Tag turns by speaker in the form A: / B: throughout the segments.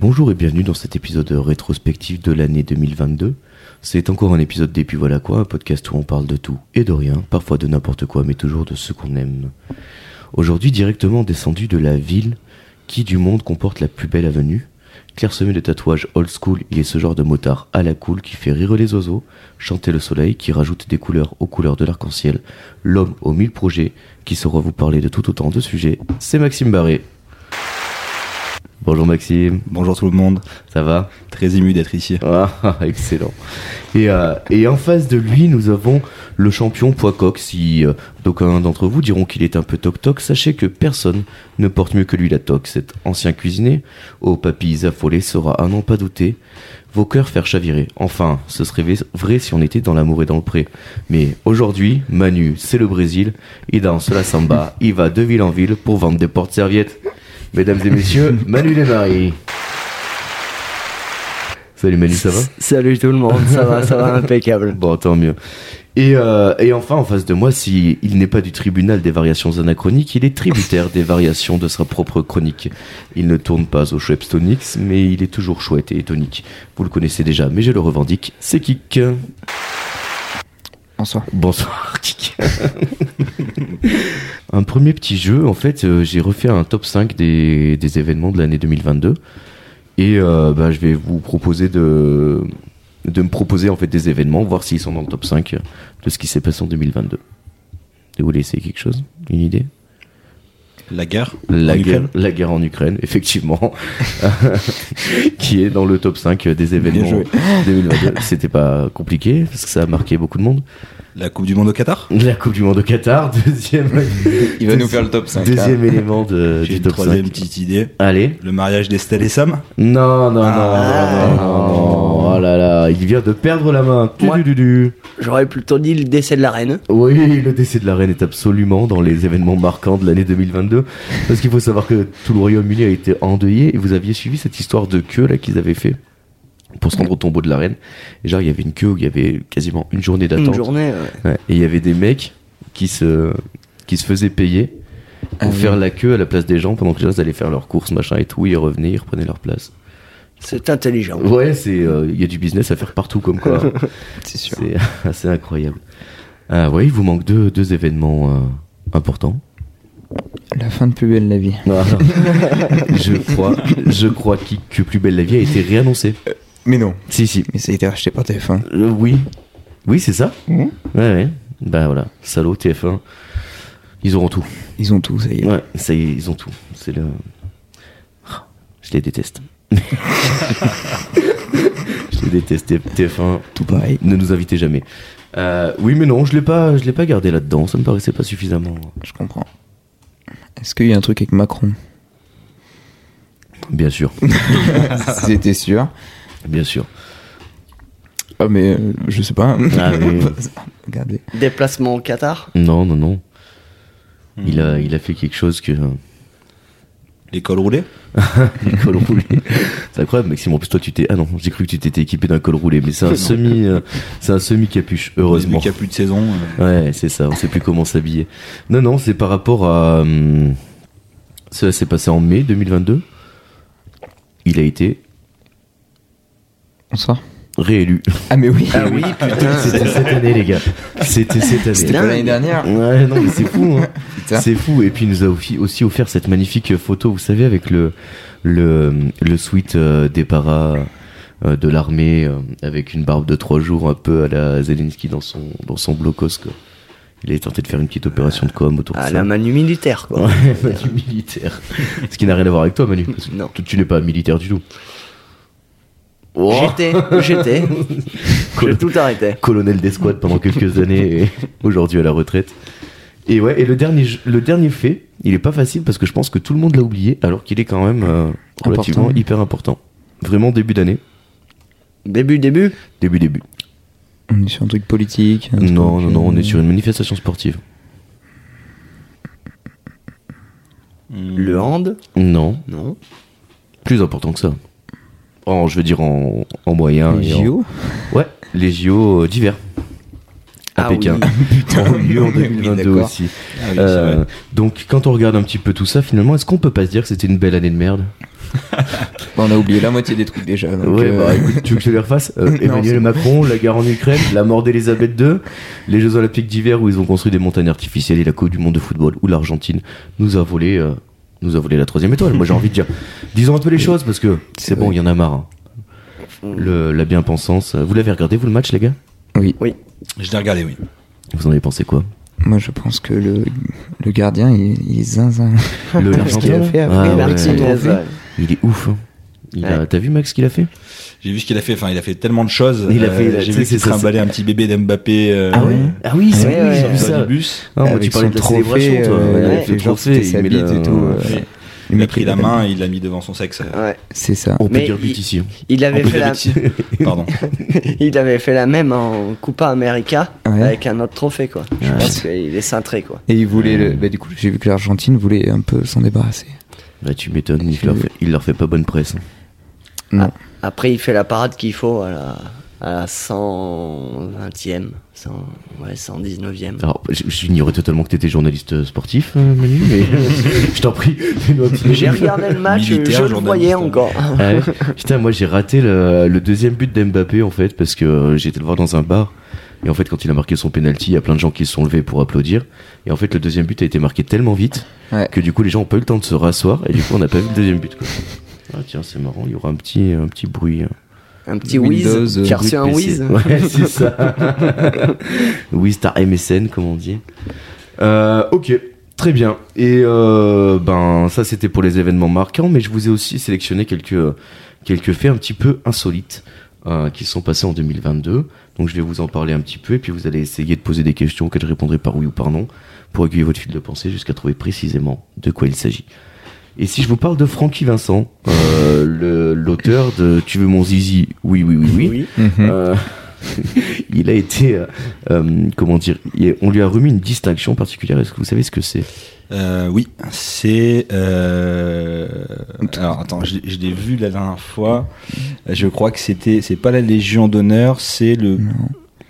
A: Bonjour et bienvenue dans cet épisode rétrospectif de l'année 2022. C'est encore un épisode des Puis voilà quoi, un podcast où on parle de tout et de rien, parfois de n'importe quoi, mais toujours de ce qu'on aime. Aujourd'hui directement descendu de la ville qui du monde comporte la plus belle avenue. Clairsemé de tatouages old school, il est ce genre de motard à la cool qui fait rire les oiseaux, chanter le soleil, qui rajoute des couleurs aux couleurs de l'arc-en-ciel, l'homme aux mille projets, qui saura vous parler de tout autant de sujets, c'est Maxime Barré. Bonjour Maxime,
B: Bonjour tout le monde,
A: ça va
B: très ému d'être ici.
A: Ah, excellent. Et, euh, et en face de lui, nous avons le champion Poicoc. Si euh, d'aucuns d'entre vous diront qu'il est un peu toc-toc, sachez que personne ne porte mieux que lui la toque. Cet ancien cuisinier, aux papilles affolées, sera à n'en pas douter vos cœurs faire chavirer. Enfin, ce serait vais- vrai si on était dans l'amour et dans le pré. Mais aujourd'hui, Manu, c'est le Brésil. Il danse la samba, il va de ville en ville pour vendre des portes-serviettes. Mesdames et messieurs, Manu Lémarie. Salut Manu, ça va
C: Salut tout le monde, ça va, ça va impeccable.
A: Bon, tant mieux. Et, euh, et enfin, en face de moi, si il n'est pas du tribunal des variations anachroniques, il est tributaire des variations de sa propre chronique. Il ne tourne pas au Schweppes Tonics, mais il est toujours chouette et tonique. Vous le connaissez déjà, mais je le revendique. C'est Kik.
C: Bonsoir.
A: Bonsoir, Kik. un premier petit jeu. En fait, euh, j'ai refait un top 5 des, des événements de l'année 2022. Et euh, bah, je vais vous proposer de, de me proposer en fait des événements, voir s'ils sont dans le top 5 de ce qui s'est passé en 2022. Vous voulez essayer quelque chose Une idée
B: La guerre
A: la
B: en
A: guerre,
B: Ukraine
A: la guerre en Ukraine, effectivement, qui est dans le top 5 des événements
B: joué.
A: 2022. C'était pas compliqué, parce que ça a marqué beaucoup de monde.
B: La Coupe du Monde au Qatar
A: La Coupe du Monde au Qatar, deuxième,
D: Il va nous faire le top hein. 5.
A: deuxième élément de,
B: J'ai
A: du
B: une
A: top
B: troisième
A: 5.
B: petite idée.
A: Allez.
B: Le mariage d'Estelle et Sam
A: Non, non, non, non,
B: Ah.
A: non, non. Oh là là, il vient de perdre la main. Tu,
C: Ouais.
A: du, du, du.
C: J'aurais plutôt dit le décès de la reine.
A: Oui, le décès de la reine est absolument dans les événements marquants de l'année 2022. Parce qu'il faut savoir que tout le Royaume-Uni a été endeuillé et vous aviez suivi cette histoire de queue là qu'ils avaient fait pour se rendre au tombeau de la reine. Et genre, il y avait une queue où il y avait quasiment une journée
C: Une
A: d'attente.
C: journée. euh, ouais.
A: Ouais, Et il y avait des mecs qui se, qui se faisaient payer pour
D: Ah oui.
A: faire la queue à la place des gens pendant que les gens allaient faire leurs courses, machin et tout. Ils revenaient, ils reprenaient leur place.
C: C'est intelligent.
A: Ouais, c'est, euh, il y a du business à faire partout comme quoi.
D: C'est sûr.
A: C'est assez incroyable. Ah ouais, il vous manque deux, deux événements euh, importants.
D: La fin de plus belle la vie.
A: je crois, je crois qui- que Plus belle la vie a été réannoncé.
D: Mais non,
A: Si si.
D: mais ça a été racheté par TF1.
A: Euh, oui, oui c'est ça.
D: Mhm.
A: Ouais ouais. Bah voilà, salaud TF1, ils auront tout.
D: Ils ont tout, ça y est.
A: Ouais, ça y est, ils ont tout. C'est le. Ah, Je les déteste. je les déteste TF1.
D: Tout pareil.
A: Ne nous invitez jamais. Euh, oui mais non, je l'ai pas, je l'ai pas gardé là-dedans. Ça me paraissait pas suffisamment.
D: Je comprends. Est-ce qu'il y a un truc avec Macron
A: Bien sûr,
D: C'était sûr.
A: bien sûr.
D: Ah, mais euh, je sais pas.
A: Ah, oui.
D: Regardez.
C: Déplacement au Qatar.
A: Non, non, non. Il, a, il a fait quelque chose que.
B: L'école roulée
A: Le col roulé. C'est incroyable, Maxime. En plus, toi, tu t'es. Ah non, j'ai cru que tu t'étais équipé d'un col roulé, mais c'est un semi. euh, c'est un semi-capuche, heureusement.
B: Depuis qu'il n'y a plus de saison. euh,
A: Ouais, c'est ça, on sait plus comment s'habiller. Non, non, c'est par rapport à. hum, Cela s'est passé en mai 2022. Il a été
D: Bonsoir.
A: réélu.
D: Ah, mais oui.
C: Ah oui, putain.
A: C'était cette année, les gars. C'était cette année.
D: C'était pas
C: dingue.
D: l'année dernière.
A: Ouais, non, mais c'est fou, hein.
D: Putain.
A: C'est fou. Et puis, il nous a aussi, aussi offert cette magnifique photo, vous savez, avec le, le, le suite euh, des paras euh, de l'armée, euh, avec une barbe de trois jours, un peu à la Zelensky dans son, dans son blocos, quoi. Il a tenté de faire une petite opération de com autour de
C: À
A: ça.
C: Ah, la manu militaire, quoi.
A: Ouais, Manu militaire. Ce qui n'a rien à voir avec toi, Manu. parce que
C: Non.
A: tu- Tu n'es pas militaire du tout.
C: Oh.
A: Oh.
C: J'étais, j'étais. J'ai tout arrêté.
A: colonel d'escouade pendant quelques années et aujourd'hui à la retraite. Et ouais, et le dernier, jeu- le dernier fait, il est pas facile parce que je pense que tout le monde l'a oublié alors qu'il est quand même euh, relativement
D: Important.
A: hyper important. Vraiment début d'année,
C: Début, début.
A: début début.
D: On est sur un truc politique. un
A: Non,
D: truc,
A: non, non, on
D: euh,
A: est sur une manifestation sportive. Hmm.
C: Le hand.
A: Non,
C: Non.
A: plus important que ça. En, je veux dire en, en moyen.
D: les
A: et en-
D: JO.
A: Ouais, les JO d'hiver. À
C: Ah
A: Pékin.
C: oui.
A: Ont lieu en
D: Oui,
A: 2022
D: d'accord.
A: aussi.
B: Ah oui, c'est
A: Euh,
B: vrai.
A: donc quand on regarde un petit peu tout ça, finalement, est-ce qu'on peut pas se dire que c'était une belle année de merde
D: Bah, on a oublié la moitié des trucs déjà. donc,
A: ouais,
D: euh,
A: bah, écoute, tu veux que je les refasse Euh,
D: Non,
A: Emmanuel
D: c'est-
A: Macron, la guerre en Ukraine, la mort d'Elisabeth II, les Jeux Olympiques d'hiver où ils ont construit des montagnes artificielles et la Coupe du Monde de football où l'Argentine nous a volé, euh, nous a volé la troisième étoile. Moi, j'ai envie de dire, disons un peu les choses parce que c'est
D: C'est
A: bon,
D: vrai.
A: il y en a marre. hein. Le, la bien-pensance. euh, Vous l'avez regardé, vous, le match, les gars
D: Oui.
B: Je l'ai regardé, oui.
A: Vous en avez pensé quoi
D: Moi, je pense que le, le gardien, il, il est zinzin.
A: Le
D: Ce qu'il a
A: l'Argentin
D: fait
A: là
D: après,
A: Ah
D: il a
A: ouais.
D: réussi.
A: Il est ouf. hein. Il a-
C: Ouais.
A: T'as vu, Max, ce qu'il a fait
B: J'ai vu ce qu'il a fait. Enfin, il a fait tellement de choses. Euh,
A: Il a fait-
B: J'ai
A: tu sais,
B: vu
A: c'est
B: qu'il
A: ça,
B: trimballait un petit bébé d'Mbappé. euh,
A: Ah oui,
C: c'est vrai,
A: j'ai
C: ouais.
A: vu
B: dans
A: ça.
B: le bus.
A: Ah, moi,
D: Avec
A: tu parlais
D: son
A: de la célébration, toi.
D: euh,
A: Ouais,
D: il
A: le
D: fait genre
A: trophée,
D: c'était sa
A: met
D: bite
A: le-
D: et tout. euh,
B: Ouais.
D: il
B: Il a
D: met
B: pris la main, il l'a mis devant son sexe.
C: Ouais.
D: C'est ça.
A: On peut
C: Mais
A: dire
C: il-
A: but ici. hein.
C: Il avait
B: On peut
C: fait
B: dire
C: la,
B: bêtise. Pardon.
C: il avait fait la même en Coupa América
D: Ouais.
C: avec un autre trophée quoi. Je pense qu'il est cintré quoi.
D: Et il voulait. le- bah, du coup, j'ai vu que l'Argentine voulait un peu s'en débarrasser.
A: Bah, tu m'étonnes, il, leur fait- il leur fait pas bonne presse. hein.
D: Non.
C: Ah, Après il fait la parade qu'il faut à la, à la 120e, 100, ouais, 119e.
A: Alors, j- j'ignorais totalement que t'étais journaliste euh, sportif, euh, Manu, mais je t'en prie. fais-nous un petit-
C: J'ai regardé le match,
B: Militaire,
C: je le
B: journaliste.
D: hein.
C: voyais encore.
A: Ah ouais Putain, moi j'ai raté le, le deuxième but d'Mbappé en fait, parce que euh, j'étais le voir dans un bar. Et en fait, quand il a marqué son penalty, il y a plein de gens qui se sont levés pour applaudir. Et en fait, le deuxième but a été marqué tellement vite
D: Ouais.
A: que du coup, les gens ont pas eu le temps de se rasseoir. Et du coup, on n'a pas vu le deuxième but. Quoi. Ah tiens, c'est marrant, il y aura un petit, un petit bruit. hein.
C: Un petit
D: Windows,
C: whiz, tu as
D: euh,
C: reçu un
A: PC.
C: whiz
A: Ouais, c'est ça. Wistar MSN, comme on dit. Euh, ok, très bien. Et euh, ben, ça, c'était pour les événements marquants, mais je vous ai aussi sélectionné quelques, quelques faits un petit peu insolites euh, qui sont passés en 2022. Donc, je vais vous en parler un petit peu, et puis vous allez essayer de poser des questions auxquelles je répondrai par oui ou par non pour aiguiller votre fil de pensée jusqu'à trouver précisément de quoi il s'agit. Et si je vous parle de Francky Vincent, euh, le- l'auteur de Tu veux mon zizi Oui, oui, oui, oui.
C: Mm.
D: Mhm.
A: Euh, il a été, euh, euh, comment dire, il- on lui a remis une distinction particulière. Est-ce que vous savez ce que c'est
B: Euh, oui, c'est. euh, Alors attends, je, l'ai- je l'ai vu la dernière fois. Je crois que c'était. C'est pas la Légion d'honneur, c'est le
D: Non.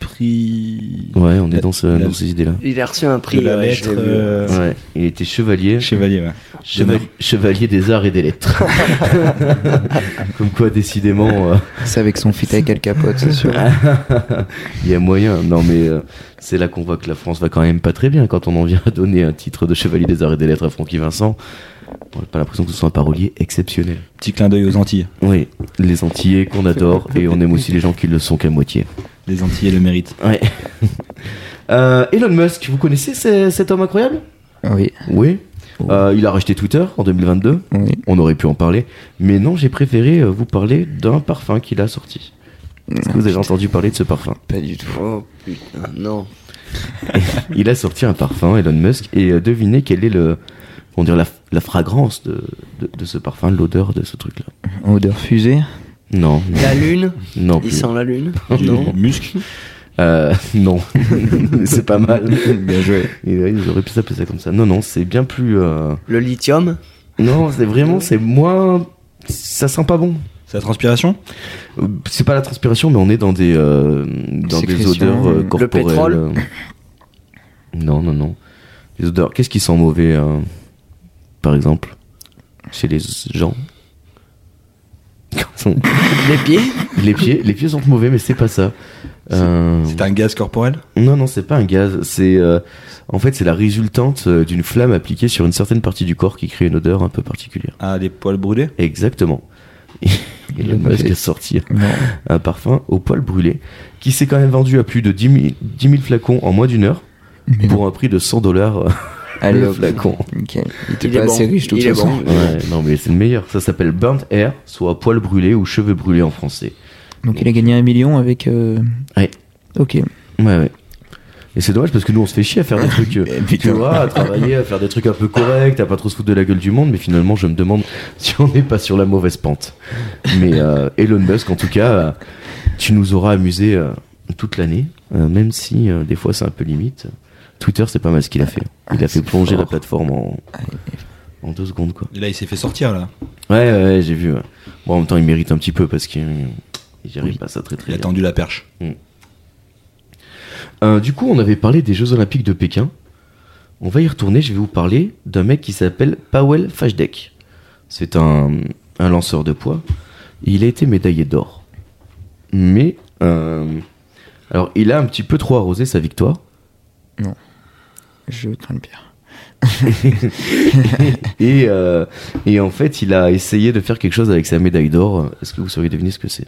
B: prix.
A: Ouais, on est dans, ce-
B: La-
A: dans ces idées-là.
C: Il a reçu un prix.
B: de la
C: ouais, je
B: lettre.
C: l'ai vu.
B: euh,
A: Ouais, il était chevalier,
B: Chevalier, ouais.
A: cheval- chevalier des arts et des lettres. Comme quoi, décidément, euh,
D: C'est avec son fit avec Al Capote, c'est sûr.
A: il y a moyen. Non, mais euh, c'est là qu'on voit que la France va quand même pas très bien quand on en vient à donner un titre de chevalier des arts et des lettres à Francky Vincent. On n'a pas l'impression que ce soit un parolier exceptionnel.
B: Petit clin d'œil aux Antilles.
A: Oui, les Antillais qu'on adore et on aime aussi les gens qui le sont qu'à moitié.
B: Les Antilles le méritent.
A: Ouais. Euh, Elon Musk, vous connaissez ce- cet homme incroyable
D: Oui.
A: Oui. Euh, il a racheté Twitter en 2022.
D: oui.
A: On aurait pu en parler. Mais non, j'ai préféré euh, vous parler d'un parfum qu'il a sorti. Est-ce que vous avez entendu parler de ce parfum
D: Pas du tout.
C: Oh putain, non.
A: Il a sorti un parfum, Elon Musk, et euh, devinez quelle est le, on dirait la, la fragrance de, de, de ce parfum, l'odeur de ce truc-là.
D: Odeur fusée.
A: Non,
C: La lune
A: non.
C: Il
A: plus.
C: sent la lune
B: Du
C: Non.
B: muscle.
A: Euh, non, c'est pas mal.
D: Bien joué.
A: Et, ouais, Ils auraient pu s'appeler ça comme ça. Non, non, c'est bien plus. euh,
C: Le lithium
A: Non, c'est vraiment, c'est moins. Ça sent pas bon.
B: Sa transpiration
A: Euh, C'est pas la transpiration, mais on est dans des, euh, dans des
D: Sécrétion,
A: odeurs euh,
D: le
A: corporelles.
C: pétrole
A: euh. Non, non, non. Les odeurs. Qu'est-ce qui sent mauvais, euh, par exemple, chez les gens Quand on-
C: Les pieds
A: les pieds, les pieds sentent mauvais, mais c'est pas ça. Euh,
B: C'est un gaz corporel
A: Non, non, c'est pas un gaz. C'est euh, en fait c'est la résultante euh, d'une flamme appliquée sur une certaine partie du corps qui crée une odeur un peu particulière.
B: Ah, les poils brûlés
A: Exactement. Il a
D: Elon Musk.
A: masque sorti
D: Non.
A: un parfum au poil brûlé qui s'est quand même vendu à plus de 10 000, 10 000 flacons en moins d'une heure
D: Mais
A: pour un prix de 100 dollars. euh,
D: Allez,
A: le
D: hop.
A: flacon.
D: Nickel. Il était
C: Il est
D: pas
C: bon.
D: assez riche, de
C: Il
D: toute
C: est
D: façon.
C: bon.
A: Ouais, non mais c'est le meilleur. Ça s'appelle burnt hair, soit poil brûlé ou cheveux brûlés en français.
D: Donc il a gagné un million avec. euh,
A: Ouais.
D: Ok.
A: Ouais, ouais. Et c'est dommage parce que nous on se fait chier à faire des trucs, euh, tu
D: putain.
A: vois, à travailler, à faire des trucs un peu corrects, à pas trop se foutre de la gueule du monde, mais finalement je me demande si on n'est pas sur la mauvaise pente. Mais euh, Elon Musk, en tout cas, euh, tu nous auras amusé euh, toute l'année, euh, même si euh, des fois c'est un peu limite. Twitter, c'est pas mal ce qu'il a fait. Il a fait plonger la plateforme en, en deux secondes, quoi.
B: Et là, il s'est fait sortir, là.
A: Ouais, ouais, ouais, j'ai vu. ouais. Bon, en même temps, il mérite un petit peu parce qu'il il arrive pas ça très très
B: Il a
A: bien.
B: tendu la perche.
A: Euh, du coup, on avait parlé des Jeux Olympiques de Pékin. On va y retourner. Je vais vous parler d'un mec qui s'appelle Powell Fajdek. C'est un, un lanceur de poids. Il a été médaillé d'or. Mais. euh, alors, il a un petit peu trop arrosé sa victoire.
D: Je crains le pire.
A: et, euh, et en fait, il a essayé de faire quelque chose avec sa médaille d'or. Est-ce que vous sauriez deviner ce que c'est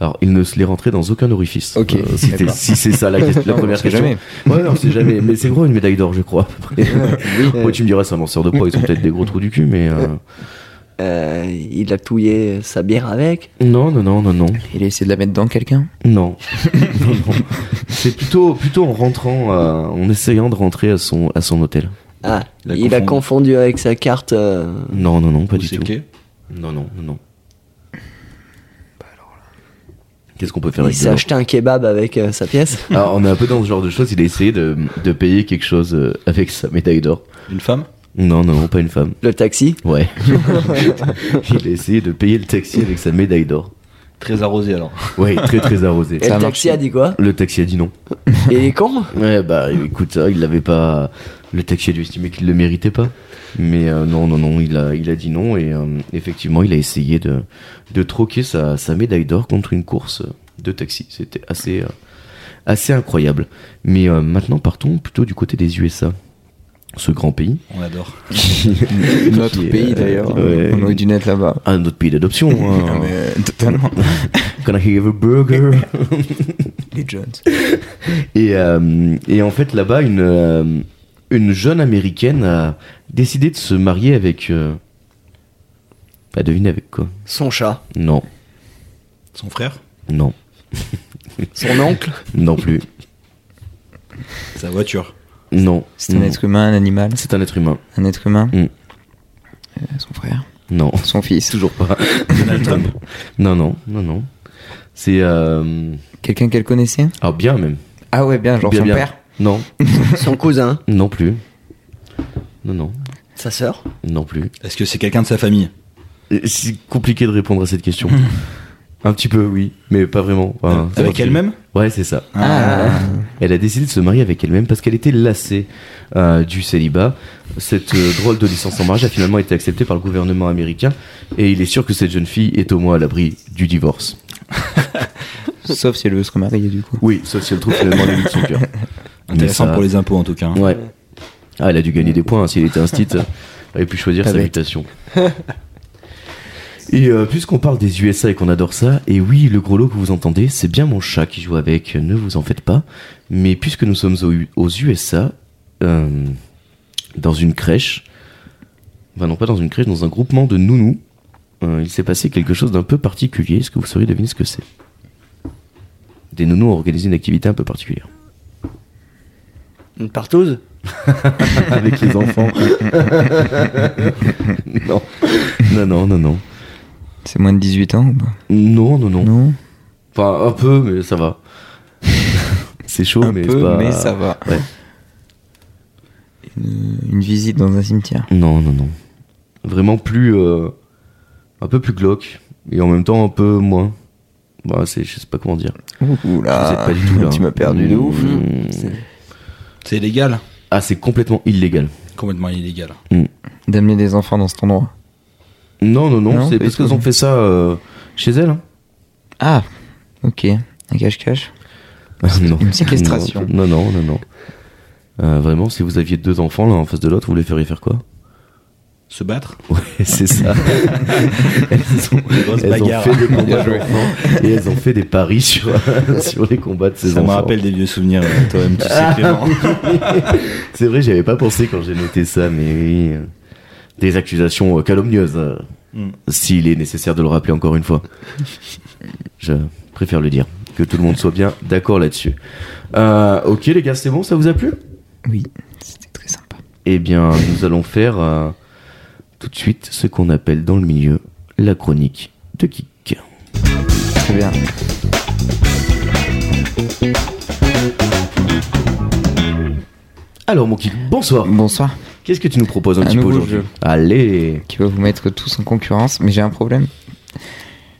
A: Alors, il ne se l'est rentré dans aucun orifice. Euh,
D: Ok,
A: si t'es-
D: d'accord.
A: si c'est ça la, question- la
D: Non, on
A: première
D: sait
A: question.
D: jamais.
A: Ouais, non, c'est jamais. Mais c'est gros une médaille d'or, je crois. à peu près. Ouais, tu me diras, c'est un lanceur de poids. Ils ont peut-être des gros trous du cul, mais. euh,
C: Euh, il a touillé sa bière avec.
A: Non, non, non, non, non.
D: Il a essayé de la mettre dans quelqu'un
A: Non. Non, non. C'est plutôt, plutôt en rentrant, euh, en essayant de rentrer à son, à son hôtel.
C: Ah,
B: Il a
C: il a
B: confondu.
C: confondu avec sa carte. euh,
A: Non, non, non, pas
B: Ou
A: du
B: c'est
A: tout.
B: quai
A: Non, non, non, non. Qu'est-ce qu'on peut faire
C: Bah il
A: avec
C: s'est
A: ça
C: acheté un kebab avec euh, sa pièce.
A: Alors, on est un peu dans ce genre de choses. Il a essayé de, de payer quelque chose euh, avec sa médaille d'or.
B: Une femme
A: Non, non, non, pas une femme.
C: Le taxi.
A: Ouais. il a essayé de payer le taxi avec sa médaille d'or.
B: Très arrosée alors.
A: Ouais, très très arrosé.
C: Et
D: Ça
C: le
D: a
C: taxi
D: marché.
C: a dit quoi
A: Le taxi a dit non.
C: Il est con
A: Ouais, bah écoute, euh, il l'avait pas. Le taxi a dû estimer qu'il le méritait pas. Mais euh, non, non, non, il a, il a dit non. Et euh, effectivement, il a essayé de, de troquer sa, sa médaille d'or contre une course euh, de taxi. C'était assez, euh, assez incroyable. Mais euh, maintenant, partons plutôt du côté des USA. Ce grand pays.
B: On adore.
D: Notre
A: Qui est,
D: pays
A: euh,
D: d'ailleurs.
A: ouais.
D: On aurait dû naître là-bas.
A: Un autre pays d'adoption.
D: Ah,
A: hein.
D: mais, totalement.
A: Can I have a burger?
D: Les Jones.
A: Et, euh, et en fait, là-bas, une, euh, une jeune américaine a décidé de se marier avec. Euh... Bah, devine avec quoi
C: Son chat.
A: Non,
B: Son frère
A: non,
C: Son oncle.
A: non plus.
B: Sa voiture.
A: Non.
D: C'est un
A: non.
D: être humain, un animal.
A: C'est un être humain.
D: Un être humain.
A: Mm.
D: Euh, son frère.
A: Non,
D: Son fils.
A: toujours pas.
B: Donald Trump
A: Non, non, non, non. C'est. Euh...
D: Quelqu'un qu'elle connaissait
A: Ah, bien même.
D: Ah ouais, bien, genre
A: bien,
D: son
A: bien.
D: père.
A: Non,
C: Son cousin.
A: non plus. Non, non,
C: Sa sœur.
A: non plus.
B: Est-ce que c'est quelqu'un de sa famille
A: Et C'est compliqué de répondre à cette question. un petit peu, oui, mais pas vraiment. Enfin, Hein, c'est
B: Avec
A: un
B: elle-même
A: petit- Ouais, c'est ça.
C: Euh,
D: Ah,
A: Elle a décidé de se marier avec elle-même parce qu'elle était lassée euh, du célibat. Cette euh, drôle de licence en mariage a finalement été acceptée par le gouvernement américain et il est sûr que cette jeune fille est au moins à l'abri du divorce.
D: sauf si elle veut se remarier du coup.
A: Oui, sauf si elle trouve finalement le lit de son cœur.
B: Intéressant
A: Mais ça-
B: pour les impôts en tout cas. hein.
A: Ouais. Ah, elle a dû gagner des points. hein. S'il était instit, euh, elle aurait pu choisir
D: Pas
A: sa
D: bête.
A: mutation. Et euh, puisqu'on parle des USA et qu'on adore ça, et oui, le gros lot que vous entendez, c'est bien mon chat qui joue avec, ne vous en faites pas. Mais puisque nous sommes au- aux USA, euh, dans une crèche, enfin non pas dans une crèche, dans un groupement de nounous, euh, il s'est passé quelque chose d'un peu particulier. Est-ce que vous sauriez deviner ce que c'est Des nounous ont organisé une activité un peu particulière.
C: Une partouze.
A: avec les enfants. non. Non, non, non, non.
D: C'est moins de 18 ans ou pas
A: Non, non, non.
D: Non.
A: Enfin, un peu, mais ça va. C'est chaud,
D: Un
A: mais
D: peu,
A: c'est pas...
D: mais ça va.
A: Ouais.
D: Une, une visite dans un cimetière.
A: Non, non, non. Vraiment plus... euh, un peu plus glauque. Et en même temps, un peu moins. Bah, c'est... Je sais pas comment dire.
D: Ouh
A: Vous êtes
D: là,
A: pas du tout là.
D: Ah, tu m'as perdu de ouf.
A: Mmh.
B: C'est illégal
A: Ah, c'est complètement illégal.
B: Complètement illégal.
D: D'amener des enfants dans cet endroit.
A: Non, non, non.
D: Non,
A: c'est
D: pas
A: parce
D: du tout.
A: qu'ils ont fait ça euh, chez elle. hein.
D: Ah, ok. Un cache-cache.
A: Ah, Non.
D: Une séquestration.
A: Non, non, non, non. Euh, vraiment, si vous aviez deux enfants l'un en face de l'autre, vous les feriez faire quoi
B: Se battre
A: Ouais, c'est ça. elles ont,
B: grosses
A: elles ont
B: bagarres.
A: fait des combats d'enfants et elles ont fait des paris sur, sur les combats de ces
B: Ça me
A: enfants.
B: rappelle des vieux souvenirs, euh, toi-même, tu sais, Clément.
A: C'est vrai, j'y avais pas pensé quand j'ai noté ça, mais oui. euh, Des accusations euh, calomnieuses, euh,
B: Mm.
A: s'il est nécessaire de le rappeler encore une fois. Je préfère le dire. Que tout le monde soit bien d'accord là-dessus. Euh, ok les gars, c'est bon, ça vous a plu
D: Oui, c'était très sympa.
A: Eh bien, nous allons faire euh, tout de suite ce qu'on appelle dans le milieu la chronique de Kik.
D: Très bien.
A: Alors mon Kik, bonsoir.
D: Bonsoir.
A: Qu'est-ce que tu nous proposes un,
D: Un
A: petit peu
D: nouveau
A: aujourd'hui
D: jeu.
A: Allez
D: Qui va vous mettre tous en concurrence, mais j'ai un problème.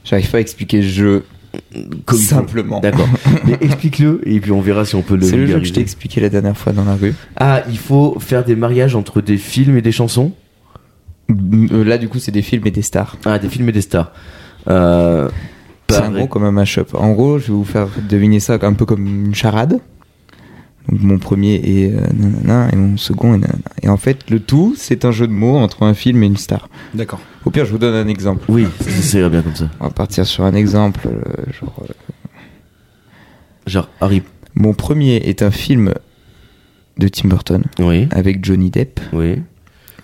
D: J'arrive pas à expliquer le jeu
A: comme il faut.
D: simplement.
A: D'accord. Mais explique-le et puis on verra si on peut le
D: C'est le jeu que je t'ai
A: vulgariser.
D: expliqué la dernière fois dans la rue.
A: Ah, il faut faire des mariages entre des films et des chansons
D: Euh, Là, du coup, c'est des films et des stars.
A: Ah, des films et des stars. Euh,
D: C'est
A: par-
D: un gros comme un mashup. En gros, je vais vous faire deviner ça un peu comme une charade. Donc mon premier est euh, nanana et mon second est nanana. Et en fait, le tout, c'est un jeu de mots entre un film et une star.
B: D'accord.
D: Au pire, je vous donne un exemple.
A: Oui, ça irait bien comme ça.
D: On va partir sur un exemple. euh, genre, euh,
A: Genre Harry.
D: mon premier est un film de Tim Burton
A: Oui.
D: avec Johnny Depp.
A: Oui.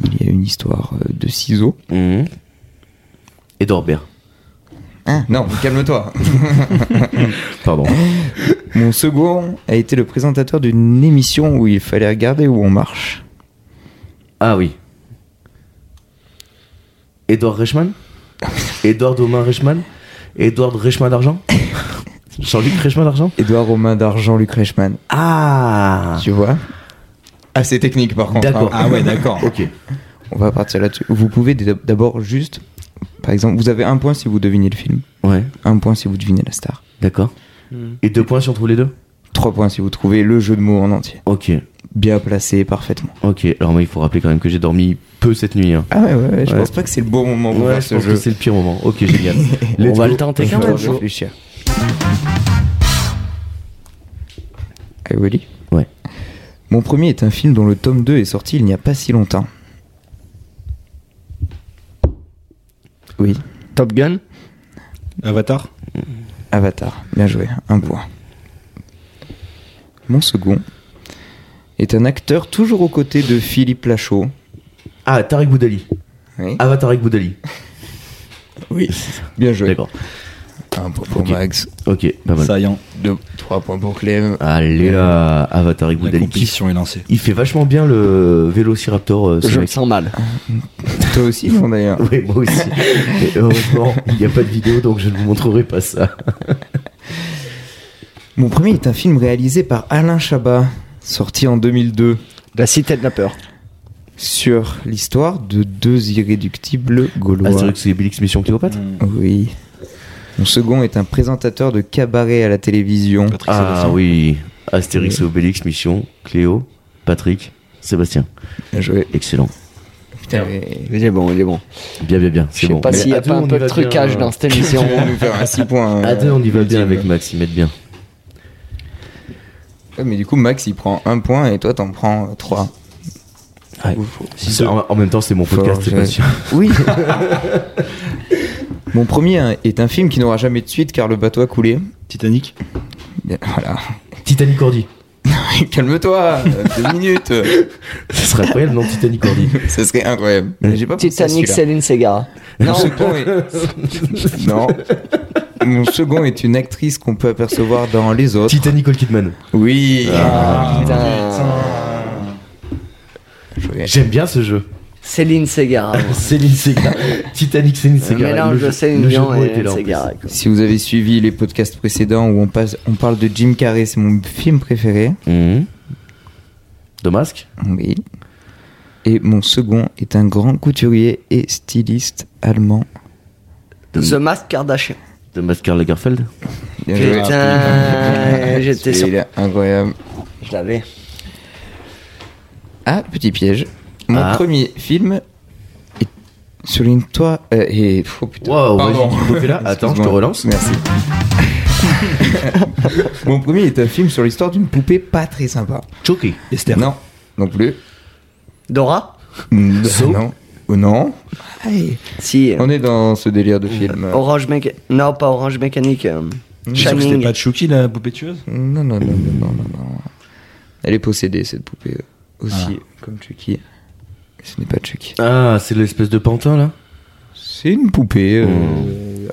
D: Il y a une histoire euh, de ciseaux.
A: Mhm. Et Dorbert.
D: Hein non, calme-toi.
A: Pardon.
D: Mon second a été le présentateur d'une émission où il fallait regarder où on marche.
A: Ah oui. Edouard Reichmann Edouard Domain Reichmann Edouard Reichmann d'argent Jean-Luc Reichmann d'argent
D: Édouard Romain d'Argent, Luc Reichmann.
A: Ah
D: Tu vois Assez technique par contre.
A: D'accord.
D: hein.
B: Ah ouais, d'accord.
A: Ok.
D: On va partir là-dessus. Vous pouvez d- d'abord juste, par exemple, vous avez un point si vous devinez le film,
A: Ouais,
D: un point si vous devinez la star,
A: d'accord.
C: Hmm.
A: Et deux points si on trouve les deux
D: trois points si vous trouvez le jeu de mots en entier.
A: Ok,
D: Bien placé, parfaitement.
A: ok. Alors moi, il faut rappeler quand même que j'ai dormi peu cette nuit. hein.
D: Ah ouais, ouais, ouais, je
A: Ouais.
D: pense pas que c'est le bon moment pour
A: Ouais,
D: faire
A: je
D: ce
A: pense
D: jeu.
A: que c'est le pire moment. Ok, génial. Let's
C: On va
A: go.
C: le tenter
D: Je
C: quand
D: vais
C: même.
D: réfléchir. Are you ready
A: Ouais.
D: Mon premier est un film dont le tome 2 est sorti il n'y a pas si longtemps. Oui,
C: Top Gun
B: Avatar
D: Avatar. Bien joué, un point. Mon second est un acteur toujours aux côtés de Philippe Lachaud.
A: Ah, Tarek Boudali.
D: Oui.
A: Ava Tarek Boudali.
D: oui. Bien joué.
A: D'accord.
D: Un point pour
A: Ok.
D: Max.
A: Ok, pas mal.
B: Saillant.
D: Deux, trois points pour Clem.
A: Ah. Allez là, Ava Tarek
B: La
A: Boudali. qui-
B: compétition est lancée.
A: Il fait vachement bien le Vélociraptor. euh, ce
C: Je me
A: mec.
C: sens mal.
D: Toi aussi, non d'ailleurs.
A: Oui, moi aussi. Mais heureusement, il n'y a pas de vidéo, donc je ne vous montrerai pas ça.
D: Mon premier est un film réalisé par Alain Chabat, sorti en 2002,
C: La cité de la peur.
D: sur l'histoire de deux irréductibles
C: Ah,
D: gaulois.
A: Astérix et Obélix Mission Cléopâtre
D: Oui. Mon second est un présentateur de cabaret à la télévision.
B: Patrick
A: Ah
B: Sébastien.
A: oui, Astérix et Obélix Mission, Cléo, Patrick, Sébastien.
D: Bien joué.
A: Excellent.
D: Putain, mais-
C: Il est bon, il est bon.
A: Bien, bien, bien.
C: Je
A: C'est
C: sais
A: bon.
C: pas
A: Mais
C: s'il y
A: à
C: a
A: deux,
C: pas un
A: on y
C: peu
A: va
C: de
A: bien,
C: trucage
A: euh,
C: dans cette émission.
D: On va nous faire un 6 points. hein.
A: À deux, on y va bien
D: ultime.
A: avec Max, ils mettent bien.
D: Ouais, mais du coup, Max, il prend un point et toi, t'en prends euh, 3.
A: Ouais. C'est- En, en même temps, c'est mon
D: Fort,
A: podcast, c'est
D: j'ai-
A: pas sûr.
D: Oui. Mon premier est un film qui n'aura jamais de suite car le bateau a coulé.
B: Titanic
D: Bien, Voilà.
A: Titanic Ordi.
D: Calme-toi, euh, deux minutes.
A: Ce serait incroyable, non Titanic Ordi.
D: Ce serait incroyable. Mais J'ai pas pensé à
C: Titanic,
D: celui-là.
C: Céline Segar.
D: Mon
C: Non,
D: second est- non. Mon second est une actrice qu'on peut apercevoir dans Les Autres.
A: Titanic Ah. All Kidman.
D: Oui.
C: putain.
D: Joué.
A: J'aime bien ce jeu.
C: Céline Segar.
A: Céline Segar. Titanic, Céline
C: Un
A: Segar.
C: mélange
A: Le
C: de
A: jeu-
C: Céline
A: le jeu de
C: Dion
A: mots était
C: et
A: là, en
C: Segar. quoi.
D: Si vous avez suivi les podcasts précédents où on, passe, on parle de Jim Carrey, c'est mon film préféré.
A: plus. Mhm. De masque
D: Oui. Et mon second est un grand couturier et styliste allemand.
C: The Mask Kardashian.
A: De masque Karl Lagerfeld
D: Bien joué.
A: euh,
C: Putain, j'étais
D: Celui-là,
C: sûr.
D: Incroyable.
C: Je l'avais.
D: Ah, petit piège. Mon
A: Ah.
D: premier film est sur une toit. euh, et... Oh putain.
A: Wow,
D: Pardon.
A: vas-y, tu peux faire là. Attends, je te
D: Excuse-moi.
A: relance.
D: Merci. Mon premier est un film sur l'histoire d'une poupée pas très sympa.
A: Choqué.
B: Esther.
D: Non, non plus.
C: Dora
D: Mm,
A: So
D: Non. Oh, non. Aïe.
C: Si. euh,
D: On est dans ce délire de film.
A: Oh.
C: Orange Mécanique. Non, pas Orange Mécanique. euh,
B: Je sais que C'était
C: Shining.
B: pas Chucky la poupée tueuse
D: Non, non, non, non, non, non, non. Elle est possédée, cette poupée. euh, Aussi, comme Chucky. Mais Ce n'est pas Chucky.
A: Ah, c'est l'espèce de pantin là
D: C'est une poupée. euh,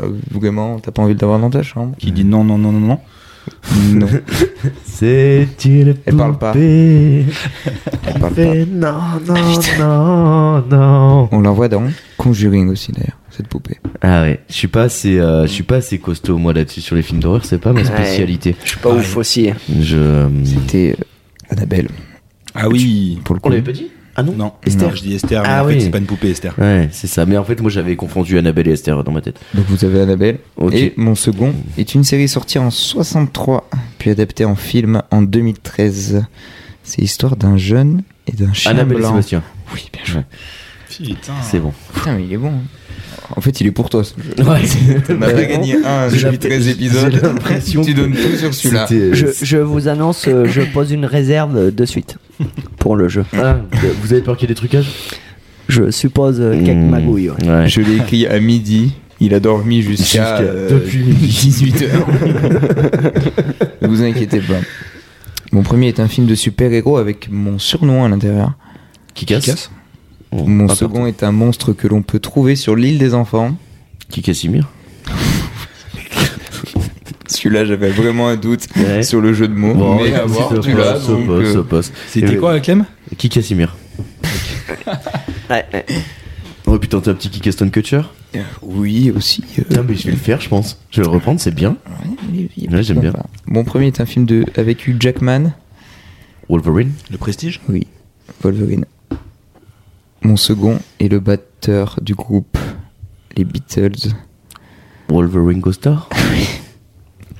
D: euh, vraiment, t'as pas envie de l'avoir dans ta chambre.
B: qui dit non, non, non, non, non.
D: Non.
A: C'est une
D: Elle parle pas.
A: poupée.
D: Elle parle Ah,
A: Fait non, non, non, non.
D: On l'envoie dans Conjuring aussi, d'ailleurs, cette poupée.
A: Ah ouais, je suis pas assez, euh, je suis pas assez costaud moi là-dessus sur les films d'horreur, c'est pas ma spécialité.
C: Je suis pas ouf aussi.
A: Je.
D: C'était euh, Annabelle,
B: Ah oui
D: pour le coup.
A: dit Ah non.
B: Non,
A: Esther.
B: Non, je dis Esther, mais
A: Ah
B: en fait,
A: oui.
B: c'est pas une poupée, Esther.
A: Ouais, c'est ça. Mais en fait, moi, j'avais confondu Annabelle et Esther dans ma tête.
D: Donc vous avez Annabelle.
A: Ok.
D: Et mon second est une série sortie en 63, puis adaptée en film en 2013. C'est l'histoire d'un jeune et d'un chien
A: Annabelle et
D: blanc.
A: Sébastien.
D: Oui, bien joué.
B: Putain.
A: C'est bon.
D: Putain, mais il est bon. hein. En fait, il est pour toi. ce jeu. On a pas
A: Vraiment,
D: gagné un,
A: j'ai
D: j'ai mis
A: l'impression-
D: 13
A: j'ai
D: épisodes.
A: l'impression
D: Tu
A: que
D: donnes tout sur celui-là.
A: C'était-
C: Je, je vous annonce, euh, je pose une réserve euh, de suite pour le jeu.
A: Ah, vous avez peur qu'il y ait des trucages
C: Je suppose euh, quelques
A: Mmh.
C: magouilles. ouais.
A: Ouais.
D: Je l'ai écrit à midi. Il a dormi jusqu'à euh,
A: Jusqu'à- depuis midi.
D: 18h. ne vous inquiétez pas. Mon premier est un film de super-héros avec mon surnom à l'intérieur.
A: Qui casse Oh,
D: Mon
A: pas
D: second est un monstre que l'on peut trouver sur l'île des enfants.
A: peur. Qui Cassimir
D: Celui-là, j'avais vraiment un doute
A: Ouais.
D: sur le jeu de mots. mais à
A: ça
D: voir,
A: passe,
D: tu l'as.
A: ça
D: donc,
A: passe,
D: euh,
A: ça passe.
B: C'était
A: Et-
B: quoi la Clem
A: Qui Cassimir
C: Ouais, ouais.
A: Oh putain, t'as un petit Kick Aston Kutcher
D: euh, Oui, aussi. euh,
A: Putain, mais je vais le faire, je pense. Je vais le reprendre, c'est bien.
D: il- il-
A: Ouais, j'aime bien.
D: Mon premier est un film de, avec Hugh Jackman.
A: Wolverine
B: Le Prestige
D: Oui, Wolverine. Mon second est le batteur du groupe Les Beatles.
A: Wolverine Ghostar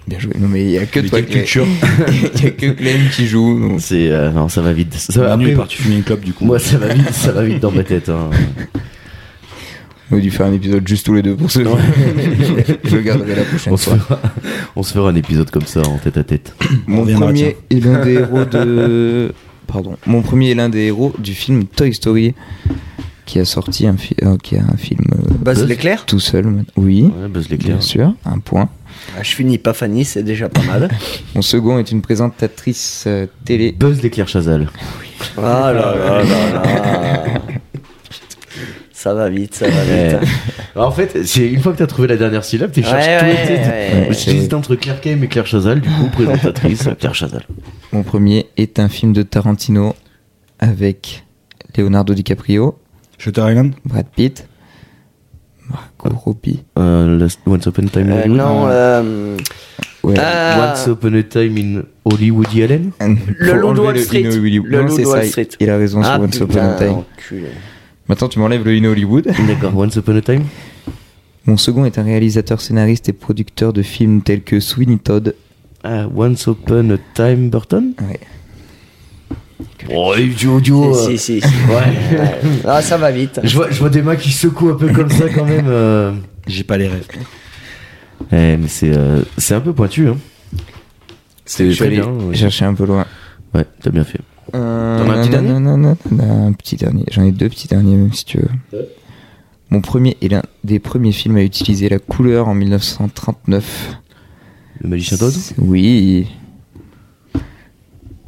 D: Bien joué. Non mais il y a que
B: Mais
D: toi
B: quelle
D: Clem.
B: culture.
D: Il y a que Clem qui joue. donc.
A: C'est. euh, non, ça va vite. Ça va,
B: Manu est
A: Bah, après,
B: parti fumer une clope du coup.
A: moi, ça va vite, ça va vite dans ma tête. hein.
D: On a dû faire un épisode juste tous les deux pour ce jeu. Je le garderai la prochaine
A: On se,
D: fois.
A: fera, on se fera un épisode comme ça en tête à tête.
D: Mon
B: reviendra,
D: premier est l'un des héros de. Pardon. Mon premier est l'un des héros du film Toy Story qui a sorti un, fi- euh, qui a un film euh,
C: Buzz
A: Buzz
C: Bah, l'éclair
D: tout seul. maintenant. Oui,
A: Ouais, Buzz l'éclair.
D: bien sûr. Un point.
C: Ah, Je finis pas Fanny, c'est déjà pas mal.
D: Mon second est une présentatrice euh, télé
A: Buzz l'éclair Chazal.
C: Ah là là là là. Ça va vite, ça va
A: Ouais.
C: vite.
A: Alors, en fait, c'est une fois que t'as trouvé la dernière syllabe, tu cherches
C: Ouais,
A: tout.
C: ouais,
A: les-
C: ouais.
A: Je disais entre Claire Kame et Claire Chazal, du coup, présentatrice Claire Chazal.
D: Mon premier est un film de Tarantino avec Leonardo DiCaprio,
B: Shutter Island
D: Brad Pitt, Marco
C: Ah.
D: Robbie.
A: Euh, euh, last- Once Upon a Time in
C: Euh,
A: Hollywood.
C: non, euh,
D: Ouais.
C: ah,
A: Once Upon a Time in Hollywood Allen.
D: Le
C: loup de Wall Street. Le loup
D: c'est
C: de Wall
D: ça.
C: Street.
D: Il a raison
C: ah,
D: sur Once Upon a
C: putain,
D: Time.
C: enculé.
D: Maintenant, tu m'enlèves le In Hollywood.
A: D'accord, Once Upon a Time.
D: Mon second est un réalisateur, scénariste et producteur de films tels que Sweeney Todd.
A: Ah, Once Upon a Time Burton.
D: Ouais.
A: Oh, Yves Jojo. euh,
C: Si, si, si.
A: Ouais.
C: Ah, ça va vite.
A: Je vois, je vois des mains qui secouent un peu comme ça quand même. euh.
B: J'ai pas les rêves.
A: Eh, mais c'est euh, c'est un peu pointu. Hein. C'est
D: Je suis
A: très
D: allé
A: bien. Ouais,
D: chercher un peu loin.
A: Ouais, t'as bien fait.
D: Euh,
A: T'en as un petit
D: nan, nan, nan, nan, nan, Un petit dernier. J'en ai deux petits derniers, même si tu veux. Mon premier est l'un des premiers films à utiliser la couleur en 1939.
A: Le magicien d'Oz
D: Oui.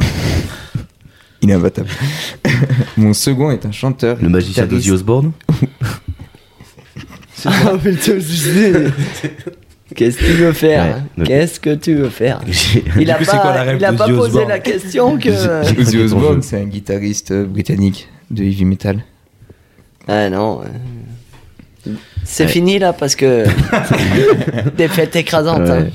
D: Il est imbattable. Mon second est un chanteur.
A: Le magicien d'Ozzy
D: guitariste.
A: Osbourne
C: Ah, putain, je sais. Qu'est-ce que tu veux faire hein
A: Ouais, ok.
C: Qu'est-ce que tu veux faire
A: J'ai-
C: Il a
B: coup, c'est quoi la
C: pas,
B: rêve
C: il a
B: de
C: pas
B: Ozzy
C: posé
B: Osbourne
C: la question
A: J'ai-
C: que.
D: Ozzy
A: craqué ton
D: Osbourne,
A: jeu.
D: c'est un guitariste euh, britannique de heavy metal.
C: Ah non. euh, C'est fini là parce que. Défaite écrasante. hein.
A: Ouais.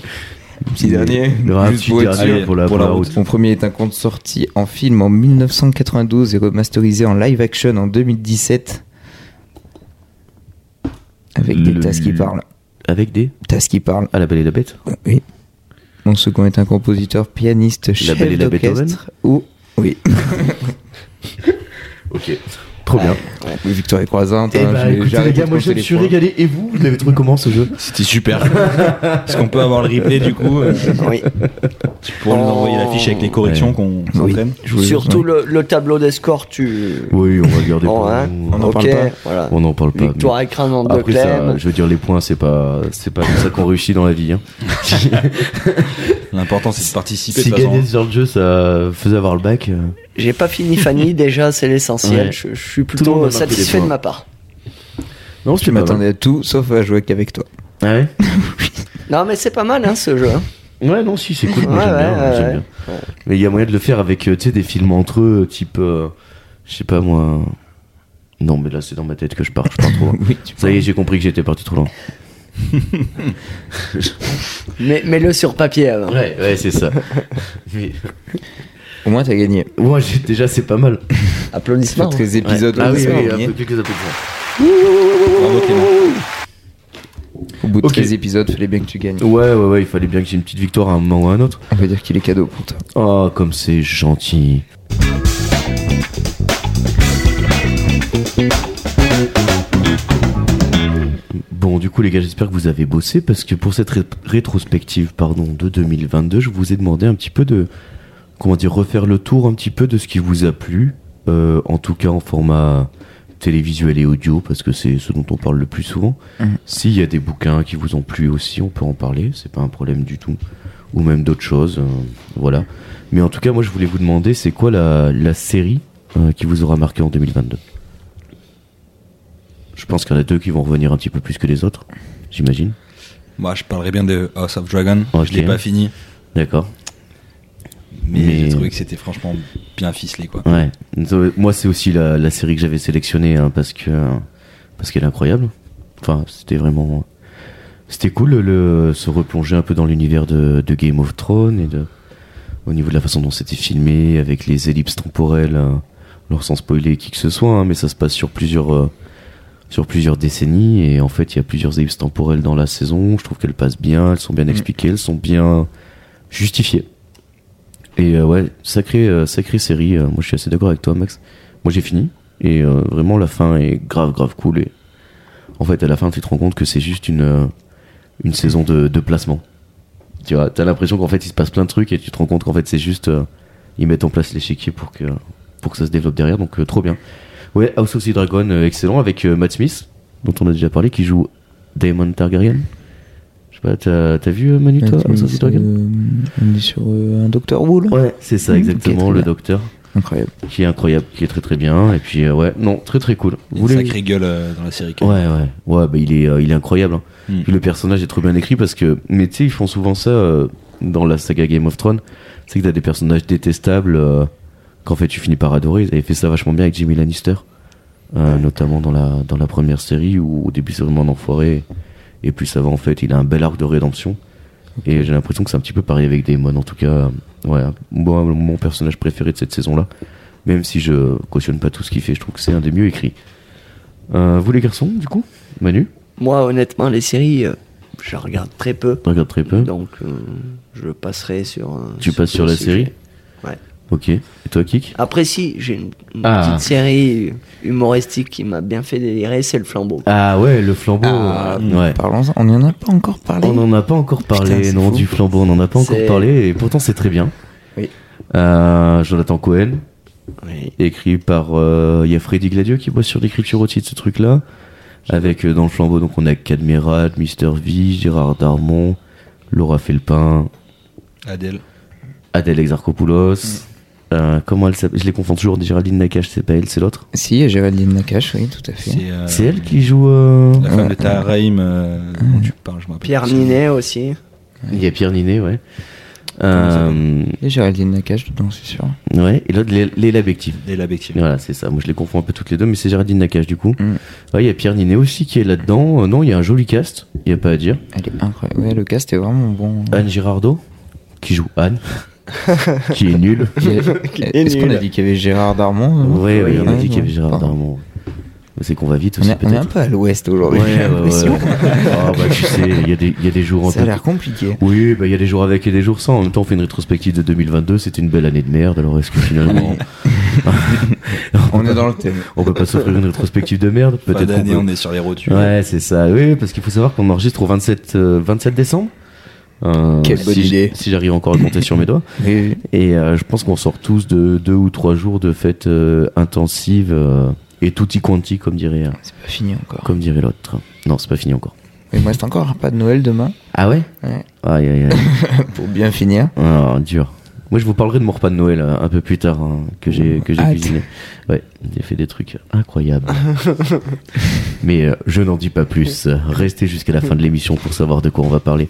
D: Petit dernier.
A: Le un
D: juste
A: petit
D: pour être
A: dernier
D: sûr.
A: pour la, pour la route.
D: Mon premier est un conte sorti en film en 1992 et remasterisé en live action en 2017. Avec des
A: Le-
D: tasses qui parlent.
A: Avec des.
D: Tasses qui parlent.
A: Ah, la belle et la bête
D: Oui. Mon second est un compositeur, pianiste, chef
A: Belle et la
D: d'orchestre ou oui,
A: Ok. Ah, Trop bien.
D: Oui, Victoire et Croisante.
A: Eh
D: hein,
A: bah,
D: j'ai-
A: écoutez,
D: j'arrête
A: les gars,
D: de
A: moi je
D: compter
A: me
D: les
A: suis
D: points.
A: régalé. Et vous, vous l'avez trouvé comment ce jeu
B: C'était super. Est-ce qu'on peut avoir le replay du coup euh,
C: Oui.
B: Tu pourrais nous envoyer la fiche avec les corrections qu'on
D: Oui.
B: s'entraîne
D: Je vous-
C: Surtout
D: oui.
C: le, le tableau des scores, tu.
A: Oui, on va le garder
C: Bon,
A: pour
C: hein.
A: nous.
D: On en parle
C: Ok,
D: pas.
C: Voilà.
A: On n'en parle pas.
C: Victoire écrasante de
A: Après, ça,
C: Clem.
A: je veux dire, les points, c'est pas, c'est pas comme ça qu'on réussit dans la vie. Hein.
B: L'important c'est de participer.
A: Si
B: de toute façon.
A: gagner sur le jeu, ça faisait avoir le bac. euh,
C: J'ai pas fini Fanny, déjà c'est l'essentiel.
A: Ouais.
C: Je, je
A: le
C: suis
A: monde a
C: plutôt
A: marqué des
C: satisfait de
A: points.
C: ma part.
A: Non,
D: Je m'attendais à tout sauf à jouer qu'avec toi.
A: Ah ouais
C: Non mais c'est pas mal hein, ce jeu. hein.
A: Ouais, non, si, c'est cool. Moi,
C: Ouais,
A: j'aime bien,
C: ouais,
A: j'aime
C: ouais,
A: bien. Mais il y a moyen de le faire avec euh, tu sais, des films entre eux, type. euh, je sais pas moi. Non, mais là, c'est dans ma tête que je pars. Je pars trop loin.
D: Oui, tu
A: Ça y est, j'ai compris que j'étais parti trop loin.
C: Mais mets-le sur papier avant.
A: Ouais, ouais, c'est ça. Mais.
D: Au moins t'as gagné.
A: Ouais, j'ai- déjà, c'est pas mal.
D: Ça
C: Applaudissements.
D: fait 13 épisodes.
A: ah
D: où
A: oui,
D: t'as
A: oui,
D: gagné.
A: un peu plus que ça peut être
B: Bravo, Clément.
D: Au bout de
A: Ok. Oh.
D: 13 épisodes, fallait bien que tu gagnes.
A: ça. Ouais, ouais, ouais, il fallait bien que j'ai une petite victoire à un moment ou à un autre.
D: On va dire qu'il est cadeau pour toi.
A: Oh, comme c'est gentil. coup, les gars, j'espère que vous avez bossé parce que pour cette ré- rétrospective pardon, de 2022, je vous ai demandé un petit peu de. Comment dire Refaire le tour un petit peu de ce qui vous a plu, euh, en tout cas en format télévisuel et audio, parce que c'est ce dont on parle le plus souvent.
D: Mhm.
A: S'il y a des bouquins qui vous ont plu aussi, on peut en parler, c'est pas un problème du tout. Ou même d'autres choses, euh, voilà. Mais en tout cas, moi, je voulais vous demander, c'est quoi la, la série euh, qui vous aura marqué en 2022 Je pense qu'il y en a deux qui vont revenir un petit peu plus que les autres, j'imagine.
B: Moi, je parlerais bien de House of Dragon.
A: Ok.
B: Je l'ai pas fini,
A: D'accord.
B: mais,
A: Mais-
B: j'ai trouvé que c'était franchement bien ficelé, quoi.
A: Ouais. Euh, Moi, c'est aussi la, la série que j'avais sélectionnée hein, parce que parce qu'elle est incroyable. Enfin, c'était vraiment c'était cool le, le- se replonger un peu dans l'univers de, de Game of Thrones et de au niveau de la façon dont c'était filmé avec les ellipses temporelles, euh, alors sans spoiler qui que ce soit, hein, mais ça se passe sur plusieurs euh, sur plusieurs décennies et en fait il y a plusieurs ellipses temporelles dans la saison. Je trouve qu'elles passent bien, elles sont bien expliquées, elles sont bien justifiées. Et euh, ouais, sacrée, euh, sacrée série. euh, moi, je suis assez d'accord avec toi, Max. Moi, j'ai fini. Et euh, vraiment, la fin est grave, grave cool. Et en fait, à la fin, tu te rends compte que c'est juste une, euh, une saison de, de placement. Tu vois, t'as l'impression qu'en fait, il se passe plein de trucs et tu te rends compte qu'en fait, c'est juste. euh, ils mettent en place l'échiquier pour que, pour que ça se développe derrière. Donc, euh, trop bien. Ouais, House of the Dragon, euh, excellent. Avec euh, Matt Smith, dont on a déjà parlé, qui joue Daemon Targaryen. Je sais pas, t'as t'as vu euh, Manu, toi, House of the Dragon
D: euh, on est sur euh, un Docteur Who là
A: Ouais, c'est ça,
D: Hmm, Ok,
A: exactement,
D: très
A: le
D: bien.
A: docteur
D: Incroyable.
A: qui est incroyable, qui est très très bien. Et puis euh, ouais, non, très très cool.
B: Il y a
A: Vous
B: une
A: voulez-
B: sacrée gueule euh, dans la série. quand
A: Ouais
B: même.
A: ouais ouais, bah, il est euh, il est incroyable. hein.
B: Mm.
A: Puis le personnage est trop bien écrit parce que mais tu sais ils font souvent ça euh, dans la saga Game of Thrones, c'est que t'as des personnages détestables euh, qu'en fait tu finis par adorer. Ils avaient fait ça vachement bien avec Jimmy Lannister, euh, notamment dans la dans la première série où au début c'est vraiment un enfoiré et plus ça va en fait il a un bel arc de rédemption. Et j'ai l'impression que c'est un petit peu pareil avec Daemon en tout cas. euh, Ouais, moi, mon personnage préféré de cette saison là, même si je cautionne pas tout ce qu'il fait, je trouve que c'est un des mieux écrits. Euh, vous les garçons, du coup Manu
C: hein. Moi, honnêtement, les séries, euh, je regarde très peu.
A: Tu regardes très peu
C: Donc, euh, je passerai sur. euh,
A: Tu passes sur
C: le
A: la
C: sujet.
A: série
C: Ouais.
A: Ok. Et toi, Kik
C: Après, si, j'ai une, une
A: Ah.
C: petite série humoristique qui m'a bien fait délirer, c'est Le Flambeau.
A: Ah ouais, le flambeau Hmm.
D: Ah,
A: ouais. Oh
D: Parlons-en. On n'en a pas encore parlé.
A: On n'en a pas encore parlé,
D: Putain, c'est
A: non,
D: fou.
A: du flambeau, on n'en a pas encore
C: C'est-
A: parlé, et pourtant c'est très bien.
D: Oui.
A: Euh, Jonathan Cohen,
C: Oui.
A: écrit par. euh, Il y a Freddy Gladio qui bosse sur l'écriture aussi de ce truc-là. Avec euh, dans le flambeau, donc on a Cadmerat, Mister V, Gérard Darmon, Laura Felpin,
B: Adèle.
A: Adèle Exarchopoulos.
D: Mm.
A: Euh, comment elle s'appelle Je les confonds toujours, Géraldine Nakache, c'est pas elle, c'est l'autre.
D: Si, il y a Géraldine Nakache, oui, tout à fait.
B: C'est euh,
A: C'est elle qui joue. euh,
B: la femme de Taharaim euh, dont tu parles, je me rappelle.
C: Pierre
B: plus.
C: Ninet aussi.
A: Il y a Pierre Ninet, ouais. Euh,
D: Il y a Géraldine Nakache dedans, Ah, c'est sûr.
A: ouais, et l'autre, Lé- Léla Bective.
B: Et la Becquie.
A: Voilà, c'est ça. Moi, je les confonds un peu toutes les deux, mais c'est Géraldine Nakache, du coup.
D: Mm.
A: Ouais, il y a Pierre Ninet aussi qui est là-dedans. Euh, non, il y a un joli cast, il n'y a pas à dire.
D: Elle est incroyable. Ouais, le cast est vraiment bon.
A: Anne Girardot, qui joue Anne, qui est nulle.
D: Il y a- Est-ce qu'on a
C: nul.
D: dit qu'il y avait Gérard Darmon euh
A: Ouais, ouais, on a dit qu'il y avait
D: ouais.
A: Gérard
D: Pardon.
A: Darmon. Mais C'est qu'on va vite
D: On
A: aussi,
D: est, on est un
A: peut-être.
D: peu à l'ouest aujourd'hui.
A: Ouais,
D: j'ai
A: ouais, ouais.
D: l'impression.
A: Ah, bah, tu sais, il y, a des- il y a des jours un
D: Ça a
A: peu
D: l'air compliqué.
A: Oui, bah, il y a des jours avec et des jours sans. En même temps, on fait une rétrospective de 2022. C'était une belle année de merde. Alors, est-ce que finalement,
D: On est dans le thème.
A: on peut pas s'offrir une rétrospective de merde
B: Fin
A: Peut-être qu'on
B: d'année,
A: peut.
B: on est sur les rotules.
A: Ouais, c'est ça. Oui, parce qu'il faut savoir qu'on enregistre au 27, euh, 27 décembre. Euh,
D: Quelle
A: si
D: bonne
A: j-
D: idée.
A: Si j'arrive encore à compter sur mes doigts.
D: Oui,
A: Et euh, je pense qu'on sort tous de deux ou trois jours de fêtes euh, intensives euh, et tutti quanti, comme dirait, euh,
D: C'est pas fini encore.
A: comme dirait l'autre. Non, c'est pas fini encore.
D: Mais moi, c'est encore un pas de Noël demain
A: Ah ouais
D: Ouais.
A: Aïe, aïe, aïe.
D: pour bien finir.
A: Ah, dur. Moi, je vous parlerai de mon repas de Noël euh, un peu plus tard hein, que j'ai que j'ai
D: Hâte.
A: cuisiné. Ouais, j'ai fait des trucs incroyables. Mais euh, je n'en dis pas plus. Restez jusqu'à la fin de l'émission pour savoir de quoi on va parler.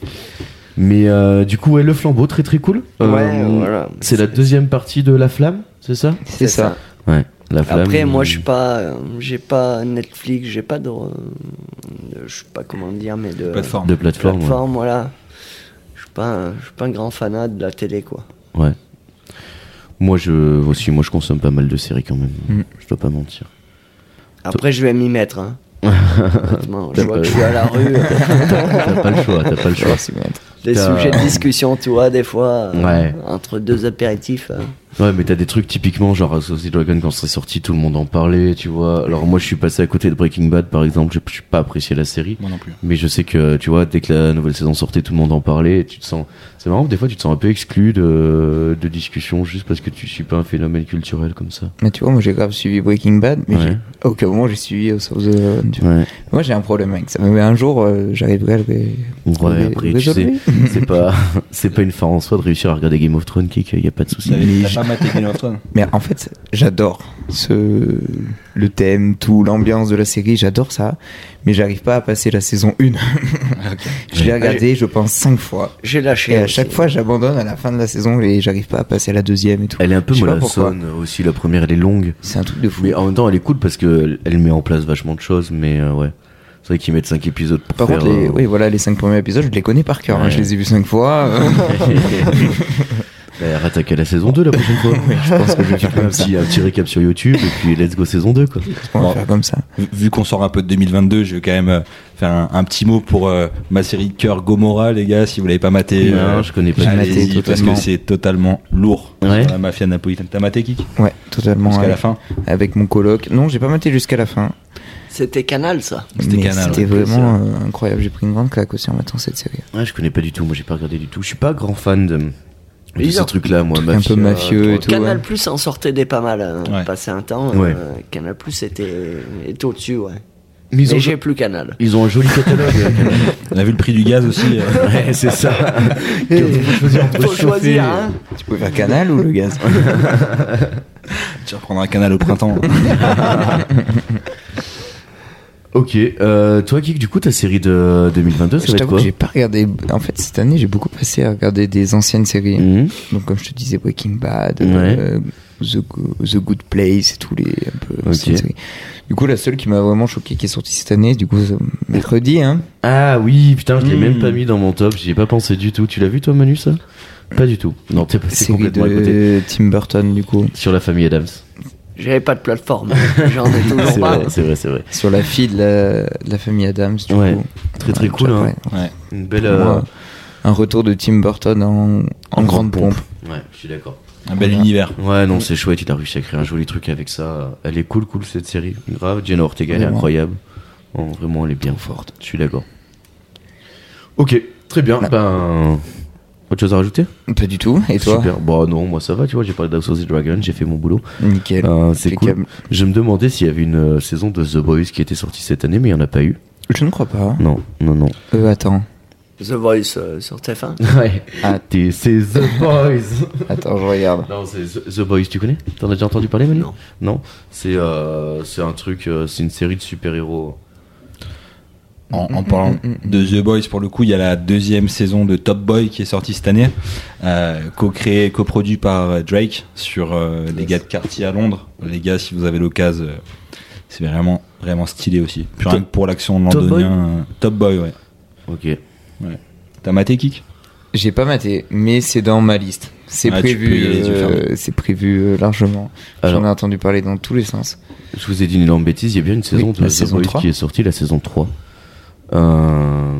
A: Mais euh, du coup, ouais, le flambeau, très très cool. Euh,
C: ouais, voilà.
A: C'est la deuxième partie de la flamme, c'est ça
D: C'est ça.
A: Ouais, la flamme.
C: Après, moi, je suis
A: euh,
C: pas, euh, j'ai pas Netflix, j'ai pas de, euh, de- je sais pas comment dire, mais de
B: Plateforme.
A: de plateforme. ouais.
C: plateforme, voilà. Je suis pas, un- je suis pas un grand fanat de la télé, quoi.
A: Ouais. Moi, je aussi, moi, je consomme pas mal de séries quand même.
D: Mm.
A: Je dois pas mentir.
C: Après, je vais m'y mettre. Hein. Honnêtement, je
A: T'as
C: vois
A: pas-
C: que je suis à la rue. euh,
A: T'as pas le choix, t'as pas le
D: Je
A: choix.
D: vais s'y mettre.
C: Les
A: T'as-
C: sujets de discussion, tu vois, des fois, euh,
A: Ouais.
C: entre deux apéritifs. euh,
A: Ouais, mais t'as des trucs typiquement, genre Associate Dragon, quand c'est sorti, tout le monde en parlait, tu vois. Alors moi, je suis passé à côté de Breaking Bad, par exemple, je je suis pas apprécié la série.
B: Moi non plus.
A: Mais je sais que, tu vois, dès que la nouvelle saison sortait, tout le monde en parlait. Et tu te sens, c'est marrant, des fois, tu te sens un peu exclu de, de discussion juste parce que tu suis pas un phénomène culturel comme ça.
D: Mais tu vois, moi j'ai grave suivi Breaking Bad, mais
A: Ouais.
D: j'ai- à aucun moment j'ai suivi House of the. tu vois.
A: Ouais.
D: Moi j'ai un problème avec ça. Mais un jour, euh, j'arriverai à le ré-
A: Ouais,
D: ré-
A: après, tu sais,
D: résoudre.
A: c'est pas, c'est pas une fin en soi de réussir à regarder Game of Thrones, qui qu'il y a pas de souci.
B: T'avais- T'as pas maté Game of Thrones
D: Mais en fait, j'adore ce le thème, tout l'ambiance de la série, j'adore ça. Mais j'arrive pas à passer la saison 1
A: Ah,
D: Je l'ai regardé, je pense, cinq fois.
C: J'ai lâché.
D: Et à
C: aussi.
D: chaque fois, j'abandonne à la fin de la saison et j'arrive pas à passer à la deuxième et tout.
A: Elle est un peu
D: Je sais pas pourquoi.
A: mollassonne aussi, la première, elle est longue.
D: C'est un truc de fou.
A: Mais en même temps, elle est cool parce que elle met en place vachement de choses, mais euh, ouais. C'est vrai qu'ils mettent 5 épisodes pour
D: Par
A: faire.
D: contre, les,
A: euh,
D: oui, voilà, les cinq premiers épisodes, je les connais par cœur. hein,
A: Ouais.
D: je les ai vus cinq fois. euh,
A: bah, rattaquer la saison 2 la prochaine fois.
D: je pense que je vais
A: Tu
D: faire
A: fais un
D: comme ça.
A: petit, un petit récap sur YouTube et puis let's go saison 2 quoi.
D: On va
B: Bon.
D: faire comme ça.
B: Vu- Vu qu'on sort un peu de 2022, je vais quand même euh, faire un, un petit mot pour euh, ma série de cœur Gomorrah, les gars. Si vous l'avez pas maté,
A: Non,
B: euh,
A: je connais pas.
B: allez-y,
D: J'ai maté
B: parce
D: totalement.
B: que c'est totalement lourd.
A: Ouais.
B: Sur La mafia napolitaine. T'as maté Kik
D: Ouais, totalement.
B: Jusqu'à
D: ouais.
B: la fin.
D: Avec mon coloc. Non, j'ai pas maté jusqu'à la fin.
C: C'était Canal, ça.
B: C'était
D: mais
B: Canal,
D: C'était
B: ouais.
D: vraiment euh, incroyable. J'ai pris une grande claque aussi en matant cette série.
A: Ouais, je connais pas du tout, moi j'ai pas regardé du tout. Je suis pas grand fan de, de
C: Bizarre.
A: ces trucs là, moi.
D: Truc un peu mafieux et
A: Bah, euh, toi.
D: tout,
C: Euh, Canal
D: ouais.
C: Plus en sortait des pas mal. hein.
B: Ouais.
C: Passé un temps,
A: Ouais.
C: euh, Canal Plus était est au-dessus, ouais.
A: Mais ils
C: Mais
A: ont,
C: j'ai plus Canal.
A: ils ont un joli catalogue. euh,
B: On a vu le prix du gaz aussi. euh.
A: ouais, c'est ça.
C: Faut choisir, hein.
D: Tu pouvais faire Canal ou le gaz
B: tu reprendras Canal au printemps.
A: Ok, euh, toi Kik, du coup ta série de 2022, ça
D: Je
A: va être
D: t'avoue
A: quoi
D: que j'ai pas regardé. En fait, cette année, j'ai beaucoup passé à regarder des anciennes séries.
A: Mhm.
D: Donc, comme je te disais, Breaking Bad,
A: Ouais.
D: euh, The, Go- The Good Place et tous les un peu anciennes
A: Ok.
D: séries. Du coup, la seule qui m'a vraiment choqué qui est sortie cette année, du coup, c'est mercredi, hein.
A: Ah oui, putain, je l'ai
B: Mm.
A: même pas mis dans mon top, j'y ai pas pensé du tout. Tu l'as vu toi Manu ça Pas du tout. Non, t'es passé
D: série
A: complètement à côté.
D: de Tim Burton, du coup.
A: Sur la famille Adams.
C: J'avais pas de plateforme. J'en ai toujours
A: C'est
C: pas.
A: vrai, c'est vrai, c'est vrai.
D: Sur la fille de la, de la famille Adams, du
A: Ouais.
D: coup.
A: Très très
D: Ouais,
A: cool.
D: ouais.
A: Hein.
B: Ouais.
A: Une belle.
D: Pour
A: euh,
D: moi, Un retour de Tim Burton en, en grande pompe.
A: Ouais, je suis d'accord.
B: Un bel
D: Voilà.
B: univers.
A: Ouais, non, c'est chouette, il a réussi à créer un joli truc avec ça. Elle est cool, cool cette série. Grave, Jenna Ortega, elle est
D: Vraiment.
A: incroyable. Oh, vraiment, elle est bien forte. Je suis d'accord. Ok, très bien.
D: Ouais.
A: Ben. Autre chose à rajouter
D: Pas du tout. Et toi
A: Super. Bon, non, moi ça va, tu vois, j'ai parlé d'House of the Dragon, j'ai fait mon boulot.
D: Nickel.
A: Euh, c'est
D: Impeccable.
A: cool. Je me demandais s'il y avait une euh, saison de The Boys qui était sortie cette année, mais il n'y en a pas eu.
D: Je ne crois pas.
A: Non, non, non.
D: Euh, attends.
C: The Voice euh, sur TF1.
A: Ouais.
D: Ah.
A: T'es- c'est The Boys.
D: Attends, je regarde.
A: non, c'est The- The Boys, tu connais T'en as déjà entendu parler, Manu
C: Non.
A: Non. C'est euh, c'est un truc, euh, c'est une série de super-héros.
B: En, en parlant de The Boys, pour le coup, il y a la deuxième saison de Top Boy qui est sortie cette année, euh, co-créé, coproduit par euh, Drake sur euh, les gars de quartier à Londres. Les gars, si vous avez l'occasion, euh, c'est vraiment vraiment stylé aussi. Puis rien
A: Top-
B: que pour l'action de
A: Top Boy
B: londonien, euh, Top Boy, ouais.
A: Ok.
B: T'as maté Kik
D: J'ai pas maté, mais c'est dans ma liste. C'est
B: Ah, tu peux y
D: prévu,
B: aller les yeux
D: euh, c'est prévu euh, largement.
A: Alors-
D: J'en ai entendu parler dans tous les sens.
A: Je vous ai dit une énorme bêtise, il y a bien une saison de
D: la
A: The
D: saison
A: Boys
D: 3.
A: qui est sortie, la saison 3. Euh,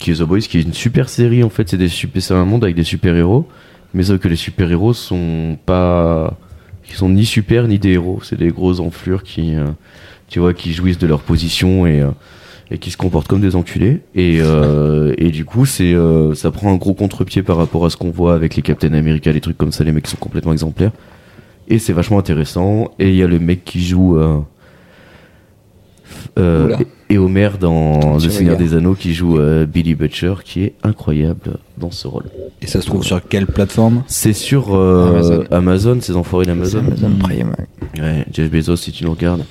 A: qui est The Boys, qui est une super série en fait, c'est des super, c'est un monde avec des super-héros, mais sauf que les super-héros sont pas. qui sont ni super ni des héros, c'est des grosses enflures qui. euh, tu vois, qui jouissent de leur position et. euh, et qui se comportent comme des enculés et, euh, et du coup c'est euh, ça prend un gros contre-pied par rapport à ce qu'on voit avec les Captain America les trucs comme ça les mecs sont complètement exemplaires et c'est vachement intéressant et il y a le mec qui joue euh, euh,
D: Oula.
A: et Homer dans
D: Ton petit
A: Le Seigneur
D: regard.
A: des Anneaux qui joue euh, Billy Butcher qui est incroyable dans ce rôle.
B: Et ça se trouve sur quelle plateforme
A: C'est sur euh,
D: Amazon.
A: Amazon. ces enfoirés
D: C'est
A: d'Amazon.
D: Amazon Prime. ouais.
A: Ouais, Jeff Bezos si tu nous regardes.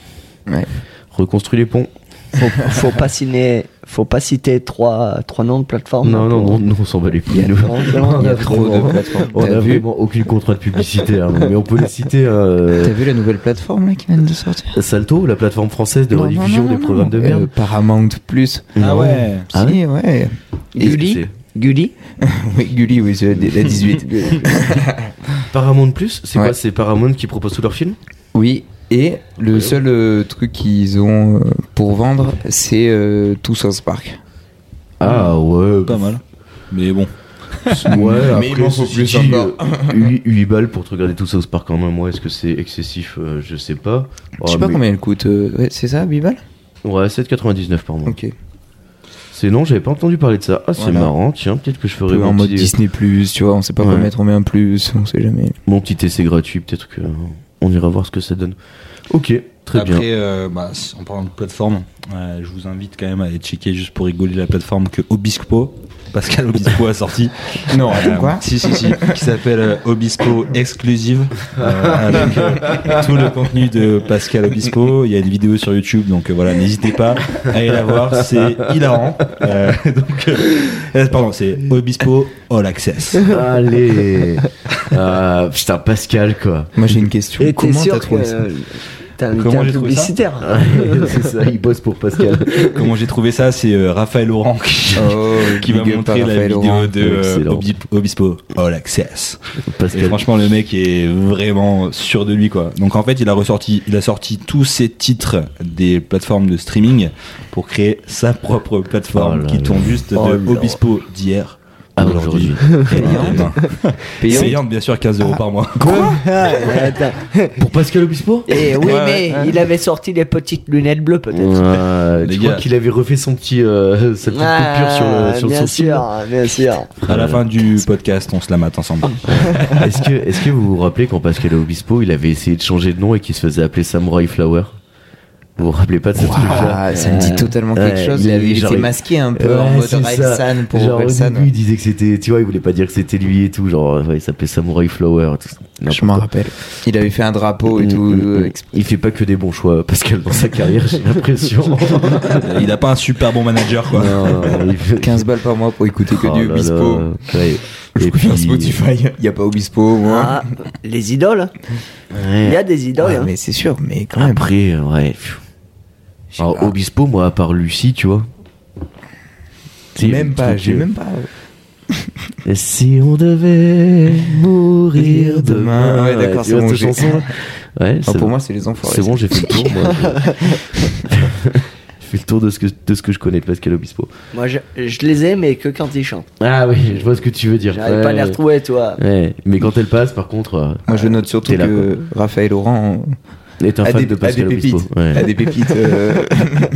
D: Ouais.
A: Reconstruis les ponts.
C: Faut, faut pas signer, faut pas citer trois, trois noms de plateforme.
A: Non,
C: hein,
A: non,
C: pour-
A: non, non, on s'en bat les
C: Il y
A: couilles.
C: a
A: nous.
C: trop
A: On
D: Il y
A: a
D: a trop de
A: vraiment-
D: plateformes.
A: On
D: T'as
A: a
D: vu,
A: vraiment aucune contrainte publicitaire, hein, mais on peut les citer.
D: t'as
A: Euh,
D: vu la nouvelle plateforme là, qui vient de sortir
A: Salto, la plateforme française de
D: Non, non,
A: rediffusion
D: non, non,
A: des programmes de
D: non.
A: merde.
D: Euh, Paramount Plus.
A: Non. Ah
D: si, ouais.
A: Et
C: Gulli,
A: c'est-
C: Gulli,
D: Oui, Gulli, oui, c'est la 18.
A: Paramount Plus, c'est
D: Ouais.
A: quoi C'est Paramount qui propose tous leurs films
D: oui, et le seul euh, truc qu'ils ont euh, pour vendre, c'est euh, tout South Park.
A: Ah ouais,
B: Pas mal. Mais bon.
A: Ouais,
D: Mais il m'en faut
A: ceci
D: plus
A: dit,
D: encore.
A: euh, 8, balles pour te regarder tout South Park en un mois, est-ce que c'est excessif euh, Je sais pas.
D: Je sais
A: Ah,
D: pas
A: mais-
D: combien elle coûte. euh, ouais, c'est ça, 8 balles
A: Ouais, 7,99 par mois.
D: Ok.
A: C'est non, j'avais pas entendu parler de ça. Ah, c'est
B: Voilà.
A: marrant, tiens, peut-être que je ferai
D: en
A: mon
D: mode
A: petit,
D: Disney, tu vois, on sait pas
A: Ouais.
D: quoi mettre, on met un plus, on sait jamais.
A: mon petit essai gratuit, peut-être que euh, on ira voir ce que ça donne. Ok, très
B: Après,
A: bien.
B: euh, bah, en parlant de plateforme, euh, je vous invite quand même à aller checker juste pour rigoler la plateforme que Obispo, Pascal Obispo a sorti.
D: Non,
B: Euh, Si, si, si, qui s'appelle euh, Obispo Exclusive. euh, avec euh, tout le contenu de Pascal Obispo. Il y a une vidéo sur YouTube, donc euh, voilà, n'hésitez pas à aller la voir, c'est hilarant. Euh, donc, euh, euh, pardon, c'est Obispo All Access.
A: Allez Ah, Putain, Pascal, quoi.
D: Moi j'ai une question.
C: Et t'es
D: Comment t'as
C: sûr que
D: trouvé ça
C: euh, t'as invité
B: Comment
C: un
B: j'ai trouvé ça
C: publicitaire hein.
A: c'est ça, il bosse pour Pascal.
B: Comment j'ai trouvé ça C'est euh, Raphaël Laurent qui,
D: Oh,
B: qui va
D: big up à
B: montrer la
D: Raphaël
B: vidéo
D: Laurent.
B: de euh,
A: Excellent.
B: Obi- Obispo All Access. Et
A: Pascal,
B: franchement, le mec est vraiment sûr de lui, quoi. Donc en fait, il a ressorti, il a sorti tous ses titres des plateformes de streaming pour créer sa propre plateforme
A: Oh là
B: qui
A: là.
B: tourne juste
C: Oh
B: de
C: là là.
B: Obispo d'hier.
A: Ah,
B: à aujourd'hui. Et
D: Payante.
B: demain.
D: Payante.
B: Payante, bien sûr, 15 euros par mois.
C: Quoi Attends.
A: Ah. pour Pascal Obispo
C: Eh oui,
B: Ouais,
C: mais
B: ouais.
C: il avait sorti les petites lunettes bleues, peut-être.
A: Ouais,
B: Les
A: tu
B: gars.
A: crois qu'il avait refait son petit, euh, sa petite coupure sur
C: Ah,
A: le, sur le
C: bien
A: sourcil
C: sûr, bien sûr.
A: Ah
B: À la fin du podcast, on se la mate ensemble.
A: Est-ce que, est-ce que vous vous rappelez quand Pascal Obispo, il avait essayé de changer de nom et qu'il se faisait appeler Samurai Flower Vous vous rappelez pas de ce truc-là
D: Ah, ça me dit totalement quelque
A: Ouais,
D: chose.
A: il
D: Il,
A: avait
D: avait
A: genre-
D: été masqué un peu en
A: Ouais,
D: mode
A: c'est ça.
D: Railsan pour
A: Genre au
D: Railsan.
A: début, il disait que c'était, tu vois, il voulait pas dire que c'était lui et tout, genre ouais, il s'appelait Samurai Flower. tout ça. N'importe
D: Je m'en
A: quoi.
D: rappelle. Il avait fait un drapeau et
A: Mm,
D: tout.
A: mm,
D: euh,
A: mm.
D: exp-
A: Il fait pas que des bons choix, Pascal, dans sa carrière, j'ai l'impression.
B: Euh, Il a pas un super bon manager, quoi.
A: Non, il fait-
D: 15 balles par mois pour écouter que
A: Oh
D: du
A: là
D: Obispo.
A: là. Ouais.
D: Je
A: Et
D: préfère
A: puis-
D: Spotify. Il n'y a pas Obispo, moi.
C: Ah, les idoles. hein. Il y a des idoles.
D: Ouais,
C: hein.
D: mais c'est sûr, mais quand même.
A: Après, euh, ouais. pfiou.
D: je sais
A: Alors,
D: pas.
A: Obispo, moi, à part Lucie, tu vois. C'est
D: Même
A: le
D: pas,
A: truc,
D: j'ai
A: euh,
D: même pas.
A: Et si on devait mourir
D: Mourir demain.
A: demain.
D: Ouais, d'accord,
A: tu
D: c'est
A: vois
D: bon,
A: cette
D: j'ai-
A: chanson-là Ouais,
D: Enfin,
A: c'est
D: pour
A: bon.
D: moi, c'est les enfants.
A: C'est bon, j'ai fait le tour, moi. J'ai fait le tour de ce que, de ce que je connais de Pascal Obispo.
C: Moi, je, je les ai, mais que quand ils chantent.
A: Ah oui, je vois ce que tu veux dire.
C: J'arrive pas à les retrouver, toi.
A: Ouais, mais quand elle passe, par contre, euh,
D: Moi, je note surtout
A: T'es là,
D: que Raphaël Laurent
A: est un
D: a
A: fan
D: des,
A: de
D: a des
A: Pascal Obispo.
D: pépites.
A: Ouais.
D: A des pépites. euh,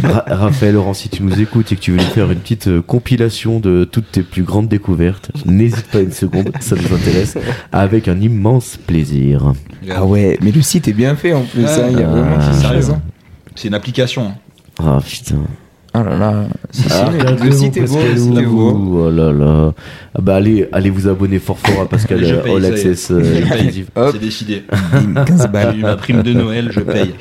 A: Ra- Raphaël Laurent, si tu nous écoutes et que tu veux nous faire une petite euh, compilation de toutes tes plus grandes découvertes, n'hésite pas une seconde, ça nous intéresse, avec un immense plaisir.
D: Ah ouais, mais le site est bien fait en plus. hein, Il y a
A: Ah,
D: vraiment quelque
B: sérieux.
D: chose, hein.
B: C'est une application. hein.
A: Ah putain.
D: Ah là là. Si, si,
B: Ah,
D: mais le
A: regardez-vous,
D: site est beau, le
A: Pascalou.
D: site est beau.
A: Oh là là. Ah bah allez, allez vous abonner fort fort à Pascal
B: Je
A: euh,
B: paye,
A: All
B: ça y est.
A: Access euh,
B: Je paye.
A: Exclusive.
D: Hop.
B: C'est décidé.
D: 15
B: J'ai
D: balles.
B: eu ma prime de Noël, je paye.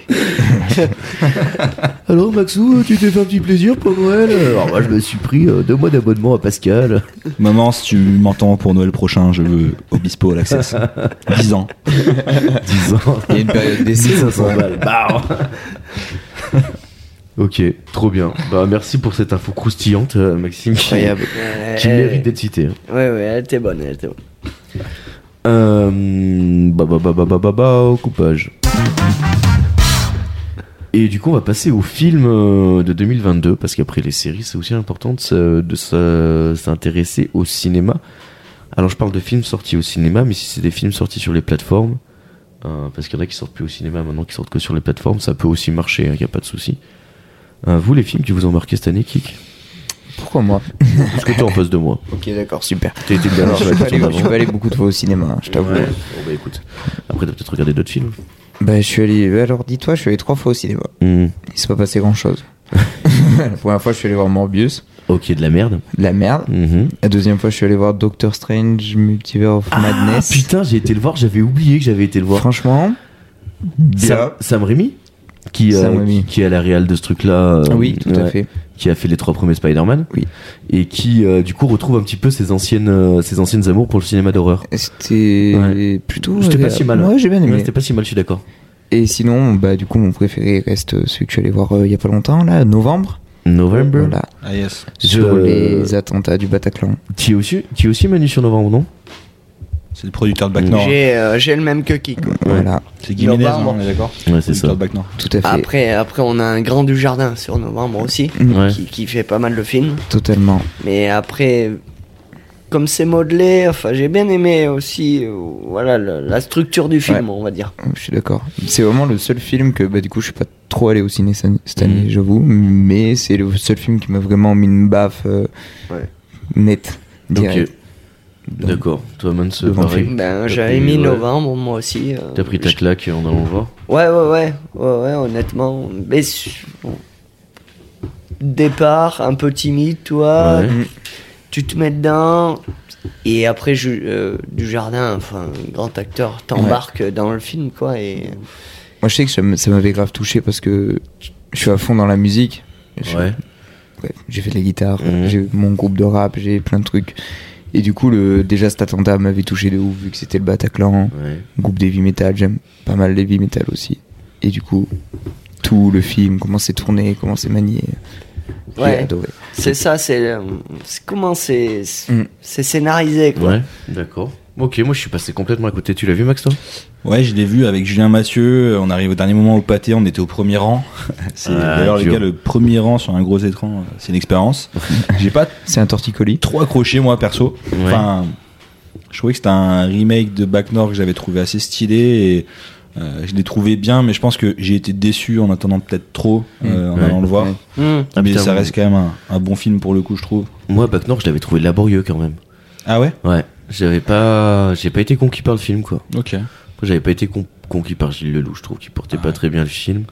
A: Alors Maxou, tu t'es fait un petit plaisir pour Noël Alors moi je me suis pris euh, deux mois d'abonnement à Pascal.
B: Maman, si tu m'entends pour Noël prochain, je veux Obispo à l'Access. 10 ans.
A: 10 ans.
D: Il y a une période d'essai.
A: 1500
D: quoi.
A: balles. Bah, oh. ok, trop bien. Bah merci pour cette info croustillante, euh, Maxime. qui-
D: Incroyable. Euh,
C: Ouais,
A: Qui mérite d'être hein. cité.
C: Ouais, ouais, elle était bonne, elle était bonne.
A: Euh, bah, bah, bah, bah, bah, bah, bah, au coupage. Et du coup, on va passer au film euh, de 2022, parce qu'après les séries, c'est aussi important de se- de se- s'intéresser au cinéma. Alors, je parle de films sortis au cinéma, mais si c'est des films sortis sur les plateformes, euh, parce qu'il y en a qui sortent plus au cinéma maintenant, qui sortent que sur les plateformes, ça peut aussi marcher, il n'y a pas de souci. Euh, vous, les films qui vous ont marqué cette année, Kik
D: Pourquoi moi
A: Parce que t'es en face de moi.
D: Ok, d'accord, super.
A: T'as été le dernier
D: je
A: sur la
D: suis pas,
A: question
D: allé, je suis
A: d'avant.
D: pas allé beaucoup de fois au cinéma, hein, je t'avoue.
A: Ouais. Bon, bah, écoute. Après, t'as peut-être regardé d'autres films.
D: Bah, je suis allé. Alors, dis-toi, je suis allé trois fois au cinéma.
A: Hmm.
D: Il s'est pas passé grand chose. la première fois, je suis allé voir Morbius,
A: Ok, de la merde.
D: de la merde.
A: Mhm.
D: La deuxième fois, je suis allé voir Doctor Strange, Multiverse of Madness.
A: Ah, putain, j'ai été le voir, j'avais oublié que j'avais été le voir.
D: Franchement,
A: Sam,
D: bien.
A: Sam Raimi qui, euh,
D: Sam Raimi.
A: qui, qui est à la réal de ce truc-là. euh,
D: oui, tout à
A: ouais,
D: fait.
A: Qui a fait les trois premiers Spider-Man.
D: Oui.
A: Et qui, euh, du coup, retrouve un petit peu ses anciennes, euh, ses anciennes amours pour le cinéma d'horreur.
D: C'était
A: Ouais.
D: plutôt. euh,
A: C'était pas si mal.
D: Ouais, j'ai bien
A: Ouais,
D: aimé.
A: C'était pas si mal, je suis d'accord.
D: Et sinon, bah, du coup, mon préféré reste celui que je suis allé voir euh, il y a pas longtemps, là, novembre.
A: November.
D: Voilà,
B: Ah yes.
A: Je-
D: sur les attentats du Bataclan.
A: Tu es aussi, tu es aussi Manu sur novembre, non
B: C'est le producteur de Bac Nord.
C: J'ai euh, j'ai le même que qui. quoi.
D: Voilà,
B: C'est Guiménez,
C: Novembre.
B: on est d'accord
A: Ouais, c'est
B: Producteur
A: ça.
B: de Bac Nord.
D: tout à fait.
C: Après, après, on a un grand du jardin sur novembre aussi,
D: Mm.
A: Ouais.
C: qui, qui fait pas mal de films.
D: Totalement.
C: Mais après, comme c'est modelé, enfin j'ai bien aimé aussi euh, voilà le- la structure du film, on va dire.
D: Je suis d'accord. C'est vraiment le seul film que, bah, du coup, je suis pas trop allé au ciné sa- cette année,
A: Mm.
D: j'avoue. Mais c'est le seul film qui m'a vraiment mis une baffe euh,
C: Ouais.
D: nette.
A: Ok.
D: direct. Donc,
A: D'accord. Toi, Man, c'est
D: Devant le
A: pareil.
D: film.
C: Ben,
A: T'as
C: j'avais
A: pris,
C: mis
A: ouais.
C: novembre, moi aussi. euh,
A: T'as pris ta
C: je-
A: claque en allant le voir
C: Ouais, ouais, ouais, ouais, ouais, honnêtement. Mais su- départ, un peu timide, toi.
A: Ouais.
C: Tu te mets dedans. Et après, Ju- euh, du jardin, enfin, grand acteur, t'embarque dans le film, quoi. Et
D: Moi, je sais que ça m- ça m'avait grave touché parce que je suis à fond dans la musique. Je-
A: Ouais.
D: ouais, j'ai fait de la guitare,
A: Mhm.
D: j'ai mon groupe de rap, j'ai plein de trucs. Et du coup, le, déjà cet attentat m'avait touché de ouf vu que c'était le Bataclan,
A: Ouais.
D: groupe d'heavy metal, j'aime pas mal l'heavy metal aussi. Et du coup, tout le film, comment c'est tourné, comment c'est manié, j'ai
C: Ouais.
D: adoré.
C: c'est ça, c'est euh, c'est comment c'est
D: Mm.
C: c'est scénarisé, quoi.
A: Ouais, d'accord. Ok, moi je suis passé complètement à côté. Tu l'as vu, Max, toi
B: Ouais, je l'ai vu avec Julien Massieu. On arrive au dernier moment au pâté, on était au premier rang. C'est
A: Ah,
B: d'ailleurs les
A: dur.
B: gars, le premier rang sur un gros écran, euh, c'est l'expérience. J'ai pas
D: C'est un torticolis.
B: trop accroché moi perso. Enfin, je trouvais que c'était un remake de Back North que j'avais trouvé assez stylé et euh, je l'ai trouvé bien, mais je pense que j'ai été déçu en attendant peut-être trop euh, en
A: Mmh. Ouais.
B: allant le voir.
D: Ouais.
C: Mm.
A: Ah,
B: mais
A: putain,
B: ça
A: moi-
B: reste quand même un, un bon film pour le coup, je trouve.
A: Moi, Bac Nord, je l'avais trouvé laborieux quand même.
B: Ah ouais
A: Ouais. J'avais pas. J'ai pas été conquis par le film, quoi.
B: Ok.
A: Après, J'avais pas été con- conquis par Gilles Leloup, je trouve qu'il portait pas très bien le film.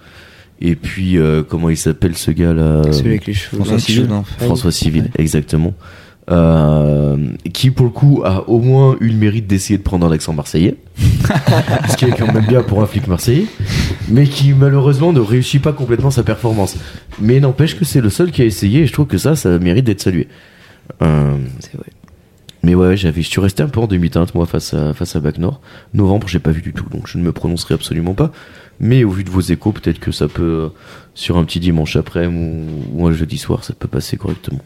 A: Et puis, euh, comment il s'appelle ce gars-là
D: Celui avec les cheveux.
B: François
D: blancs, les
B: Civil.
D: cheveux d'enfer.
A: hein. François Civil, exactement. Euh, qui pour le coup a au moins eu le mérite d'essayer de prendre un accent marseillais, ce qui est quand même bien pour un flic marseillais, mais qui malheureusement ne réussit pas complètement sa performance. Mais n'empêche que c'est le seul qui a essayé et je trouve que ça, ça mérite d'être salué. Euh,
C: C'est vrai.
A: mais ouais, j'avais, je suis resté un peu en demi-teinte moi face à face à Bac Nord. Novembre, j'ai pas vu du tout, donc je ne me prononcerai absolument pas. Mais au vu de vos échos, peut-être que ça peut euh, sur un petit dimanche après ou, ou un jeudi soir, ça peut passer correctement.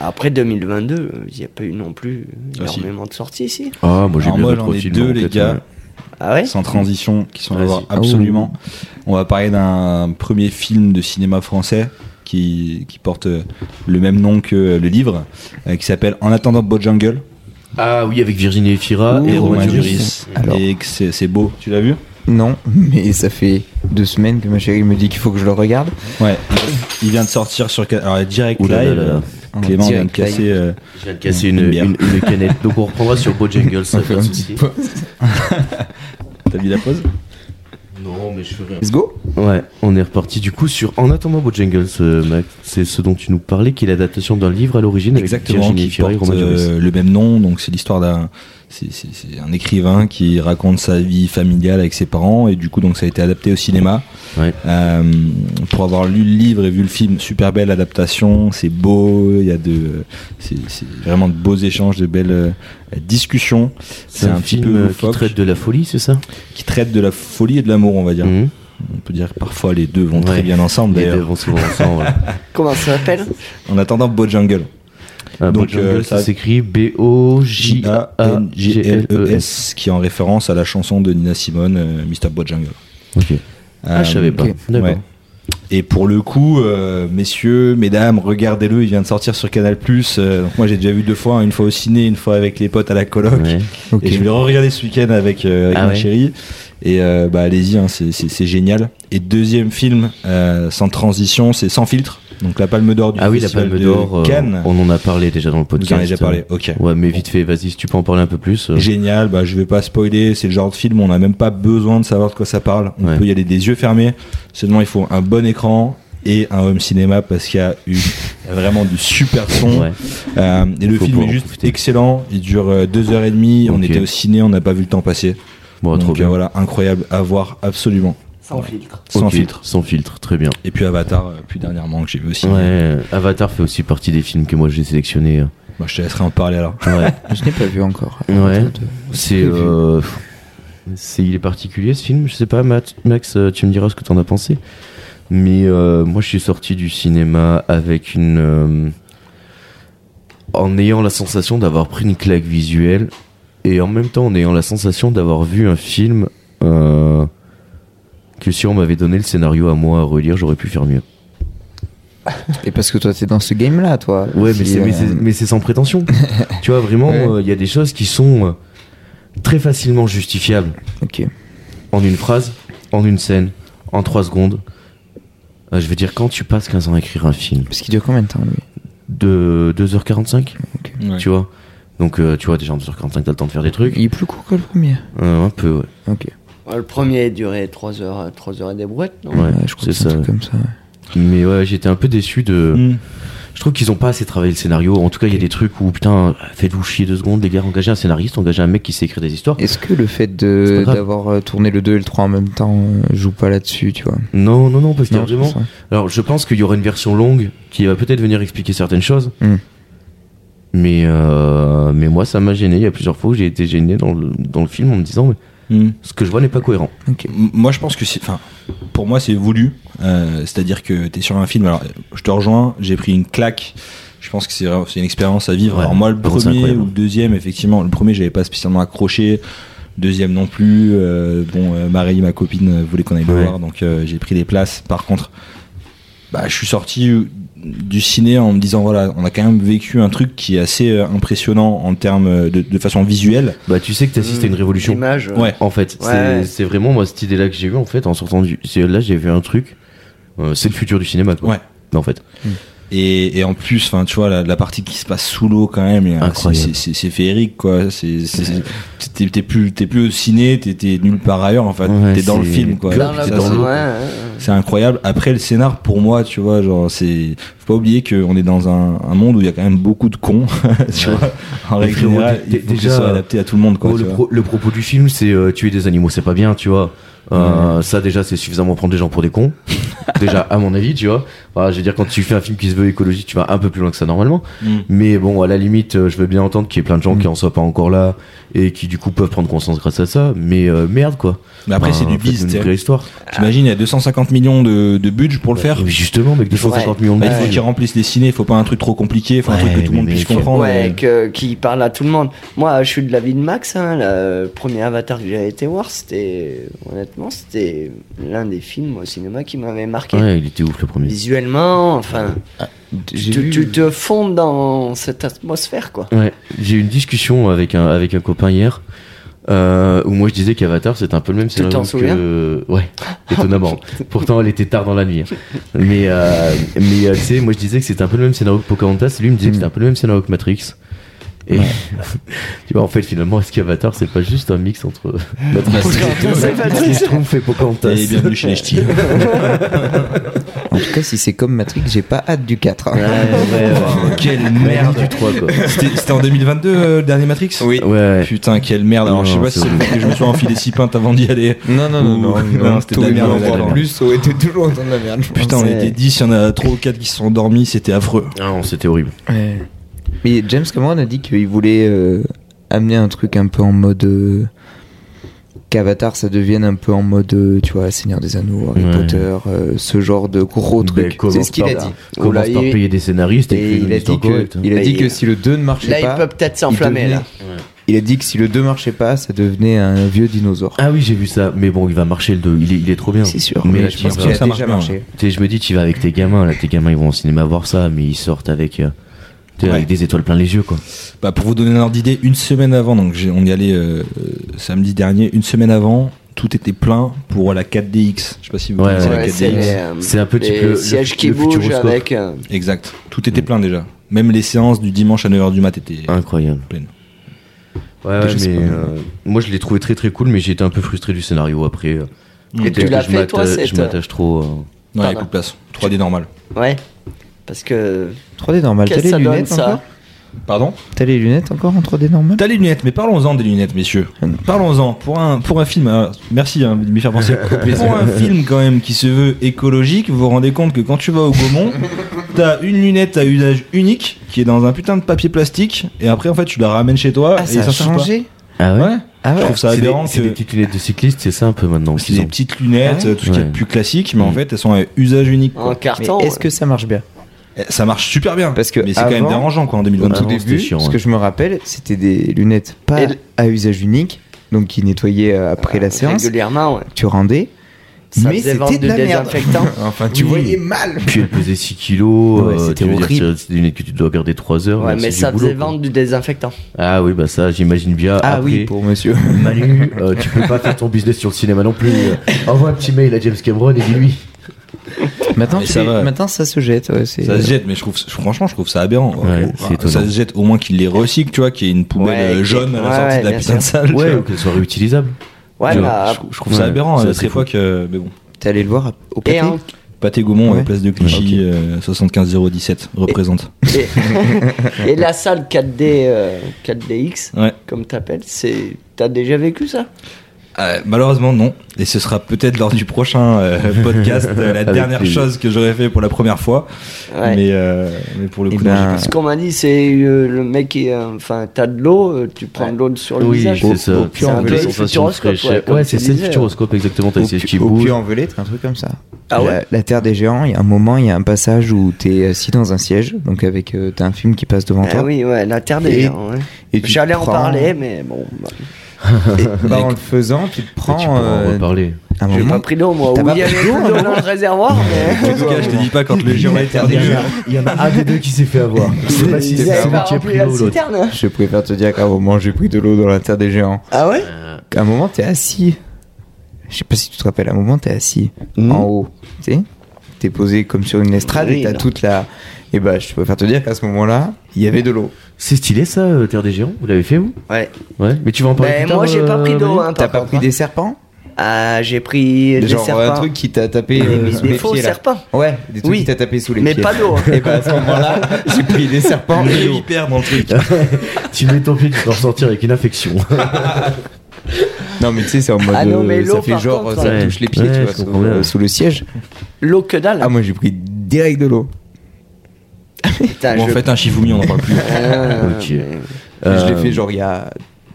C: Après 2022, euh, il n'y a pas eu non plus
B: Ah, si.
C: énormément de sorties ici.
A: Ah, moi j'ai
B: Alors
A: bien
B: moi
A: d'autres
B: j'en ai
A: films
B: deux
A: en hein.
B: les
A: tête,
B: gars,
A: ouais.
C: Ah ouais
B: sans transition, qui sont
A: euh,
B: à
A: Vas-y. Ah,
B: voir absolument. On va parler d'un premier film de cinéma français qui, qui porte euh, le même nom que euh, le livre, euh, qui s'appelle En attendant Bojungle
A: Ah oui, avec Virginie Efira
D: Ouh,
A: et
B: et Romain
A: Romain
D: Romain
A: Duris.
B: Duris.
D: Alors.
B: Et que c'est c'est beau. Tu l'as vu
D: Non, mais ça fait deux semaines que ma chérie me dit qu'il faut que je le regarde.
B: Ouais. Il vient de sortir sur ca- alors, direct
A: Ouh là
B: live.
A: là là là.
B: euh, Clément vient de
D: Direct live.
B: casser. euh,
A: Je viens de casser une,
B: Une bière.
A: une- une canette. Donc on reprendra sur Bojangles, ça
D: On fait
A: pas de
D: un
A: souci.
D: petit pause.
B: T'as vu la pause
A: Non, mais je fais rien.
D: Let's go
A: Ouais, on est reparti du coup sur En attendant Bojangles, euh, Max. C'est ce dont tu nous parlais, qui est l'adaptation d'un livre à l'origine avec
B: Exactement,
A: Virginie
B: qui
A: Efira et
B: porte
A: Romain Duris.
B: euh, le même nom. Donc c'est l'histoire d'un c'est- c'est- c'est un écrivain qui raconte sa vie familiale avec ses parents et du coup donc ça a été adapté au cinéma.
A: Ouais.
B: Euh, pour avoir lu le livre et vu le film, super belle adaptation, c'est beau, il y a de c'est c'est vraiment de beaux échanges, de belles euh, discussions.
A: C'est un, petit peu qui
B: loufoque,
A: traite de la folie, c'est ça
B: qui traite de la folie et de l'amour, on va dire.
A: Mhm.
B: On peut dire que parfois les deux vont
A: Ouais.
B: très bien ensemble
A: Les deux
B: d'ailleurs.
A: vont souvent ensemble. ouais.
C: Comment ça s'appelle
B: En attendant Bojungle.
A: Ah,
B: Donc,
A: Bojangles,
B: euh, ça-
A: ça s'écrit E B-O-J-A-N-G-L-E-S.
B: J-A-N-G-L-E-S, E qui est en référence à la chanson de Nina Simone, euh, Mr. Bojungle.
A: Ok. Ah,
B: Euh,
A: je savais pas.
D: ok.
A: D'accord.
B: ouais. Et pour le coup, euh, messieurs, mesdames, regardez-le, il vient de sortir sur Canal+. euh, donc moi j'ai déjà vu deux fois, hein, une fois au ciné, une fois avec les potes à la coloc.
A: Ouais.
D: Ok.
B: Et je vais re-regarder ce week-end avec, euh, avec
A: Ah
B: ma
A: ouais.
B: chérie. Et euh, bah allez-y, hein, c'est- c'est c'est génial. Et deuxième film euh, sans transition, c'est Sans filtre. Donc la Palme d'Or du
A: Ah oui, la
B: Festival
A: Palme
B: de
A: d'Or, euh,
B: Cannes.
A: on en a parlé déjà dans le
B: Vous
A: podcast.
B: en avez déjà parlé. Ok.
A: Ouais, mais vite fait, vas-y, si tu peux en parler un peu plus. euh,
B: Génial. Bah je vais pas spoiler. C'est le genre de film où on n'a même pas besoin de savoir de quoi ça parle. On
A: Ouais.
B: peut y aller des yeux fermés. Seulement il faut un bon écran et un home cinéma parce qu'il y a eu vraiment du super son.
A: ouais.
B: Euh, et le
A: Faut
B: film
A: pouvoir
B: est
A: en
B: juste
A: profiter.
B: excellent. Il dure euh, deux heures et demie. On
A: Ok.
B: était au ciné, on n'a pas vu le temps passer.
A: Bon, trop
B: Donc euh,
A: bien.
B: voilà, incroyable à voir absolument.
C: Sans filtre.
B: Sans
A: Ok,
B: filtre.
A: Sans filtre, très bien.
B: Et puis Avatar, euh, plus dernièrement, que j'ai vu aussi.
A: Ouais, euh, Avatar fait aussi partie des films que moi j'ai sélectionnés. euh.
B: Bah, je te laisserai en parler alors.
A: Ouais,
D: Je n'ai pas vu encore.
A: ouais.
D: Attends,
A: C'est,
D: prévu.
A: euh, c'est, il est particulier ce film. Je sais pas, Matt- Max, euh, tu me diras ce que t'en as pensé. Mais euh, moi, je suis sorti du cinéma avec une, euh, en ayant la sensation d'avoir pris une claque visuelle et en même temps en ayant la sensation d'avoir vu un film euh, que si on m'avait donné le scénario à moi à relire, j'aurais pu faire mieux.
D: Et parce que toi, t'es dans ce game-là, toi.
A: Ouais, mais
D: Puis,
A: c'est- mais
D: euh,
A: c'est mais c'est sans prétention. tu vois, vraiment, euh,
D: Ouais.
A: il y a des choses qui sont euh, très facilement justifiables
D: Ok.
A: en une phrase, en une scène, en trois secondes. Euh, je veux dire, quand tu passes 15 ans à écrire un film
D: Parce qu'il dure combien de temps, lui
A: de 2h45,
B: Ouais.
A: tu vois. Donc, euh, tu vois, déjà en 2h45, t'as le temps de faire des trucs.
D: Il est plus court que le premier.
A: Euh, un peu, ouais.
D: Ok.
C: Ouais, Le premier durait 3 heures, 3 heures et des brouettes, non
A: Ouais,
D: Ouais, je crois
A: c'est
D: que c'est
A: ça.
D: un truc comme ça. ouais.
A: Mais ouais, j'étais un peu déçu de.
B: Mm.
A: Je trouve qu'ils ont pas assez travaillé le scénario. En tout cas, il y a des trucs où, putain, faites-vous chier deux secondes, les gars, engagez un scénariste, engagez un mec qui sait écrire des histoires.
D: Est-ce que le fait
A: C'est pas
D: de-
A: grave.
D: d'avoir euh, tourné le 2 et le 3 en même temps euh, joue pas là-dessus, tu vois
A: Non, non, non, parce qu'il y a
D: Non, je
A: vraiment.
D: pense, hein. ouais.
A: Alors, je pense qu'il y aura une version longue qui va peut-être venir expliquer certaines choses.
D: Mm.
A: Mais, euh, mais moi, ça m'a gêné. Il y a plusieurs fois où j'ai été gêné dans le, dans le film en me disant, mais
B: Mm.
A: ce que je vois n'est pas cohérent.
D: Ok.
B: M- Moi, je pense que c'est. Enfin, pour moi, c'est voulu. Euh, C'est-à-dire que t'es sur un film. Alors, je te rejoins. J'ai pris une claque. Je pense que c'est c'est une expérience à vivre.
A: Ouais,
B: alors moi, le
A: par contre, c'est
B: premier
A: incroyable.
B: ou le deuxième, effectivement, le premier, j'avais pas spécialement accroché. Deuxième non plus. Euh, bon, euh, Marie, ma copine, euh, voulait qu'on aille le
A: Ouais.
B: voir, donc euh, j'ai pris des places. Par contre, bah, je suis sorti du ciné en me disant voilà, on a quand même vécu un truc qui est assez euh, impressionnant en termes euh, de, de façon visuelle.
A: Bah, tu sais que t'assistes à une révolution.
C: L'image,
B: Ouais.
A: En fait,
C: Mm. Ouais.
A: c'est- c'est vraiment moi cette idée-là que j'ai eue en fait en sortant du. c'est- Là, j'ai vu un truc. euh, c'est le futur du cinéma, quoi.
B: Ouais.
A: En fait.
B: Et, et en plus, enfin, tu vois, la, la partie qui se passe sous l'eau quand même, euh, c'est-
A: Incroyable.
B: c'est c'est- c'est féerique, quoi. C'est c'est- c'est- t'es t'es plus t'es plus au ciné, t'es t'es nulle part ailleurs. Enfin,
A: Ouais,
B: t'es dans le
A: c'est-
B: film, quoi.
C: euh, Dans
A: Ouais,
C: la-
B: T'es
A: c'est
B: dans
A: le-
C: ouais,
B: l'eau.
C: hein.
B: C'est incroyable. Après, le scénar, pour moi, tu vois, genre, c'est faut pas oublier qu'on est dans un, un monde où il y a quand même beaucoup de cons, tu vois. En
A: Mais
B: règle
A: frérot,
B: générale,
A: t'es-
B: il faut que
A: déjà,
B: ça soit adapté à tout le monde, quoi.
A: Bon,
B: tu
A: Oh, le,
B: vois.
A: pro- le propos du film, c'est euh, tuer des animaux, c'est pas bien, tu vois. Euh, Ça, déjà, c'est suffisamment prendre des gens pour des cons. déjà, à mon avis, tu vois. Voilà, je veux dire, quand tu fais un film qui se veut écologique, tu vas un peu plus loin que ça normalement.
B: Mm.
A: Mais bon, à la limite, euh, je veux bien entendre qu'il y ait plein de gens qui en soient pas encore là et qui du coup peuvent prendre conscience grâce à ça. Mais euh, merde, quoi.
B: Mais après, c'est
A: Enfin,
B: du
A: faites-nous
B: business.
A: une vraie histoire.
B: J'imagine, il y a 250 millions de, de budget pour le faire.
A: Mais justement, mec, 250 millions de
B: Bah, il faut
A: vues.
B: qu'ils remplissent les ciné, faut pas un truc trop compliqué, faut un truc
A: Ouais,
B: que tout le
A: mais
B: monde puisse
A: mec,
B: comprendre.
C: Ouais, que- qui parle à tout le monde. Moi, je suis de l'avis de Max. hein, le premier Avatar que j'avais été voir, c'était honnêtement, c'était l'un des films au cinéma qui m'avait marqué.
A: Ouais, il était ouf le premier.
C: Visuellement, enfin,
D: J'ai
C: tu,
D: vu-
C: tu te fonds dans cette atmosphère, quoi.
A: Ouais, j'ai eu une discussion avec un, avec un copain hier. euh, où moi je disais qu'Avatar c'était un peu le même
C: Tu t'en
A: que ouais étonnamment pourtant elle était tard dans la nuit hein. mais euh, mais euh, tu sais moi je disais que c'était un peu le même scénario que Pocahontas lui il me disait que c'était un peu le même scénario que Matrix et tu vois en fait finalement est-ce qu'Avatar c'est pas juste un mix entre Matrix
C: C'est pas
A: et Schtroumpf et
D: Eh
A: Pocahontas
B: Et bienvenue chez les ch'tis.
D: En tout cas, si c'est comme Matrix, j'ai pas hâte du 4. hein.
A: ouais, ouais, ouais.
B: Oh, quelle
A: merde du 3 quoi
B: C'était c'était en 2022 euh, le dernier Matrix
D: Oui.
A: ouais, ouais.
B: Putain, quelle merde. Alors, je sais
A: Non,
B: pas si
A: c'est
B: c'est le fait que je me suis enfilé six pintes avant d'y aller.
D: Non, non,
B: Ouh,
D: non, non,
B: non, c'était de la merde,
D: non,
A: c'était de la
D: En
A: merde.
D: plus, ça aurait été toujours autant de la merde. je pense.
B: Putain, on
C: C'est-
B: était 10, il y en a 3 ou 4 qui se sont endormis, c'était affreux.
A: Ah, non c'était horrible
D: Ouais. Mais James Cameron a dit qu'il voulait euh, amener un truc un peu en mode. euh, Qu'Avatar ça devienne un peu en mode, euh, tu vois, Seigneur des Anneaux, Harry
A: Ouais.
D: Potter, euh, ce genre de gros
A: Ben,
D: truc.
A: commence
D: C'est ce qu'il
A: par-
D: a dit.
A: commence
C: Oula,
A: par
C: il-
A: payer des scénaristes et,
D: Et
A: écrire une
D: il a
A: histoire
D: dit que,
A: correcte, hein.
D: il a
C: Bah,
D: dit
C: il-
D: que si le 2 ne marchait
C: Là,
D: pas.
C: il peut peut-être
D: il
C: s'enflammer,
D: devenait-
C: là.
D: Il a dit que si le 2 marchait pas, ça devenait un vieux dinosaure.
A: Ah oui, j'ai vu ça, mais bon, il va marcher le 2, il est, il est trop bien.
D: C'est sûr.
A: Mais
D: Mais
A: là,
D: je
A: tu
D: pense
A: vas-
D: qu'il
B: ça
D: a
B: marche
D: déjà
B: bien.
D: marché.
A: tu sais, je me dis, tu vas avec tes gamins, là, tes gamins ils vont au cinéma voir ça, mais ils sortent avec, euh, tu sais,
B: Ouais.
A: avec des étoiles plein les yeux, quoi.
B: Bah, pour vous donner un ordre d'idée, une semaine avant, donc j'ai- on y allait euh, euh, samedi dernier, une semaine avant, tout était plein pour la 4DX. Je sais pas si vous
A: Ouais,
B: connaissez
A: ouais,
B: la
C: Ouais,
B: 4DX.
C: c'est les, euh,
A: C'est un peu type
C: les
A: le- le-
C: sièges qui
A: le
C: bougent
A: futuroscope.
C: avec. euh,
B: Exact. Tout
A: Mm.
B: était plein déjà. Même les séances du dimanche à 9h du mat étaient.
A: Incroyable.
B: Pleine.
A: Ouais,
B: Des
A: ouais,
B: choses
A: mais
B: comme-
A: euh, moi je l'ai trouvé très très cool, mais j'ai été un peu frustré du scénario après. euh.
B: Mm.
C: Et tu
A: Peut-être
C: l'as
A: que je
C: fait, toi,
A: m'atta-
C: cette-
A: Je m'attache trop. euh.
B: Ouais, il y a
C: Pardon.
B: plus de place. 3D normal.
C: Ouais. Parce que.
D: 3D normal. T'as
C: Qu'est-ce que
D: les
C: ça donne,
D: lunettes encore
C: ça
B: Pardon
D: T'as les lunettes encore en 3D normal
B: T'as les lunettes, mais parlons-en des lunettes, messieurs. Parlons-en. Pour un, pour un film, euh, merci hein, de m'y faire penser. pour un film, quand même, qui se veut écologique, vous vous rendez compte que quand tu vas au Gaumont, t'as une lunette à usage unique qui est dans un putain de papier plastique, et après, en fait, tu la ramènes chez toi. et
D: Ah, ça a
B: sert pas.
D: changé
A: Ah
B: Ouais.
A: ouais,
D: Ah
B: Je
D: ouais.
B: trouve ça
A: C'est des,
B: aberrant
A: c'est
B: que-
A: des petites lunettes de cycliste, c'est ça un peu maintenant.
B: C'est
A: qu'ils
B: des
A: ont.
B: petites lunettes,
D: Ah ouais
B: euh, tout ce qui est
A: Ouais.
B: plus classique, mais en
A: Mm.
B: fait elles sont à usage unique.
C: En
B: quoi.
D: Mais
C: carton.
D: est-ce que ça marche bien
B: Eh, Ça marche super bien,
D: Parce que
B: mais c'est quand même
D: avant-
B: dérangeant quoi en
D: Au
B: 2022.
D: tout
A: Avant, c'était
D: début,
A: chiant,
D: ce
A: ouais.
D: que je me rappelle, c'était des lunettes pas
C: Et- Ah,
D: à usage unique, donc qui nettoyaient euh, après la séance.
C: Régulièrement, ouais.
D: Tu rendais.
C: Ça
D: mais
C: faisait
D: c'était
C: vendre
D: de
C: du
D: la merde.
C: désinfectant.
D: enfin, tu
A: Oui.
D: voyais mal.
A: Puis elle pesait 6 kilos,
D: Ouais,
A: euh,
D: c'était
A: tu veux dire,
D: horrible.
A: c'est- c'est des lunettes que tu dois garder 3 heures.
C: Ouais,
A: donc
C: mais
A: c'est
C: ça
A: du
C: faisait
A: boulot, quoi.
C: vendre du désinfectant.
A: Ah oui, bah ça, j'imagine bien.
D: Ah
A: Après,
D: oui, pour monsieur.
A: Manu, euh, tu peux pas faire ton business sur le cinéma non plus. Euh, Envoie un petit mail à James Cameron et dis-lui.
D: Maintenant,
B: Mais
D: tu
B: ça
D: les-
B: va.
D: maintenant, ça se jette. ouais, c'est-
B: Ça se jette, mais je trouve, franchement, je trouve ça aberrant.
A: Ouais, c'est étonnant.
B: ça se jette au moins qu'il les recycle, tu vois, qu'il y ait une poubelle
C: Ouais,
B: euh, jaune à la
C: ouais,
B: sortie
C: ouais,
B: de la
C: bien
B: putain de
C: sûr.
B: salle. tu
A: Ouais,
B: vois.
A: ou qu'elle soit réutilisable.
C: Ouais,
B: Je-
C: bah,
B: je, je trouve ça
A: ouais,
B: aberrant
A: ça,
B: à
A: c'est
B: cette
A: fou.
B: époque, euh, mais bon.
D: T'es allé le voir à- au
C: et
D: pâté
C: en-
B: Pâté Gaumont,
D: Ouais.
B: euh, place de Clichy, euh, 75017, représente.
C: et, et la salle 4D, euh, 4DX,
B: Ouais.
C: comme t'appelles, c'est. T'as déjà vécu ça
B: Euh, malheureusement, non. Et ce sera peut-être lors du prochain euh, podcast euh, la
A: Avec
B: dernière
A: plaisir.
B: chose que j'aurais fait pour la première fois.
C: Ouais.
B: Mais, euh, mais pour le
D: Eh
B: coup,
D: ben,
B: non, j'ai pas-
C: Ce qu'on m'a dit, c'est euh, le mec qui. euh, Enfin, t'as de l'eau, euh, tu prends de l'eau sur le
A: Oui,
C: visage.
A: c'est ça.
C: au pire,
A: C'est
C: un
A: un
C: peu
A: peu
C: le
A: sensation de
C: futuroscope, ouais,
A: fraîcheur.
C: comme
A: Ouais,
C: tu
A: c'est ça le
C: disais.
A: futuroscope, exactement. T'as
D: au,
A: essayé ce qui
D: pu- au
A: bouge.
D: puits en velette, un truc comme ça.
C: Ah ouais
D: la, la Terre des Géants, il y a un moment, il y a un passage où t'es assis dans un siège, donc avec euh, t'as un film qui passe devant
C: Ah
D: toi.
C: oui, ouais, la terre des
D: Et-
C: gens. Ouais.
D: et tu
C: J'allais en
D: prends-
C: parler, mais bon. bah,
D: Bah, en le faisant, tu te
A: Et Tu
D: prends
A: pourras en
D: euh,
A: reparler.
D: un
C: J'ai
D: moment.
C: pas pris d'eau, moi.
D: T'as
C: Oui,
D: pas
C: il y
D: pris
C: avait
D: d'eau,
C: plus d'eau dans le réservoir, mais.
B: En tout cas, je te dis pas quand le giron est
D: Interdit.
B: terminé.
A: Il y en a un des deux qui s'est fait avoir. Je sais pas si
C: Ils
A: c'est
C: avaient
A: celui
C: pas
A: qui a
C: rempli
A: pris
C: la
A: l'eau ou l'autre.
C: citerne.
D: Je préfère te dire qu'à un moment, j'ai pris de l'eau dans la Terre des Géants.
C: Ah ouais
D: À un moment, t'es assis. Je sais pas si tu te rappelles, à un moment, t'es assis en haut. Tu sais T'es posé comme sur une estrade
C: Hmm. Oui,
D: et t'as
C: là.
D: toute la. Et bah, je préfère te dire qu'à ce moment-là, il y avait de l'eau.
A: C'est stylé ça, euh, Terre des Géants Vous l'avez fait vous
C: Ouais.
A: Ouais, mais tu vas en parler.
C: Ben,
A: plus tard,
C: moi, j'ai pas
A: euh,
C: pris d'eau,
A: Manu
C: hein,
D: T'as
C: par
D: pas
C: contre,
D: pris
C: hein.
D: des serpents
C: Ah, j'ai pris des
D: Genre
C: serpents.
D: un truc qui t'a tapé.
C: Des-
D: euh,
C: des
D: sous les
C: faux
D: pieds, là.
C: serpents.
D: Ouais, des trucs
C: Oui.
D: qui t'a tapé sous les
C: Mais
D: pieds.
C: pas d'eau. hein.
D: Et bah, à ce moment-là, j'ai pris des serpents et
B: Le
D: l'eau.
B: hyper dans le truc.
A: Tu mets ton pied, tu vas ressortir avec une infection.
D: Non, mais tu sais, c'est en mode.
C: Ah non, mais
D: euh,
C: l'eau,
D: ça fait
C: par
D: genre,
C: contre,
D: ça
A: ouais.
D: touche les pieds,
A: Ouais,
D: tu vois,
A: je
D: sous,
A: comprends bien.
D: euh, sous le siège.
C: L'eau que dalle.
D: Ah, moi, j'ai pris direct de l'eau.
C: putain,
B: Ou en
C: Ah, je-
B: fait, un chifoumi, on en parle plus.
C: Ah,
A: Ok.
C: mais-
D: Mais Je l'ai
A: Euh,
D: fait genre il y a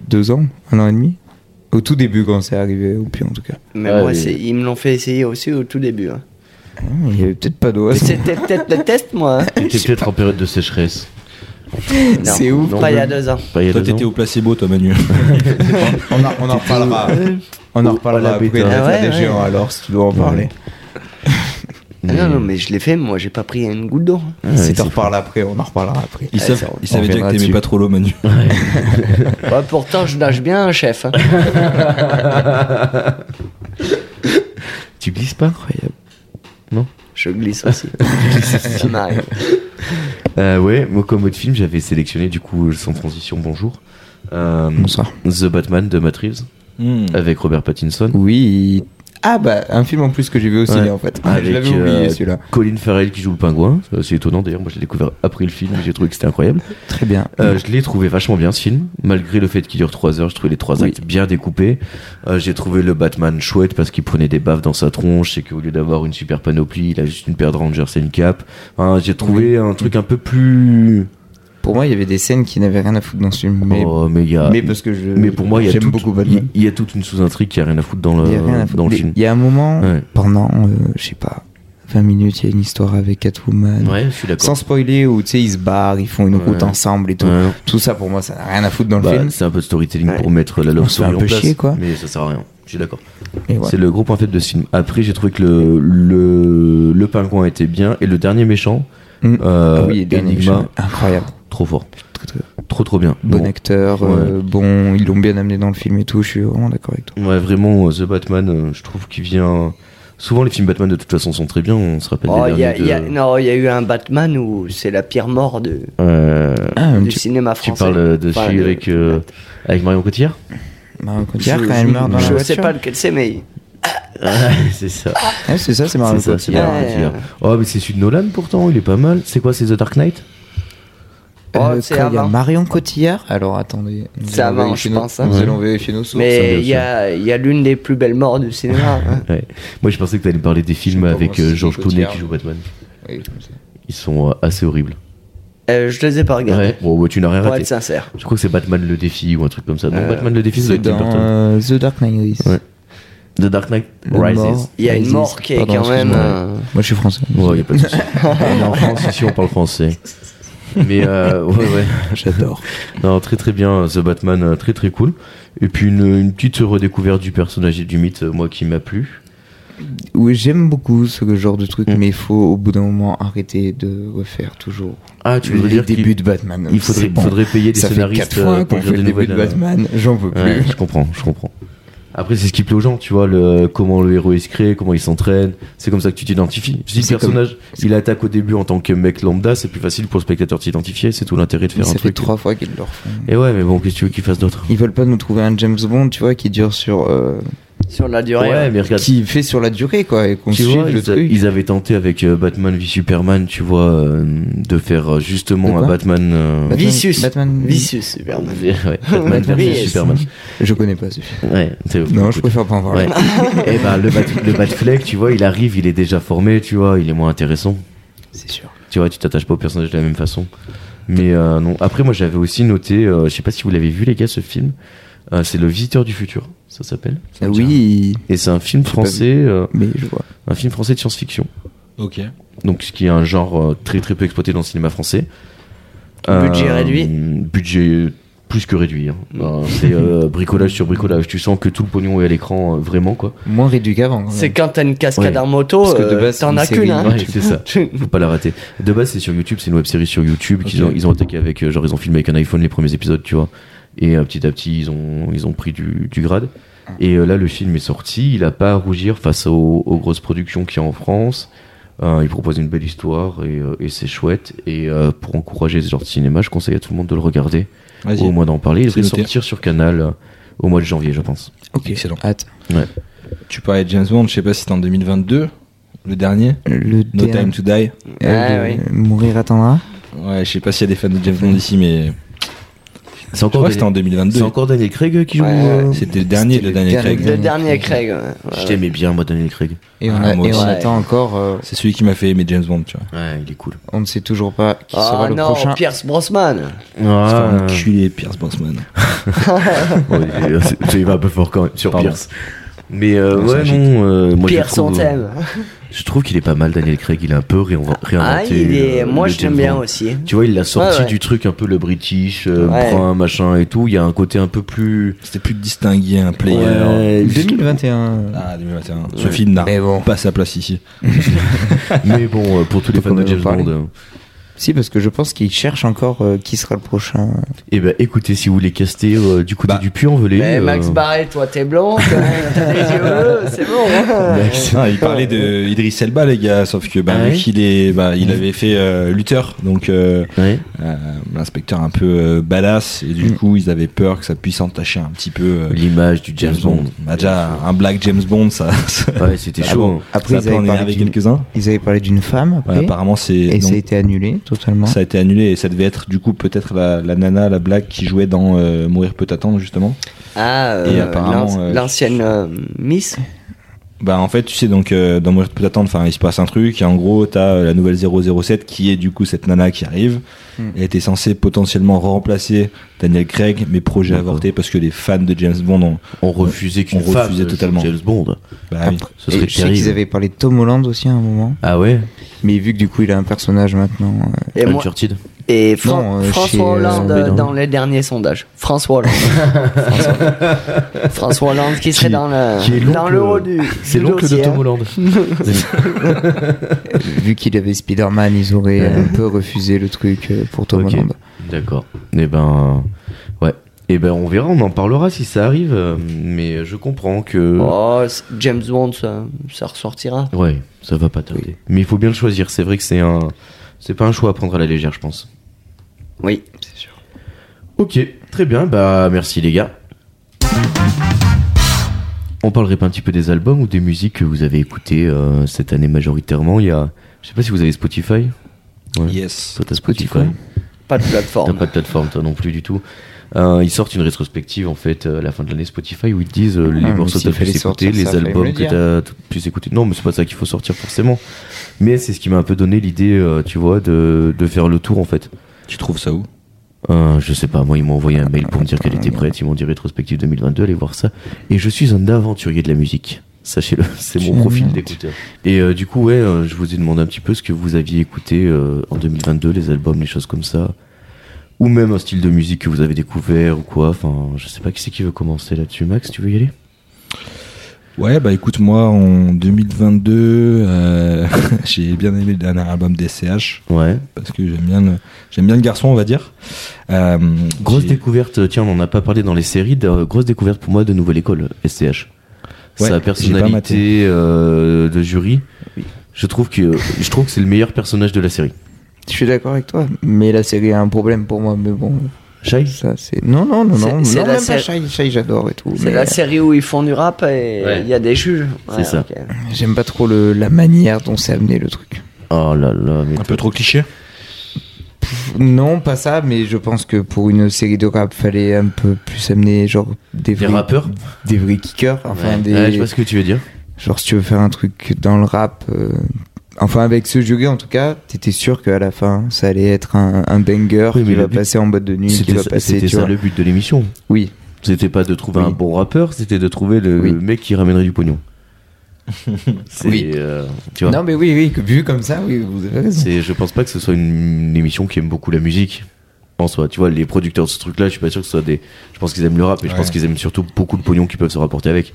D: deux ans, un an et demi. Au tout début, quand c'est arrivé, au puits en tout cas.
C: Mais
A: Ah,
C: moi,
A: mais-
C: c'est- ils me l'ont fait essayer aussi au tout début. hein.
D: Ah, Il y avait peut-être pas d'eau. à ce moment-là.
C: C'était peut-être le test, moi. hein.
A: T'es peut-être en période de sécheresse.
C: Non,
D: C'est ouf.
A: non,
C: Pas il y a
A: mais-
C: deux ans.
A: Pas il y a
B: Toi,
A: deux ans.
B: t'étais au placebo, toi, Manu.
D: On, en- on en reparlera. On en reparlera
A: la
D: après
A: bêta.
D: la
C: Ah
D: Terre
C: ouais,
D: des
C: ouais.
D: géants, alors si tu dois en parler.
C: Ah Non, non, mais je l'ai fait, moi, j'ai pas pris une goutte d'eau. hein.
A: Ouais,
D: si
A: c'est
D: t'en reparles après, on en reparlera après.
B: Ils savent, ils savaient déjà
D: reviendra
B: que t'aimais
D: dessus.
B: pas trop l'eau, Manu.
C: Ouais, Bah, pourtant, je nage bien, hein, chef. hein.
A: Tu glisses pas Incroyable.
C: Je glisse aussi. Ça m'arrive.
A: Euh, ouais, moi comme autre film, j'avais sélectionné du coup sans transition, bonjour. Euh,
D: Bonsoir.
A: The Batman de Matt Reeves
B: Hmm.
A: avec Robert Pattinson.
D: Oui. Ah bah, un film en plus que j'ai vu au ciné en fait. Ah, je
A: Avec,
D: l'avais oublié
A: euh,
D: celui-là.
A: Colin Farrell qui joue le pingouin. Euh, C'est étonnant d'ailleurs, moi je l'ai découvert après le film, j'ai trouvé que c'était incroyable.
D: Très bien.
A: Euh, je l'ai trouvé vachement bien ce film, malgré le fait qu'il dure 3 heures. Je trouvais les trois
D: Oui.
A: actes bien découpés. Euh, j'ai trouvé le Batman chouette parce qu'il prenait des baffes dans sa tronche et qu'au lieu d'avoir une super panoplie, il a juste une paire de Rangers et une cape. Enfin, j'ai trouvé un truc un peu plus.
D: Pour moi, il y avait des scènes qui n'avaient rien à foutre dans ce film. Mais,
A: Oh, mais il y a-
D: mais parce que je.
A: mais pour moi, il y a
D: j'aime
A: toute-
D: beaucoup
A: il
D: Batman.
A: il y a toute une sous-intrigue qui a rien à foutre dans le,
D: Il y a rien à foutre.
A: Euh, dans le
D: Mais
A: film.
D: il y a un moment,
A: Ouais.
D: pendant, euh, je sais pas, 20 minutes, il y a une histoire avec Catwoman.
A: Ouais, je suis
D: Sans
A: d'accord.
D: spoiler, où tu sais, ils se barrent, ils font une
A: Ouais.
D: route ensemble et tout.
A: Ouais.
D: Tout ça pour moi, ça n'a rien à foutre dans le
A: Bah,
D: film.
A: c'est un peu de storytelling
C: Ouais.
A: pour mettre la
D: On
A: love
D: se fait
A: story
D: un
A: en
D: peu
A: place,
D: chier, quoi.
A: mais ça sert à rien. Je suis d'accord.
D: Et voilà.
A: C'est le gros point faible de ce film. Après, j'ai trouvé que le, le, le pingouin était bien et le dernier méchant,
D: Mm.
A: euh,
D: Ah oui, et dernier
A: Enigma,
D: méchant, incroyable.
A: trop fort.
D: Très, très
A: Trop, trop bien.
D: Bon
A: Bon.
D: acteur, euh, bon, ils l'ont bien amené dans le film et tout. Je suis vraiment d'accord avec toi.
A: Ouais, vraiment, euh, The Batman, euh, je trouve qu'il vient. Souvent, les films Batman, de toute façon, sont très bien. On se rappelle
C: Oh,
A: des
C: il y a-
A: derniers
C: il y a-
A: de-
C: Non, il y a eu un Batman où c'est la pire mort de,
A: Euh,
D: Ah,
C: du cinéma
A: tu
C: français.
A: parles euh, de
C: Enfin,
A: celui
C: de-
A: avec, euh, avec Marion Cotillard
D: Cotillard, quand elle meurt dans la
C: Je sais
D: voiture.
C: pas lequel c'est, mais.
A: C'est ça.
D: Ah, c'est ça, c'est Marion
A: C'est ça, c'est
D: Cotillard.
A: Marion
C: Ouais.
A: Cotillard. Oh, mais c'est celui de Nolan pourtant, il est pas mal. C'est quoi, c'est The Dark Knight
C: Oh,
D: Euh,
C: c'est
D: quand il y a
C: avant.
D: Marion Cotillard. Alors attendez. nous
C: C'est
D: allons
C: avant,
D: vérifier
C: je
D: nos-
C: pense, hein.
D: Nous
A: Ouais.
D: allons vérifier nos sources.
A: bien
C: Mais il y
A: sûr.
C: a, il y a l'une des plus belles morts du cinéma. hein.
A: Ouais. Moi, je pensais que t'allais me parler des films
D: Je sais pas,
A: avec
D: moi,
A: euh,
D: c'est
A: George Clooney
D: Cotillard.
A: qui joue Batman.
D: Oui, comme ça.
A: Ils sont euh, assez horribles.
C: Euh, je les ai pas regardés.
A: Ouais, bon, ouais, tu n'as rien
C: Pour
A: raté.
C: être sincère.
A: Je crois que c'est Batman le défi ou un truc comme ça. Non,
C: Euh,
A: Batman le défi, c'est
D: C'est
A: Tim
D: dans
A: Burton.
D: euh, The Dark Knight Rises.
A: Ouais. The Dark Knight
D: Le
A: Rises.
D: mort.
C: Il y a une
D: Rises.
C: mort qui est
D: Pardon,
C: quand même.
D: excuse-moi.
C: euh,
D: Moi, je suis français.
A: Ouais, y a pas de souci. On est en France, ici, on parle français. Mais euh, ouais, ouais.
D: J'adore.
A: Non, très très bien, The Batman, euh, très très cool. Et puis une, une petite redécouverte du personnage et du mythe, euh, moi qui m'a plu.
D: Oui, j'aime beaucoup ce genre de truc,
A: Mm.
D: mais il faut au bout d'un moment arrêter de refaire toujours
A: Ah, tu
D: les
A: veux dire
D: débuts
A: qu'il
D: de Batman.
A: il faudrait,
D: C'est bon.
A: faudrait payer des
D: Ça fait
A: scénaristes
D: quatre fois
A: euh,
D: qu'on
A: pour
D: fait
A: faire
D: le
A: des
D: début de
A: nouvelles. euh,
D: Batman, j'en veux plus.
A: Ouais, je comprends, je comprends. Après, c'est ce qui plaît aux gens, tu vois, le, comment le héros est créé, comment il s'entraîne. C'est comme ça que tu t'identifies. Si le
D: C'est comme-
A: personnage, il attaque au début en tant que mec lambda, c'est plus facile pour le spectateur de s'identifier. C'est tout l'intérêt de
D: Mais
A: faire un
D: ça fait
A: truc. euh.
D: trois fois qu'ils le refont.
A: Et ouais, mais bon, qu'est-ce que tu veux qu'il fasse d'autre
D: Ils veulent pas nous trouver un James Bond, tu vois, qui dure sur. euh,
C: Sur la durée. hein.
A: Ouais, mais regarde.
D: qui fait sur la durée, quoi, et qu'on
A: Tu
D: suive
A: vois, ils,
D: le
A: a-
D: truc.
A: ils avaient tenté avec euh, Batman v Superman, tu vois, euh, de faire euh,
D: De
A: justement
D: quoi
A: un Batman. euh,
D: Batman-
C: Vicious.
D: Batman-
C: Vicious, Superman.
A: ouais, Batman versus
C: Oui,
A: Superman.
D: Je connais pas celui
A: Ouais, c'est-
D: Non,
A: écoute.
D: je préfère pas en parler.
A: Ouais. Et bah, le, bat, le Batfleck, tu vois, il arrive, il est déjà formé, tu vois, il est moins intéressant.
D: C'est sûr.
A: tu vois, tu t'attaches pas au personnage de la même façon. Mais euh, non, après moi j'avais aussi noté, euh, je sais pas si vous l'avez vu les gars ce film, Euh, c'est Le Visiteur du Futur, ça s'appelle.
D: Ah oui,
A: Et c'est un film français, euh,
D: mais je vois.
A: un film français de science-fiction,
B: Ok.
A: donc ce qui est un genre euh, très très peu exploité dans le cinéma français. Euh,
C: Budget réduit.
A: Budget plus que réduit. hein.
C: Mm.
A: Euh, c'est euh, bricolage sur bricolage. Tu sens que tout le pognon est à l'écran, euh, vraiment quoi.
D: Moins réduit qu'avant. quand
C: C'est
D: même.
C: quand t'as une cascade
A: Ouais.
C: en moto,
D: Parce que de
C: euh,
D: base,
C: t'en
D: une
C: as
D: série,
C: qu'une. hein.
A: ouais, c'est ça. Faut pas la rater. De base, c'est sur YouTube, c'est une web série sur YouTube qu'ils
D: Ok.
A: ont, ils ont attaqué avec, euh, genre, ils ont filmé avec un iPhone les premiers épisodes, tu vois. Et euh, petit à petit, ils ont, ils ont pris du, du grade. Et euh, là, le film est sorti, il a pas à rougir face aux, aux grosses productions qu'il y a en France. Euh, il propose une belle histoire et, euh, et c'est chouette. Et euh, pour encourager ce genre de cinéma, je conseille à tout le monde de le regarder, ou au
B: Vas-y.
A: moins d'en parler. Il
B: C'est
A: devrait
B: noté.
A: sortir sur Canal euh, au mois de janvier, je pense.
D: Ok,
B: Excellent.
D: Hâte.
B: Tu parlais de James Bond, je sais pas si c'était en 2022, le dernier.
D: Le
B: No
D: dernier-
B: Time to Die.
D: euh,
C: Ah,
D: le- Mourir attendra.
B: Ouais, je sais pas s'il y a des fans de James Bond ici,
A: C'est
B: mais je crois
A: encore,
B: que c'était en
A: Daniel, c'est
B: 2022.
A: encore Daniel Craig qui joue.
C: Ouais,
A: euh,
C: ouais.
B: C'était le dernier,
D: C'était
B: le
D: le
B: dernier
D: dernier.
B: Craig.
C: Le dernier Craig. ouais. Ouais,
A: Je t'aimais bien, moi, Daniel Craig.
D: Et on,
B: Ah,
D: a-
B: moi
D: et on
C: aussi.
D: attend encore. euh,
B: C'est celui qui m'a fait aimer James Bond, tu vois.
A: Ouais, il est cool.
D: on ne sait toujours pas qui sera
C: Ah
D: le
C: non,
D: prochain.
C: Pierce Brosnan.
A: Ah.
B: C'est un enculé, Pierce Brosnan.
A: Ouais, euh, c'est- c'est- il va un peu fort quand même sur
B: Pardon.
A: Pierce. Mais euh,
B: Non,
A: ouais,
B: c'est
A: non, euh, moi
C: Pierre
A: je trouve,
C: son thème.
A: Je trouve qu'il est pas mal, Daniel Craig. Il a un peu réinven- réinventé.
C: Ah, il est...
A: euh,
C: Moi,
A: le
C: je t'aime
A: James
C: bien
A: Bond.
C: aussi.
A: Tu vois, il a sorti
C: Ouais, ouais.
A: du truc un peu le british, euh,
C: Ouais.
A: brun, machin et tout. Il y a un côté un peu plus.
B: C'était plus distingué, un player. Euh,
A: Ouais,
D: 2021.
B: Ah, 2021. Ce film n'a
D: Mais bon.
B: pas sa place ici.
A: Mais bon, euh, pour tous les fans
D: Faut quand
A: de
D: même
A: James
D: en parler.
A: Bond. euh,
D: Si, parce que je pense qu'ils cherchent encore euh, qui sera le prochain.
A: Eh ben, écoutez, si vous voulez caster euh, du côté
B: Bah.
A: du puits envelé.
C: Mais
A: euh,
C: Max Barret, toi, t'es blond, quand même, t'as des yeux bleus, c'est bon. hein.
A: Max-
B: Ah, il parlait de Idris Elba, les gars, sauf que bah,
A: Ah
B: vu
A: ouais
B: qu'il est, bah, il avait fait euh, Luther, donc euh,
A: Ouais.
B: euh, l'inspecteur un peu euh, badass, et du coup ils avaient peur que ça puisse entacher un petit peu euh,
A: L'image du James Bond.
B: Bah, déjà un black James Bond, ça, ça,
A: Ouais, c'était
B: Ah
A: chaud.
B: bon.
A: hein.
D: Après,
B: ça peut
D: ils
B: en
D: avaient, parlé
B: énerver
D: d'une-
B: quelques-uns.
D: ils avaient parlé d'une femme
B: Ouais,
D: après.
B: apparemment c'est
D: et
B: non,
D: ça a été annulé totalement.
B: ça a été annulé et ça devait être du coup peut-être la, la nana, la black qui jouait dans euh, Mourir peut attendre justement.
C: Ah, euh,
B: Et apparemment,
C: l'anci-
B: euh,
C: l'ancienne euh, Miss.
B: Bah en fait tu sais donc euh, dans Mourir peut attendre enfin il se passe un truc et en gros t'as euh, la nouvelle 007 qui est du coup cette nana qui arrive
D: Mm.
B: elle était censée potentiellement remplacer Daniel Craig mais projet
A: D'accord.
B: avorté parce que les fans de James Bond ont
A: On refusait qu'une
B: On
A: femme
B: refusait
A: joue
B: totalement.
A: James Bond.
B: bah, oui.
A: Ce
D: Et
A: serait
D: je sais qu'ils
A: terrible.
D: avaient parlé de Tom Holland aussi à un moment.
A: Ah ouais.
D: Mais vu que du coup il a un personnage maintenant. euh,
C: Et, moi,
A: Uncharted.
C: et Fran-
D: Non, euh, chez,
C: François
D: euh,
C: Hollande
A: Bédon.
C: dans les derniers sondages. François Hollande. François- François Hollande qui serait
A: Qui-
C: dans
A: qui est
C: le
A: l'oncle-
C: dans l'euro du
A: C'est
C: du
A: l'oncle de
C: dossier,
A: Tom
C: hein.
A: Holland.
D: vu qu'il avait Spider-Man, ils auraient un peu refusé le truc euh, pour Tom
A: Ok.
D: Holland.
A: D'accord. Eh ben, ouais. Eh ben, on verra, on en parlera si ça arrive. euh, Mais je comprends que.
C: Oh, c- James Bond, ça, ça ressortira.
A: Ouais, ça va pas tarder. Mais il faut bien le choisir. C'est vrai que c'est un. C'est pas un choix à prendre à la légère, je pense.
C: Oui.
A: Ok, très bien. Bah, merci les gars. On parlerait pas un petit peu des albums ou des musiques que vous avez écoutées euh, cette année majoritairement. Il y a. Je sais pas si vous avez Spotify. Ouais.
B: Yes.
A: Toi, t'as
D: Spotify.
A: Spotify.
C: Pas de
A: T'as
C: plateforme.
A: pas de plateforme, toi non plus du tout. Euh, ils sortent une rétrospective en fait euh, à la fin de l'année Spotify où ils te disent euh, les
D: Ah, mais
A: morceaux que
D: s'il
A: t'as pu
D: fallait
A: écouter,
D: sortir
A: les
D: ça, fallait me
A: albums
D: le
A: que
D: dire.
A: t'as t- pu écouter. Non, mais c'est pas ça qu'il faut sortir forcément. Mais c'est ce qui m'a un peu donné l'idée, euh, tu vois, de, de faire le tour en fait.
B: Tu trouves ça où
A: Euh, je sais pas, moi ils m'ont envoyé un mail pour me dire qu'elle était prête. Ils m'ont dit rétrospective 2022, allez voir ça. Et je suis un aventurier de la musique. Sachez-le, c'est
D: Tu
A: mon
D: es
A: profil
D: merde.
A: d'écouteur. Et euh, du coup, ouais, euh, je vous ai demandé un petit peu ce que vous aviez écouté euh, en 2022, les albums, les choses comme ça. Ou même un style de musique que vous avez découvert ou quoi. Enfin, je sais pas qui c'est qui veut commencer là-dessus. Max, tu veux y aller
B: Ouais, bah écoute, moi en 2022, euh, j'ai bien aimé le dernier album des CH
A: Ouais.
B: parce que j'aime bien, le- j'aime bien le garçon, on va dire. Euh,
A: Grosse
B: j'ai-
A: découverte, tiens, on n'en a pas parlé dans les séries, de- euh, grosse découverte pour moi de Nouvelle École, SCH.
B: Ouais, j'ai
A: Sa
B: pas
A: personnalité euh, de jury,
C: Oui.
A: je trouve que, euh, je trouve que c'est le meilleur personnage de la série.
D: Je suis d'accord avec toi, mais la série a un problème pour moi. Mais bon,
A: Shai
D: ça c'est. Non, non, non,
C: C'est-
D: non.
C: c'est
D: non,
C: la
D: même pas
C: série-
D: Shai, Shai, j'adore et tout.
C: C'est
D: mais,
C: la série où ils font du rap et il
A: Ouais.
C: y a des juges.
A: C'est
C: Ouais,
A: ça.
C: ok.
D: euh, J'aime pas trop le, la manière dont c'est amené le truc.
A: Oh là là, mais
B: Un peu trop cliché.
D: Non, pas ça, mais je pense que pour une série de rap, fallait un peu plus amener genre
A: Des
D: des vrais
A: rappeurs
D: des vrais kickers, enfin
A: Ouais.
D: des
A: Ouais, je vois ce que tu veux dire.
D: genre si tu veux faire un truc dans le rap, euh, enfin avec ce jury en tout cas, t'étais sûr qu'à la fin ça allait être un, un banger
A: Oui, mais
D: qui
A: le
D: va
A: but-
D: passer en boîte de nuit, qui
A: C'était
D: va
A: ça,
D: passer,
A: c'était
D: tu
A: ça
D: vois.
A: le but de l'émission.
D: Oui,
A: C'était pas de trouver
D: Oui.
A: un bon rappeur, c'était de trouver le
D: Oui.
A: mec qui ramènerait du pognon. C'est,
D: Oui.
A: euh, tu vois.
D: non mais oui, oui, que- vu comme ça, oui, vous avez raison.
A: C'est, je pense pas que ce soit une, une émission qui aime beaucoup la musique. En soi, tu vois, les producteurs de ce truc-là, je suis pas sûr que ce soit des. Je pense qu'ils aiment le rap et je
B: Ouais.
A: pense qu'ils aiment surtout beaucoup le pognon qu'ils peuvent se rapporter avec.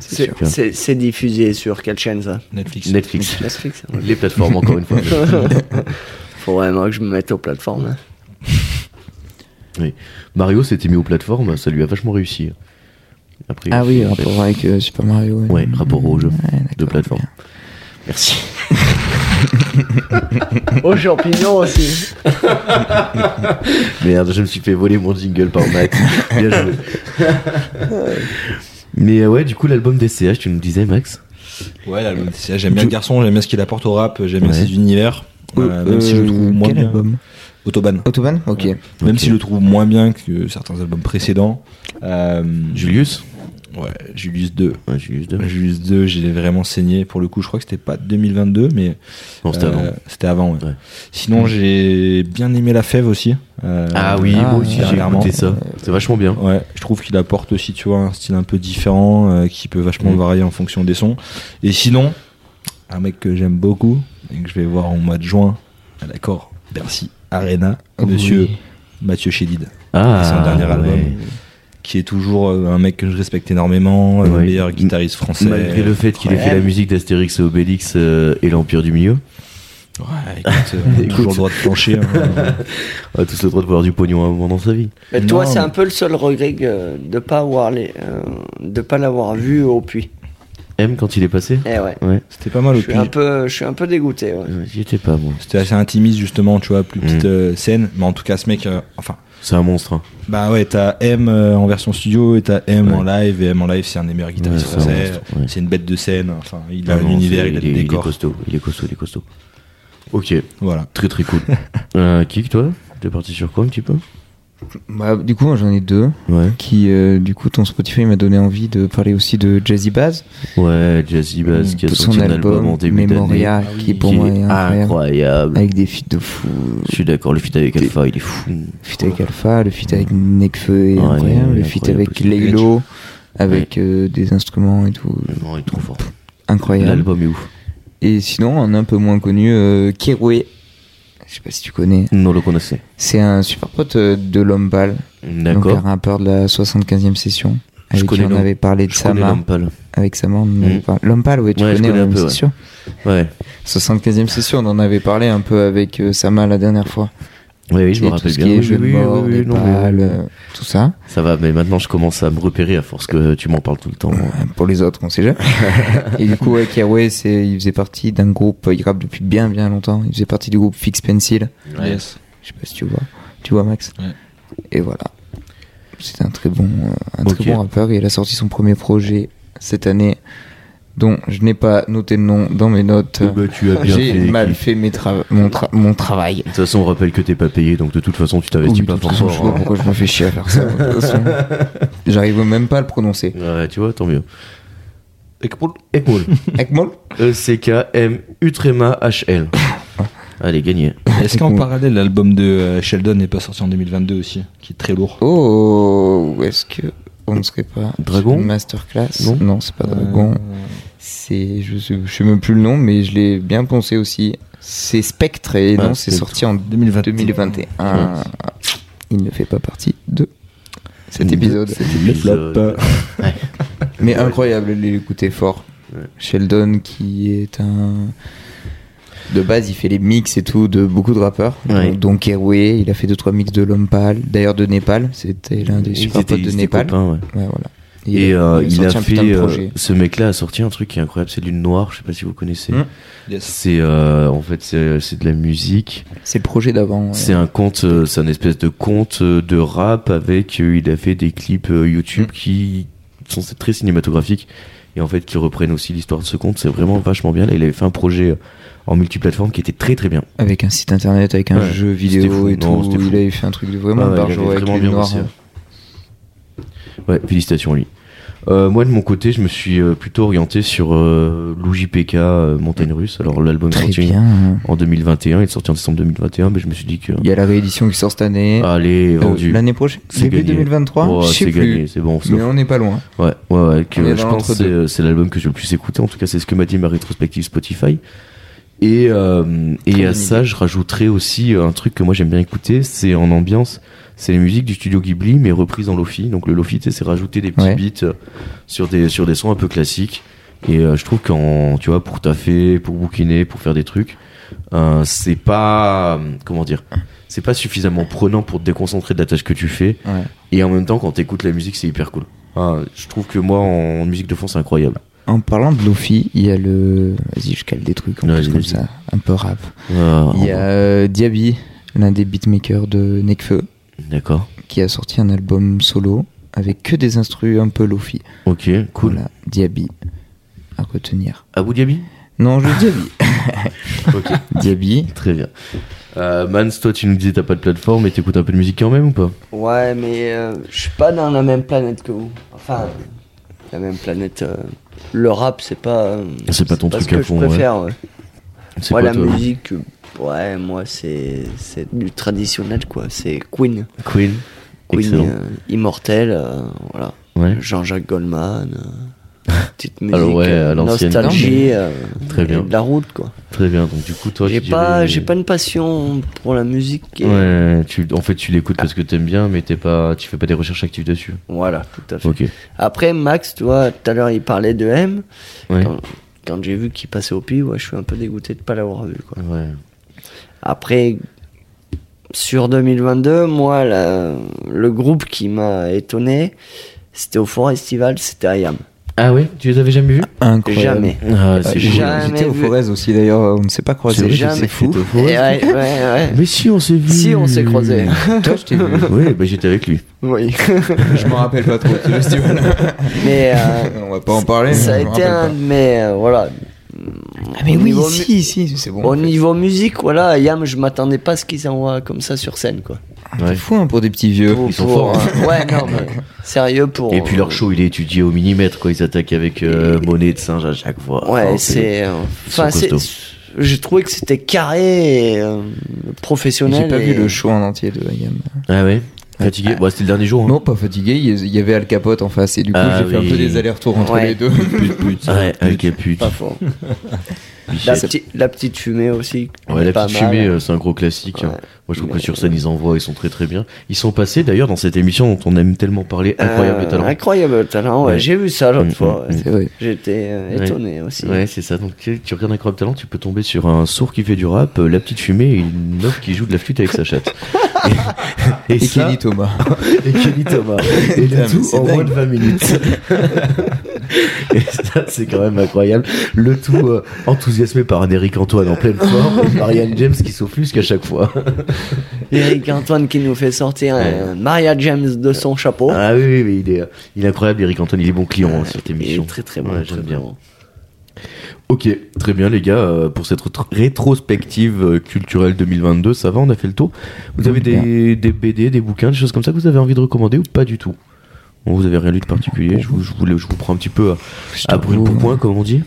D: C'est
C: C'est-
D: sûr.
C: C'est c'est diffusé sur quelle chaîne ça
B: Netflix.
A: Netflix.
C: Netflix. hein.
A: les plateformes, encore une fois.
C: Faut vraiment que je me mette aux plateformes. hein.
A: Mario s'était mis aux plateformes, ça lui a vachement réussi. Après,
D: Ah oui,
A: en fait.
D: rapport avec euh, Super Mario.
A: Ouais, rapport au jeu
D: d'accord,
A: de plateforme.
D: bien.
A: Merci.
C: Aux champignons aussi.
A: Merde, je me suis fait voler mon jingle par Matt. Bien joué. Mais euh, ouais, du coup, l'album des CH, tu nous disais, Max
B: Ouais, l'album des CH, j'aime bien le garçon, j'aime bien ce qu'il apporte au rap, j'aime bien
A: Ouais.
B: ses univers. euh, même si je le trouve
D: Euh,
B: moins
D: quel
B: bien.
D: album
B: Autobahn.
D: Autobahn Ok.
B: Même
A: Ok.
B: si je le trouve moins bien que certains albums précédents. Euh,
A: Julius
B: Ouais, Julius 2.
A: Ouais, Julius 2.
B: Julius 2, j'ai vraiment saigné. Pour le coup, je crois que c'était pas 2022, mais
A: Non, c'était
B: euh,
A: avant.
B: C'était avant, ouais.
A: Ouais.
B: Sinon, j'ai bien aimé La Fève aussi. euh,
A: Ah oui,
D: Ah,
A: moi aussi j'ai
B: dernièrement.
A: écouté ça. C'est vachement bien.
B: Ouais, je trouve qu'il apporte aussi, tu vois, un style un peu différent euh, qui peut vachement
A: Mm.
B: varier en fonction des sons. Et sinon, un mec que j'aime beaucoup et que je vais voir au mois de juin à l'accord Bercy Arena,
A: Ah
B: monsieur
D: Oui.
B: Mathieu Chédid, C'est son dernier album.
A: ouais.
B: qui est toujours euh, un mec que je respecte énormément, euh, le
A: Ouais.
B: meilleur guitariste français.
A: Malgré le fait qu'il ait fait la musique d'Astérix et Obélix euh, et l'Empire du Milieu,
B: Ouais, écoute, euh, on a toujours le droit de plancher. hein.
A: on a tous le droit de voir du pognon à un moment dans sa vie.
C: Mais toi,
B: Non,
C: c'est
B: mais-
C: un peu le seul regret que- euh, de pas avoir les, euh, de pas l'avoir vu au puits.
A: M quand il est passé
C: Eh ouais.
A: Ouais.
B: C'était pas mal
C: Je
B: au
C: suis
B: puits.
C: un peu, je suis un peu dégoûté. ouais.
A: Euh, J'y étais pas moi.
B: C'était assez intimiste justement, tu vois, plus petite
A: Mm.
B: euh, scène. Mais en tout cas, ce mec, euh, enfin,
A: C'est un monstre. hein.
B: Bah ouais, t'as M euh, en version studio et t'as M
A: Ouais.
B: en live. Et M en live, c'est un des meilleurs guitaristes
A: Ouais, c'est
B: français.
A: un monstre, ouais.
B: C'est une bête de scène. Enfin, il a
A: Ah
B: un
A: non,
B: univers,
A: c'est-
B: il a
A: est-
B: des
A: il est
B: décors.
A: costaud. Il est costaud, il est costaud. Ok,
B: Voilà.
A: très très cool. euh, Kik, toi T'es parti sur quoi un petit peu
D: Bah, du coup, moi, j'en ai deux.
A: Ouais.
D: Qui, euh, du coup, ton Spotify m'a donné envie de parler aussi de Jazzy Bass,
A: Ouais, Jazzy Bass qui a
D: de
A: sorti
D: son
A: un album en
D: album,
A: début d'année.
D: Memoria,
B: Ah oui,
D: qui pour
A: qui
D: moi
A: est
D: est incroyable,
A: incroyable.
D: avec des feats de fou.
A: Je suis d'accord, le feat avec Alpha, il est fou.
D: Le feat avec Alpha, le feat avec Nekfeu est
A: Ouais,
D: incroyable,
A: il est
D: le feat
A: incroyable
D: avec
A: aussi.
D: Laylo, avec euh, des instruments et tout,
A: Non, il est trop fort.
D: incroyable.
A: L'album est ouf.
D: Et sinon, un un peu moins connu, euh, Keroué. Je sais pas si tu connais.
A: Non, le connaissait.
D: C'est un super pote euh, de Lombal, donc un
A: D'accord.
D: rappeur de la 75e session.
A: Je
D: Avec qui
A: connais
D: on
A: Lom-
D: avait parlé de
A: Je connais
D: Sama.
A: Lampal.
D: Avec Sama, on en avait
A: Mm.
D: parlé. Lombal, ouais, tu
A: Ouais, je
D: connais,
A: connais un
D: ouais,
A: peu,
D: c'est
A: ouais.
D: sûr.
A: Ouais.
D: 75e session, on en avait parlé un peu avec euh, Sama la dernière fois.
A: Oui, oui, je me
D: Et tout
A: rappelle
D: ce
A: bien.
D: qui est
A: Oui,
D: jeu de
A: oui, oui,
D: mort,
A: oui, oui, non,
D: Népal,
A: mais-
D: euh, tout ça.
A: Ça va, mais maintenant je commence à me repérer à force que tu m'en parles tout le temps.
D: Pour les autres, on sait jamais. et du coup, ouais, Kiawe, c'est, il faisait partie d'un groupe, euh, il rappe depuis bien bien longtemps. Il faisait partie du groupe Fix Pencil.
B: Yes.
D: Je sais pas si tu vois. Tu vois, Max
B: Ouais.
D: Et voilà. C'est un très bon, euh, un
A: Ok.
D: très bon rappeur. Et il a sorti son premier projet cette année, dont je n'ai pas noté le nom dans mes
A: Eh
D: notes.
A: tu as
D: J'ai mal fait mes tra- mon, tra- mon travail.
A: De toute façon, on rappelle que t'es pas payé, donc de toute façon, tu
D: Oh Oui,
A: t'investis
D: de
A: Euh, pas
D: toute façon, je sais
A: forcément. hein.
D: pas pourquoi je me fais chier à faire ça. de toute façon. J'arrive même pas à le prononcer.
A: Ouais, tu vois, tant mieux.
B: Ekpoul.
A: Ekmoul.
D: Ekmol
A: E E-C-K-M-U-T-R-E-M-A-H-L. Allez, gagné.
B: Est-ce qu'en parallèle, l'album de euh, Sheldon n'est pas sorti en 2022 aussi Qui est très lourd.
D: Oh, est-ce que on ne serait pas
A: Dragon
D: sur une masterclass
A: Non. Euh.
D: c'est pas
B: Euh,
D: Dragon. C'est je sais, je sais même plus le nom, mais je l'ai bien pensé aussi. C'est Spectre et
A: Ah,
D: non, c'est
A: Spectre.
D: sorti en
B: 2021.
D: 2021. Il ne fait pas partie de cet épisode.
A: Cet
B: Le flop.
A: épisode.
D: Mais incroyable, l'écouter fort.
A: Ouais.
D: Sheldon qui est un... De base, il fait les mix et tout de beaucoup de rappeurs.
A: Ouais.
D: Donc, Don Keroué, il a fait 2-3 mix de l'homme pâle. D'ailleurs, de Népal, c'était l'un des
A: Ils
D: super
A: étaient-
D: potes
A: ils
D: de
A: étaient
D: Népal.
A: copains, ouais.
D: Ouais, voilà.
A: Et euh, il a
D: sorti un putain
A: fait.
D: de
A: euh,
D: projet.
A: ce mec-là a sorti un truc qui est incroyable, c'est Lune Noire, je sais pas si vous connaissez.
D: Hum.
B: Yes.
A: C'est euh, en fait c'est c'est de la musique.
D: C'est le projet d'avant. ouais.
A: C'est un conte, euh, c'est un espèce de conte euh, de rap avec. euh, il a fait des clips euh, YouTube
D: Mm.
A: qui sont très cinématographiques et en fait qui reprennent aussi l'histoire de ce conte. C'est vraiment vachement bien. Là, il avait fait un projet euh, en multiplateforme qui était très très bien.
D: Avec un site internet, avec un
A: Ouais.
D: jeu
A: C'était
D: vidéo
A: fou.
D: et
A: Non,
D: tout.
A: c'était fou.
D: Il avait fait un truc de vraiment
A: Ouais, ouais, il
D: barjo
A: avait
D: avec
A: vraiment
D: les
A: bien
D: noirs. hein.
A: bossé, hein. ouais. Ouais, félicitations à lui. Euh, moi de mon côté, je me suis euh, plutôt orienté sur euh, Lou JPK, euh, Montagne Russe. Alors l'album est
D: Très
A: sorti
D: bien. hein.
A: en 2021, il est sorti en décembre 2021, mais je me suis dit que ah,
D: Il y a la réédition qui sort cette année.
A: allez
D: Euh,
A: vendu.
D: L'année prochaine
A: C'est
D: Début
A: gagné.
D: 2023
A: Ouais,
D: Je sais
A: c'est
D: plus.
A: gagné, c'est bon. c'est
D: Mais on n'est pas loin.
A: Ouais, ouais, ouais, que
D: On est dans
A: je pense que
D: l'entre-deux.
A: c'est- c'est l'album que je vais le plus écouter. En tout cas, c'est ce que m'a dit ma rétrospective Spotify. Et, euh, et
D: bonne
A: à ça, je rajouterai aussi euh, un truc que moi j'aime bien écouter, c'est en ambiance, c'est les musiques du studio Ghibli, mais reprises en lofi. Donc le lofi, tu sais, c'est rajouter des petits
D: Ouais.
A: beats euh, sur des, sur des sons un peu classiques. Et euh, je trouve qu'en, tu vois, pour taffer, pour bouquiner, pour faire des trucs, euh, c'est pas, euh, comment dire, c'est pas suffisamment prenant pour te déconcentrer de la tâche que tu fais.
D: Ouais.
A: Et en même temps, quand t'écoutes la musique, c'est hyper cool. Ah, je trouve que moi, en musique de fond, c'est incroyable.
D: En parlant de Lofi, il y a le. Vas-y, je cale des trucs en
A: Ouais,
D: plus
A: vas-y,
D: comme
A: vas-y.
D: ça, un peu rap.
A: Ah,
D: Il y
C: hein.
D: a euh, Diaby, l'un des beatmakers de Nekfeu,
A: D'accord.
D: qui a sorti un album solo avec que des instrus un peu Lofi.
A: Ok, cool.
D: Voilà, Diaby, à retenir.
A: Abu Dhabi
D: Non, je dis Diaby.
A: Ok,
D: Diaby,
A: très bien. Euh, Mans, toi, tu nous disais t'as pas de plateforme et t'écoutes un peu de musique quand même ou pas
C: Ouais, mais euh, je suis pas dans la même planète que vous. Enfin, la même planète. euh, le rap, c'est pas. euh,
A: C'est pas ton truc
C: ce
A: à
C: que je
A: fond, ouais.
C: préfère. ouais.
A: C'est
C: Moi,
A: quoi,
C: la
A: toi
C: musique, euh, ouais, moi, c'est c'est du traditionnel, quoi. C'est Queen.
A: Queen.
C: Queen
A: Excellent.
C: euh, immortel, euh, voilà.
A: Ouais.
C: Jean-Jacques Goldman. euh, petite musique.
A: Alors ouais, à
C: euh,
A: l'ancienne.
D: Non,
C: nostalgie. euh,
A: Très
C: et
A: bien.
C: De la route, quoi.
A: Très bien, donc du coup, toi,
C: J'ai
A: tu
C: pas,
A: dirais-
C: j'ai pas une passion pour la musique. et-
A: Ouais, tu, en fait, tu l'écoutes parce que t'aimes bien, mais t'es pas, tu fais pas des recherches actives dessus.
C: Voilà, tout à fait.
A: Ok.
C: Après, Max, tu vois, tout à l'heure, il parlait de M.
A: Ouais.
C: Quand, quand j'ai vu qu'il passait au PI, ouais, je suis un peu dégoûté de pas l'avoir vu. Quoi.
A: Ouais.
C: Après, sur 2022, moi, la- le groupe qui m'a étonné, c'était au Fort Estival, c'était IAM.
A: Ah ouais, tu les avais jamais vus
D: incroyable.
C: Jamais.
A: Ah,
D: Euh,
A: c'est
D: j'ai-
A: cool.
C: jamais
D: J'étais au
C: vu.
D: Forez aussi d'ailleurs, on ne s'est pas croisés.
A: C'est vrai,
D: je-
A: c'est
D: fou.
A: fou.
C: Et ouais, ouais, ouais.
A: Mais si, on s'est vu.
C: Si, on s'est croisés.
D: Toi, je t'ai vu.
A: oui, bah, j'étais avec lui.
C: oui.
D: Je m'en rappelle pas trop du festival.
C: Mais euh,
D: on va pas en parler.
C: ça a
D: mais je m'en
C: été un
D: rappelle
C: de mes. euh, voilà.
D: pas. Ah, mais
C: Au
D: oui,
C: niveau mu-
D: si, si, c'est bon.
C: Au niveau musique, voilà, IAM, je m'attendais pas à ce qu'ils envoient comme ça sur scène, quoi.
A: Ouais.
D: C'est fou hein, pour des petits vieux.
C: Pour-
A: ils sont
C: pour,
A: forts, hein.
C: euh, ouais, non, mais sérieux pour.
A: Et puis leur show, il est étudié au millimètre, quoi. Ils attaquent avec euh, monnaie de singe à chaque fois.
C: Ouais,
A: Enfin,
C: c'est. euh, Enfin,
A: sont
C: c'est.
A: costauds.
C: J'ai trouvé que c'était carré et euh, professionnel.
D: J'ai pas
C: et-
D: vu le show en entier de IAM.
A: Ah ouais Fatigué Bah, c'était le dernier jour. hein.
D: Non, pas fatigué, il y avait Al Capote en face et du coup
A: Ah
D: j'ai fait
A: oui.
D: un peu des allers-retours entre
C: Ouais.
D: les deux.
A: Ouais, avec la pute.
C: Pas fort. la,
A: Bichette.
C: petite- la petite fumée aussi.
A: Ouais, la
C: pas
A: petite
C: mal.
A: fumée, euh, c'est un gros classique. hein.
C: Ouais.
A: Moi, je trouve que
C: Mais-
A: sur scène, ils envoient, ils sont très très bien. Ils sont passés d'ailleurs dans cette émission dont on aime tellement parler, Incroyable
C: Euh,
A: Talent.
C: Incroyable talent, ouais.
A: Ouais.
C: J'ai vu ça l'autre
A: Mm,
C: fois.
A: mm,
C: ouais.
D: C'est vrai.
C: J'étais euh,
A: Ouais.
C: étonné aussi.
A: Ouais, c'est ça. Donc, tu tu regardes Incroyable Talent, tu peux tomber sur un sourd qui fait du rap, euh, la petite fumée et une meuf qui joue de la flûte avec sa chatte. Et, et
D: Et
A: ça-
D: Kenny Thomas.
A: et Kelly Thomas. Et
D: Putain,
A: le
D: mais
A: tout
D: c'est
A: en
D: dingue.
A: moins de 20 minutes. et ça, c'est quand même incroyable. Le tout euh, enthousiasmé par un Eric Antoine en pleine forme et Marianne James qui s'offusque à chaque fois.
C: Eric Antoine qui nous fait sortir un Maria James de son chapeau.
A: Ah oui, oui, oui, il est, euh, il est incroyable, Eric Antoine. Il est bon client hein, sur tes
C: Oh. Il
A: missions.
C: est très très bon.
A: Ouais,
C: très,
A: j'aime
C: très
A: bien.
C: bon.
A: Ok, très bien les gars, euh, pour cette retro- rétrospective euh, culturelle 2022, ça va, on a fait le tour. Vous avez des, des BD, des bouquins, des choses comme ça que vous avez envie de recommander ou pas du tout Bon, Vous avez rien lu de particulier, je vous, je vous, je vous prends un petit peu euh, à, à brûle pour point, comme on dit.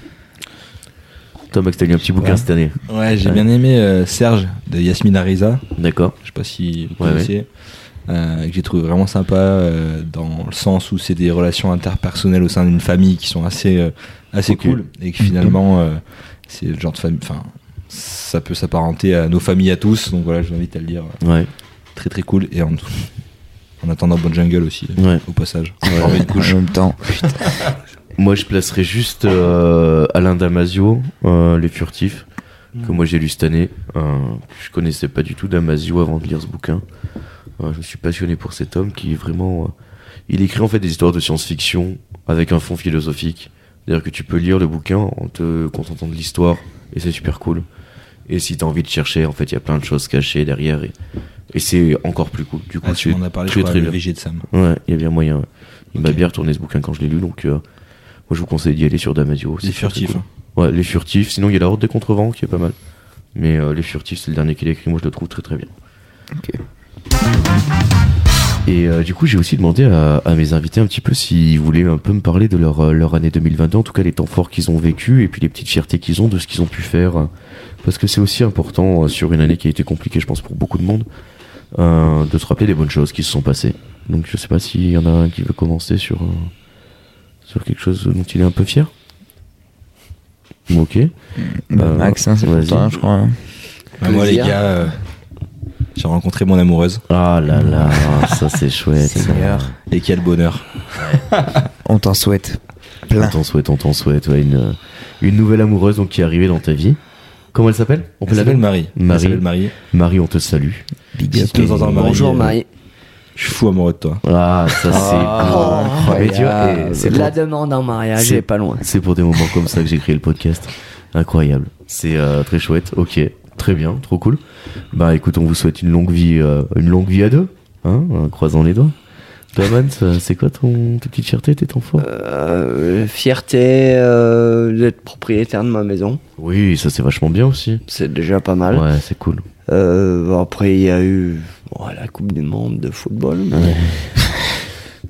A: Toi Max, t'as lu un petit bouquin
B: Ouais.
A: cette année,
B: Ouais, j'ai
A: Ouais.
B: bien aimé euh, Serge de Yasmine Ariza.
A: d'accord
B: je sais pas si vous
A: Ouais,
B: connaissez, euh, que j'ai trouvé vraiment sympa euh, dans le sens où c'est des relations interpersonnelles au sein d'une famille qui sont assez, euh, assez
A: Ok.
B: cool et que finalement euh, c'est le genre de famille, enfin ça peut euh, s'apparenter à nos familles à tous, donc voilà, je vous invite à le lire,
A: Ouais,
B: très très cool et en En attendant Bon Jungle aussi, euh,
A: Ouais.
B: au passage.
A: Ouais.
B: On met une couche.
D: En même temps.
A: Moi, je placerais juste euh, Alain Damasio, euh, Les Furtifs,
B: Mm.
A: que moi j'ai lu cette année. Euh, je connaissais pas du tout Damasio avant de lire ce bouquin. Euh, je me suis passionné pour cet homme qui est vraiment. euh, il écrit en fait des histoires de science-fiction avec un fond philosophique. C'est-à-dire que tu peux lire le bouquin en te contentant de l'histoire et c'est super cool. Et si t'as envie de chercher, en fait, il y a plein de choses cachées derrière et, et c'est encore plus cool. Du coup,
B: Ah, tu
A: c'est
B: m'en as parlé, je
A: très,
B: crois,
A: très
B: le
A: bien.
B: VG de Sam.
A: Ouais, il y a bien moyen. ouais. Il m'a
B: Ok.
A: bien retourné ce bouquin quand je l'ai lu, donc euh, moi je vous conseille d'y aller sur Damasio.
B: C'est
A: c'est très, très
B: furtif.
A: cool. Ouais, les furtifs. Sinon, il y a la Horde des Contrevents qui est pas mal. Mais euh, les furtifs, c'est le dernier qu'il a écrit. Moi, je le trouve très très bien.
D: Ok.
A: Et euh, du coup, j'ai aussi demandé à, à mes invités un petit peu s'ils voulaient un peu me parler de leur, euh, leur année 2022, en tout cas les temps forts qu'ils ont vécu et puis les petites fiertés qu'ils ont de ce qu'ils ont pu faire. Parce que c'est aussi important euh, sur une année qui a été compliquée, je pense, pour beaucoup de monde, euh, de se rappeler des bonnes choses qui se sont passées. Donc, je sais pas s'il y en a un qui veut commencer sur, euh, sur quelque chose dont il est un peu fier. Bon, ok.
D: Bah,
A: Euh,
D: Max, hein, c'est pour
A: vas-y.
D: toi, hein, je crois.
B: Bah, moi, les
C: Plaisir.
B: gars, euh, j'ai rencontré mon amoureuse.
A: Ah là là, ça c'est chouette. ça.
D: Seigneur.
B: Et quel bonheur.
D: On t'en souhaite plein.
A: On t'en souhaite, on t'en souhaite. ouais, une, euh, une nouvelle amoureuse donc, qui est arrivée dans ta vie. Comment elle s'appelle On
B: Elle s'appelle Marie. Elle
A: Marie.
B: s'appelle Marie.
A: Marie, on te salue.
D: Big
B: Si
D: up.
B: tu nous entends, Marie,
C: Bonjour
B: euh,
C: Marie.
B: Je suis fou amoureux de toi.
A: Ah, ça c'est.
D: Ah,
A: cool. Mais tu vois,
D: incroyable.
A: et c'est pour-
C: Oh, La demande en mariage
A: c'est-
C: est pas loin.
A: C'est pour des moments comme ça que j'ai créé le podcast. Incroyable. C'est euh, très chouette. Ok, très bien, trop cool. Bah écoute, on vous souhaite une longue vie, euh, une longue vie à deux. Hein, en croisant les doigts. Toi, Man, ça- c'est quoi ton, tes petites fiertés, tes temps forts
C: Euh, fierté euh, d'être propriétaire de ma maison,
A: Oui, ça c'est vachement bien aussi.
C: c'est déjà pas mal.
A: Ouais, c'est cool.
C: Euh, après, il y a eu bon, la Coupe du Monde de football. mais-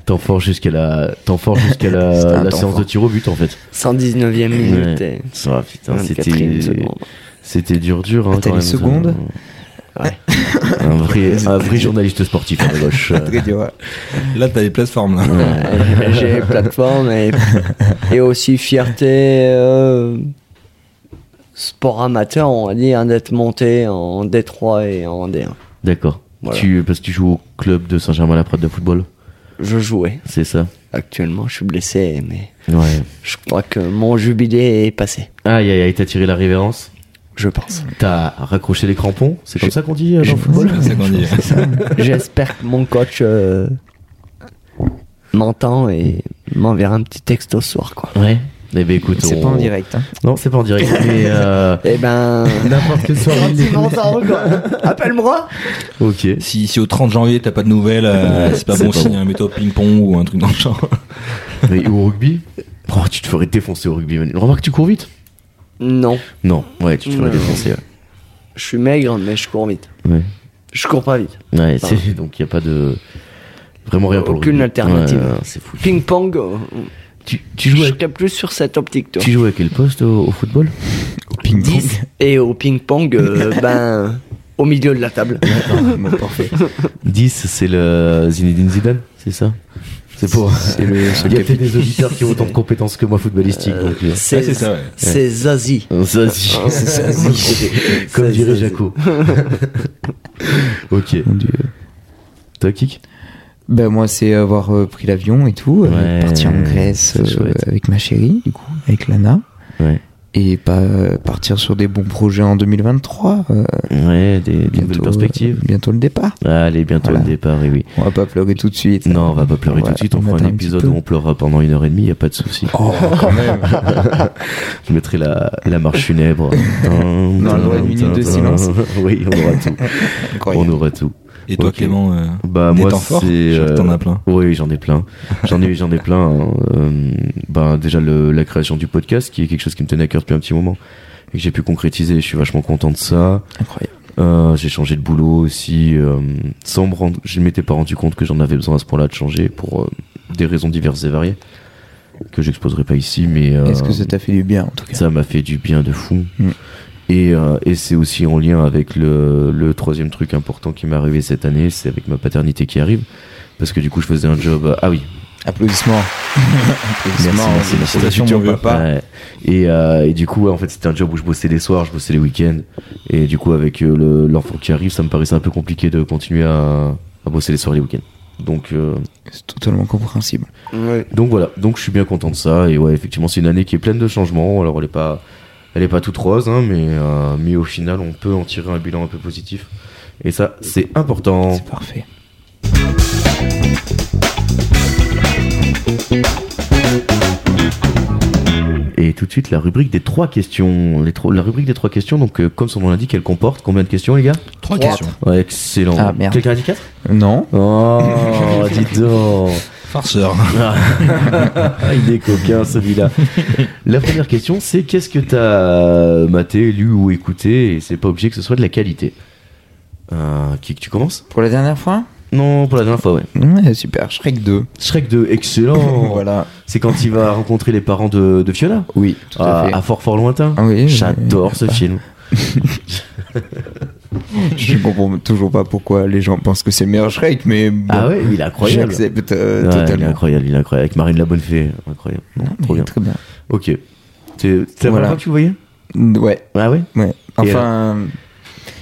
A: Temps fort jusqu'à la, temps fort jusqu'à
D: C'était
A: la,
D: un
A: la
D: temps
A: séance de
D: fort.
A: tir au but en fait.
C: 119e minute
A: Ouais.
C: et
A: Ah, putain,
C: 24e
A: c'était,
C: seconde.
A: c'était dur, dur. Hein,
D: Ah, t'as
A: quand même,
D: les
A: ça.
D: secondes
C: Ouais.
A: un vrai, un vrai journaliste sportif à gauche. euh.
D: Très dur, ouais.
B: Là, t'as les plateformes, là.
C: Ouais, J'ai les plateformes et, et aussi fierté euh, sport amateur, on va dire, hein, d'être monté en D3 et en D1.
A: D'accord.
C: Voilà.
A: Tu, parce que tu joues au club de Saint-Germain-la-Prade de football,
C: Je jouais.
A: c'est ça
C: Actuellement, je suis blessé, mais
A: Ouais.
C: je crois que mon jubilé est passé.
A: Aïe, aïe, aïe, t'as tiré la révérence
C: Je pense.
A: T'as raccroché les crampons C'est comme ça qu'on dit euh, dans le football
B: C'est ça qu'on dit.
C: J'espère que mon coach euh, m'entend et m'enverra un petit texto ce soir, quoi.
A: Ouais. Eh ben écoute,
D: C'est
A: on-
D: pas en direct. hein.
A: Non, c'est pas en direct. mais euh,
C: Eh ben.
A: n'importe quelle soirée.
C: Quand il m'entend, quoi, appelle-moi!
A: ok.
B: Si, si au 30 janvier, t'as pas de nouvelles, euh, c'est pas
A: C'est
B: bon
A: pas
B: signe. hein. Mets-toi au ping-pong ou un truc dans le genre.
A: Mais ou au rugby Oh, tu te ferais défoncer au rugby. man. Remarque, tu cours vite
C: Non,
A: Non, ouais, tu te ferais
C: Non.
A: défoncer.
C: je suis maigre, mais je cours vite.
A: Ouais. Ouais.
C: Je cours pas vite.
A: Ouais, c'est- donc il n'y a pas de. Vraiment rien pour le
C: Aucune
A: rugby.
C: alternative.
A: Ouais, ouais, c'est fou.
C: Ping-pong, euh,
A: Tu, tu
C: je
A: joues, à,
C: serais plus sur cette optique, toi.
A: tu joues à quel poste au, au football
D: Ping-pong.
C: Et au ping-pong, euh, ben, au milieu de la table.
D: Ah, Bon, Parfait.
A: 10, c'est le Zinedine Zidane, c'est ça C'est pour.
D: C'est le
A: Il y a peut-être des auditeurs qui ont autant de compétences que moi footballistiques. donc, euh,
C: C'est
B: c'est ça, ouais.
C: c'est Zazie.
A: Zazie. Comme
C: C'est
A: dirait
C: Zazie.
A: Jaco. ok.
D: Mon Dieu.
A: Toi, Kik
D: Ben moi c'est avoir euh, pris l'avion et tout, euh,
A: Ouais,
D: partir en Grèce
A: c'est
D: euh,
A: chouette.
D: avec ma chérie du coup, avec Lana,
A: Ouais.
D: et pas euh, partir sur des bons projets en 2023. euh,
A: Ouais, des, des nouvelles
D: bientôt,
A: perspectives.
D: euh, bientôt le départ.
A: Allez, bientôt
D: Voilà.
A: le départ, et oui.
D: On va pas pleurer tout de suite.
A: Non, on va pas pleurer
D: Ouais,
A: tout de suite. On fera
D: attend
A: un
D: petit
A: épisode
D: peu.
A: où on pleurera pendant une heure et demie, y a pas de souci.
D: Oh, quand même.
A: Je mettrai la, la marche funèbre. on
D: aura une minute de silence.
A: Oui, on aura tout. on
D: Incroyable.
A: aura tout.
B: Et toi,
A: Ok.
B: Clément, euh,
A: Bah
B: des
A: moi,
B: temps forts
A: c'est.
B: Je crois que t'en
A: euh,
B: as plein.
A: Oui, j'en ai plein. J'en ai, j'en ai plein. hein. Euh, bah, déjà le- la création du podcast, qui est quelque chose qui me tenait à cœur depuis un petit moment et que j'ai pu concrétiser. Je suis vachement content de ça.
D: Incroyable.
A: Euh, j'ai changé de boulot aussi, euh, sans me rendre, je ne m'étais pas rendu compte que j'en avais besoin à ce point-là de changer pour euh, des raisons diverses et variées que j'exposerai pas ici, mais euh,
D: Est-ce que ça t'a fait du bien en tout cas
A: ça m'a fait du bien de fou.
D: Mm.
A: Et, euh, et c'est aussi en lien avec le, le troisième truc important qui m'est arrivé cette année, c'est avec ma paternité qui arrive. Parce que du coup, je faisais un job. Ah oui,
D: Applaudissements. Applaudissements.
A: Merci, merci, merci.
D: Félicitations,
B: Mon
D: mon
B: vieux.
D: papa.
A: Ouais. Et, euh, et du coup, ouais, en fait, c'était un job où je bossais les soirs, je bossais les week-ends. Et du coup, avec euh, le- l'enfant qui arrive, ça me paraissait un peu compliqué de continuer à, à bosser les soirs et les week-ends. Donc, euh,
D: C'est totalement compréhensible.
C: Ouais.
A: donc voilà, donc je suis bien content de ça. Et ouais, effectivement, c'est une année qui est pleine de changements. Alors elle est pas, elle est pas toute rose, hein, mais, euh, mais au final, on peut en tirer un bilan un peu positif. Et ça, c'est important.
D: C'est parfait.
A: Et tout de suite, la rubrique des trois questions. Les trois- la rubrique des trois questions, donc euh, comme son nom l'indique, elle comporte combien de questions, les gars
B: Trois
D: Trois.
B: questions.
A: Ouais, excellent.
D: Ah, merde.
A: Quelqu'un a dit quatre
D: Non.
A: Oh, dis donc
B: Farceur.
A: Ah, il est coquin celui-là. La première question, c'est qu'est-ce que t'as euh, maté, lu ou écouté Et c'est pas obligé que ce soit de la qualité. Euh, qui que tu commences
D: Pour la dernière fois
A: Non, pour la dernière fois, ouais.
D: Ouais, super. Shrek 2.
A: Shrek 2, excellent
D: voilà.
A: C'est quand il va rencontrer les parents de, de Fiona
D: Oui, tout
A: à,
D: à fait.
A: à fort fort lointain.
D: Ah oui,
A: J'adore ce film.
D: Je comprends toujours pas pourquoi les gens pensent que c'est le meilleur Shrek, mais bon,
A: Ah ouais, il est incroyable.
D: j'accepte euh,
A: Ouais, il est
D: totalement.
A: incroyable, il est incroyable. Avec Marine la Bonne Fée, incroyable. Non,
D: Non, mais
A: trop bien.
D: Très bien.
A: Ok. C'est- C'est la première
D: Voilà.
A: fois que tu le voyais
D: Ouais,
A: Ah ouais
D: ouais.
A: Et
D: Enfin,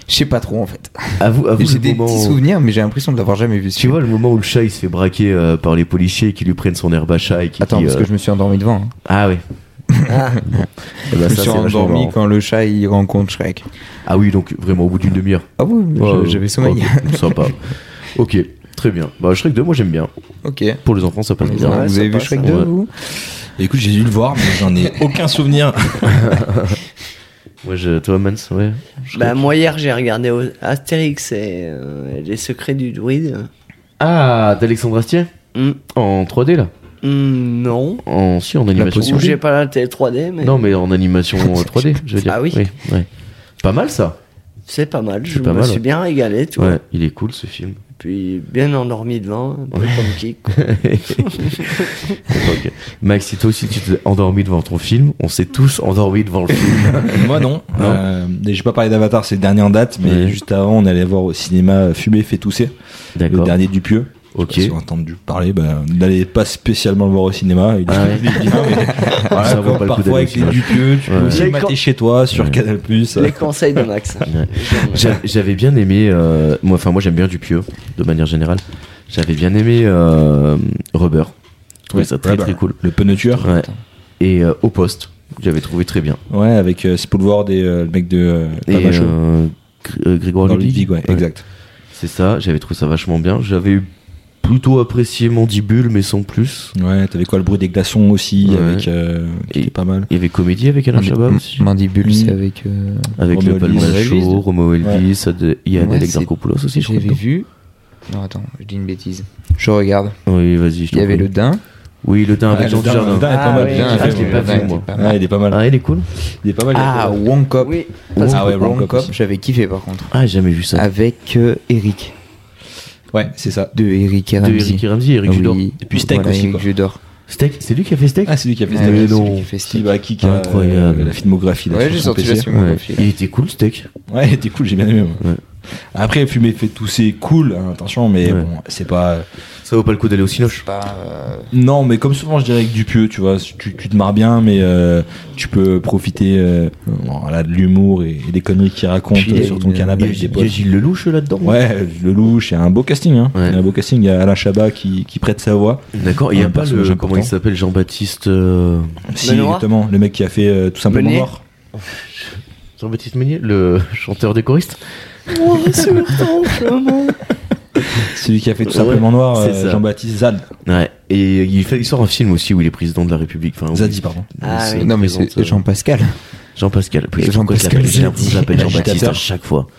D: je sais pas trop en fait.
A: À vous, à Ah, vous
D: J'ai
A: le
D: des
A: moment
D: petits
A: où-
D: souvenirs, mais j'ai l'impression de l'avoir jamais vu. ce
A: Tu
D: film.
A: vois le moment où le chat il se fait braquer euh, par les policiers et qui lui prennent son herbe à chat et qui
D: Attends,
A: dit,
D: parce
A: euh,
D: que je me suis endormi devant. hein.
A: Ah oui.
C: Ah,
A: Eh ben,
D: je me
A: ça,
D: suis
A: c'est vachement
D: endormi
A: marrant.
D: quand le chat il rencontre Shrek.
A: Ah oui, donc vraiment au bout d'une demi-heure.
D: Ah bon, je-
A: Ouais,
D: j'avais
A: ouais.
D: sommeil.
A: Ok, sympa. ok, très bien. Bah, Shrek 2, moi j'aime bien.
D: Ok.
A: Pour les enfants, ça passe
D: Vous
A: bien.
C: Ouais, ça
D: avez vu
C: passe,
D: Shrek
A: hein.
D: 2
A: Ouais.
D: vous
B: Écoute, j'ai dû le voir, mais j'en ai aucun souvenir.
A: Ouais, je... toi, Mans, ouais.
C: bah, moi, hier, j'ai regardé au- Astérix et euh, Les Secrets du Druide.
A: Ah, d'Alexandre Astier
C: Hmm,
A: En 3D là
C: hmm, non.
A: En si, en animation.
D: potion.
C: Ou J'ai pas la télé 3D, mais
A: Non, mais en animation euh, 3D, je veux dire.
C: Ah oui.
A: ouais. Pas mal ça.
C: c'est pas mal.
A: C'est
C: Je
A: pas
C: me
A: mal,
C: suis
A: ouais.
C: bien régalé, tu vois.
A: Ouais, il est cool ce film.
C: Puis bien endormi devant, un peu comme Kik. quoi.
A: Ok. Max, si toi aussi tu t'es endormi devant ton film, on s'est tous endormis devant le film.
B: Moi non. Euh, et j'ai pas parlé d'Avatar, c'est le dernier en date, mais
A: Ouais.
B: juste avant, on allait voir au cinéma euh, Fumé fait tousser, le
A: D'accord.
B: dernier du pieux.
A: Ok.
B: Si vous avez entendu parler, bah, n'allez pas spécialement le voir au cinéma. Il est-
A: Ah ouais.
B: il est bien, mais voilà,
A: Ça vaut
B: comme
A: pas le coup d'aller au
B: parfois avec les
A: cinéma.
B: Dupieux, tu
A: Ouais.
B: peux aussi
C: Les
B: le mater
C: cor-
B: chez toi sur
A: Ouais.
B: Canal+.
C: Les conseils de Max.
A: Ouais. J'a- J'avais bien aimé, euh, moi, enfin moi j'aime bien Dupieux de manière générale. J'avais bien aimé euh, Rubber. Je trouvais
B: Ouais,
A: ça très
B: Rubber.
A: très cool.
B: Le pneu tueur.
A: Ouais. Et euh, au poste, j'avais trouvé très bien.
B: Ouais, avec euh, Spoolward et euh, le mec de euh,
A: Et
B: Pavacho.
A: euh, Gr- euh, Grégoire
B: Dans
A: Ludwig,
B: Ludwig, ouais,
A: ouais.
B: exact.
A: C'est ça, j'avais trouvé ça vachement bien. J'avais plutôt apprécié Mandibule, mais sans plus.
B: Ouais, t'avais quoi le bruit des glaçons aussi,
A: Ouais.
B: avec, euh, qui
A: Et-
B: était pas mal.
A: Il y avait Comédie avec Alain Chabat aussi.
D: Mandibule,
B: Mm.
D: c'est avec. euh,
A: Avec
B: Roméo
A: le
B: Elvis.
A: Palma
D: Roméo Elvis.
A: Show, Romo Elvis, Ad- Yann
D: Ouais,
A: Alexandropoulos aussi, je crois.
D: J'avais vu. Non, attends, je dis une bêtise. Je regarde.
A: Oui, vas-y, je
D: Il y
A: t'en
D: avait
A: prie.
D: le dain.
A: Oui, le Dain
B: Ah,
A: avec
B: le
A: Jean
B: Dain, le
A: Dujardin.
B: Dain est pas
C: Ah
B: mal.
C: oui,
B: Bien
A: ah,
B: fait,
A: je l'ai
B: ouais.
A: pas
B: Le
A: vu,
B: Dain
A: moi.
B: était pas mal. Ouais, il est pas mal.
A: Ah, il est cool.
B: Il est pas mal. il est
D: Ah,
B: pas mal.
D: Wong Cop.
C: Oui,
A: Parce
B: Ah ouais,
D: Wong
B: Wrong Cop
D: Cop,
B: aussi.
D: j'avais kiffé par contre.
A: Ah, j'ai jamais vu ça.
D: Avec euh, Eric.
B: Ouais, c'est ça.
D: De Eric et
A: de
D: Ramsey. Ah
A: Eric Ramsey, Eric
D: Oui.
A: Judor.
B: Et puis Steak
D: Voilà,
B: aussi,
D: Eric
B: quoi.
D: Judor.
A: Steak, c'est lui qui a fait Steak
B: Ah, c'est lui qui a fait
D: Ouais,
A: Mais
D: c'est
A: non.
D: lui qui fait
B: Steve
D: Steak.
B: Aiki qui a
A: Incroyable.
B: euh, la filmographie. là,
D: Ouais,
B: sur
D: j'ai
B: son
D: sorti
B: PC.
D: la sur mon
A: Ouais.
D: profil.
A: Il était cool, Steak.
B: Ouais, il était cool, j'ai bien aimé. moi.
A: Ouais.
B: Après, fumer fait tousser, cool, hein, attention, mais
A: Ouais.
B: bon, c'est pas.
A: Ça vaut pas le coup d'aller au Cinoche.
D: Pas, euh,
B: Non, mais comme souvent, je dirais avec Dupieux, tu vois, tu, tu te marres bien, mais euh, tu peux profiter euh, voilà, de l'humour et, et des conneries qu'il raconte
D: Puis,
B: euh,
D: il y a
B: sur ton
D: une-
A: Il
B: canapé
A: y a
B: avec des
A: Gilles- il y a
B: potes.
A: Gilles Lelouch là-dedans.
B: Ouais, le louche, il y a un beau casting. Hein.
A: Ouais.
B: Il y a un beau casting, il y a Alain Chabat qui, qui prête sa voix.
A: D'accord, il y a
B: Un
A: pas
B: personnage
A: le. Comment il
B: important.
A: s'appelle Jean-Baptiste. euh,
B: Si,
C: Benoît
B: exactement, le mec qui a fait euh, tout simplement
C: Meunier.
B: mort.
A: Jean-Baptiste Meunier, le chanteur des choristes. Oh,
B: Celui qui a fait tout
A: Ouais,
B: simplement noir,
A: c'est
B: euh,
A: ça.
B: Jean-Baptiste Zad.
A: Ouais, et il, fait, il sort un film aussi où il est président de la République. Enfin, où
B: Zadi, pardon.
A: il
C: Ah
A: se
C: oui.
D: Non, mais
A: présente,
D: c'est
A: euh,
D: Jean-Pascal.
A: Jean-Pascal. Puis,
D: Jean-Pascal
A: pourquoi je l'appelle- j'ai
D: Zadi.
A: l'impression que je l'appelle Jean-Baptiste à
B: L'agitateur.
A: chaque fois.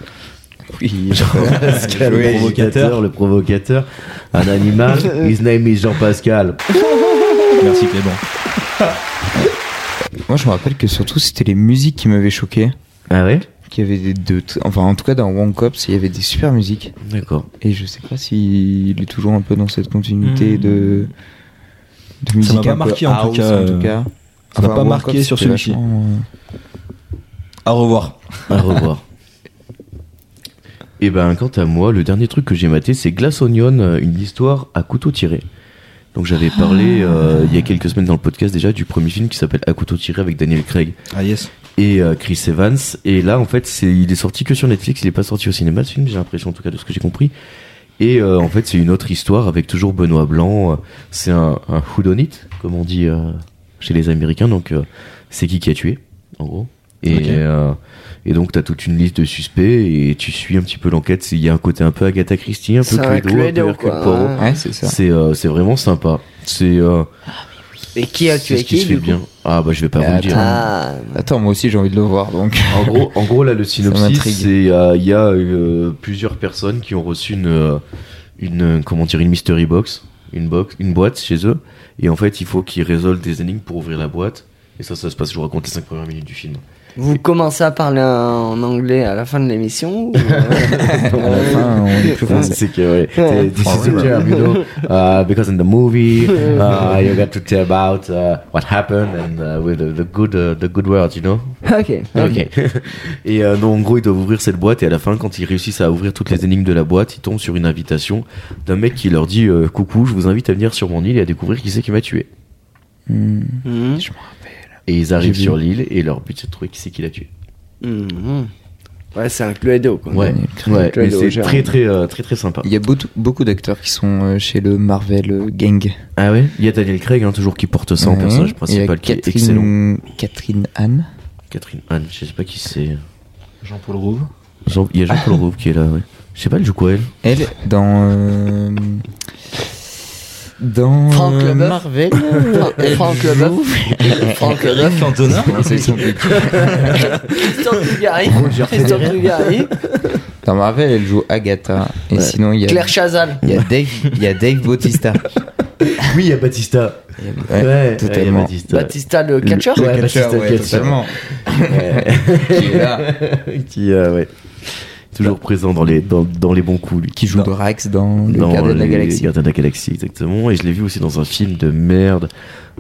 D: Oui,
A: Jean-Pascal,
B: Joué.
A: le provocateur, le provocateur, un animal. His name is Jean-Pascal.
B: Merci Clément.
D: Moi, je me rappelle que surtout, c'était les musiques qui m'avaient choqué.
A: Ah ouais
D: Qu'il y avait des deux. Enfin, en tout cas, dans Wong Cop, il y avait des super musiques.
A: D'accord.
D: Et je sais pas s'il est toujours un peu dans cette continuité de, de musique.
B: Hmm. m'a pas
D: un peu
B: marqué, en tout
D: house,
B: cas,
D: en tout
B: euh,
D: cas.
B: ça m'a pas
D: Wong
B: marqué
D: Cop,
B: sur
D: c'était
B: celui-ci.
D: vachement, euh,
B: À revoir.
A: À revoir. Et ben, quant à moi, le dernier truc que j'ai maté, c'est Glass Onion, euh, une histoire à couteau tiré. Donc j'avais parlé euh, il y a quelques semaines dans le podcast déjà du premier film qui s'appelle À couteau tiré avec Daniel Craig
B: Ah yes.
A: et euh, Chris Evans. Et là, en fait, c'est il est sorti que sur Netflix, il est pas sorti au cinéma ce film, j'ai l'impression en tout cas de ce que j'ai compris. Et euh, en fait, c'est une autre histoire avec toujours Benoît Blanc. euh, C'est un, un whodunit, comme on dit euh, chez les Américains. Donc, euh, c'est qui qui a tué, en gros. Et,
B: Ok.
A: euh, et donc, t'as toute une liste de suspects et tu suis un petit peu l'enquête. C'est- Il y a un côté un peu Agatha Christie, un peu
C: C'est
A: Cluedo,
C: un
A: un peu
C: Cluedo,
A: Hercule
C: quoi.
A: Poirot.
D: Ouais, c'est ça.
A: C'est euh, c'est vraiment sympa. C'est euh,
C: Et qui a
A: c'est
C: tué
A: ce qui
C: qui
A: se fait
C: du coup
A: bien. Ah bah je vais pas vous le dire.
C: Ah,
D: Attends, moi aussi j'ai envie de le voir donc.
A: En gros, en gros, là, le synopsis,
D: m'intrigue.
A: c'est euh, il y a euh, plusieurs personnes qui ont reçu une, euh, une euh, comment dire, une mystery box, une box, une boîte chez eux, et en fait, il faut qu'ils résolvent des énigmes pour ouvrir la boîte. Et ça, ça se passe. Je vous raconte les cinq premières minutes du film.
C: vous commencez à parler en anglais à la fin de l'émission ou, euh,
D: À la fin, on est plus français.
A: C'est que ouais, c'est- this is the term, you know, uh, because in the movie, uh, you got to tell about uh, what happened and uh, with the, the good, uh, the good words, you know.
C: Ok.
A: Ok. et euh, non, en gros, ils doivent ouvrir cette boîte et à la fin, quand ils réussissent à ouvrir toutes les énigmes de la boîte, ils tombent sur une invitation d'un mec qui leur dit euh, Coucou, je vous invite à venir sur mon île et à découvrir qui c'est qui m'a tué.
D: Hmm.
C: Mhm.
A: Et ils arrivent
D: J'ai vu.
A: sur l'île et leur but c'est de trouver qui c'est qui l'a tué.
C: Mhm. Ouais, c'est un Cluedo quoi.
A: Ouais,
D: très
A: ouais,
C: très
A: mais c'est
C: légère.
A: très très, euh, très très sympa.
D: Il y a beaucoup, beaucoup d'acteurs qui sont euh, chez le Marvel euh, Gang.
A: Ah ouais Il y a Daniel Craig, hein, toujours qui porte ça en
D: Ouais.
A: personnage
D: Il y a
A: principal qui est
D: Catherine,
A: excellent.
D: Catherine Anne.
A: Catherine Anne, je sais pas qui c'est.
B: Jean-Paul Rouve.
A: Jean- Il y a Jean-Paul Rouve qui est là, ouais. Je sais pas, elle joue quoi elle
D: Elle, dans. euh, dans.
C: Franck
D: euh,
C: Leboeuf.
D: Marvel.
C: Fra-
D: elle
C: Franck
D: joue-
C: Leboeuf. Franck Leboeuf.
B: Cantona
D: Non, c'est son truc.
C: Christophe Dugarry. Christophe Dugarry.
D: Dans Marvel, elle joue Agatha. Et sinon, il y a.
C: Claire Chazal.
D: il y a Dave, il y a Dave Bautista.
A: Oui, il y a Batista.
D: Ouais,
A: il y a
D: totalement.
A: Batista.
C: Batista le catcheur.
D: Le
A: Ouais,
D: catcheur,
A: Bautista,
D: ouais,
A: le catcheur.
D: totalement.
A: Ouais.
D: Qui est là,
A: qui euh, ouais. toujours présent dans les dans, Bah. dans les bons coups lui.
D: qui joue Drax dans Le
A: dans
D: Gardien de la
A: les
D: Galaxie.
A: Gardiens de la Galaxie exactement et je l'ai vu aussi dans un film de merde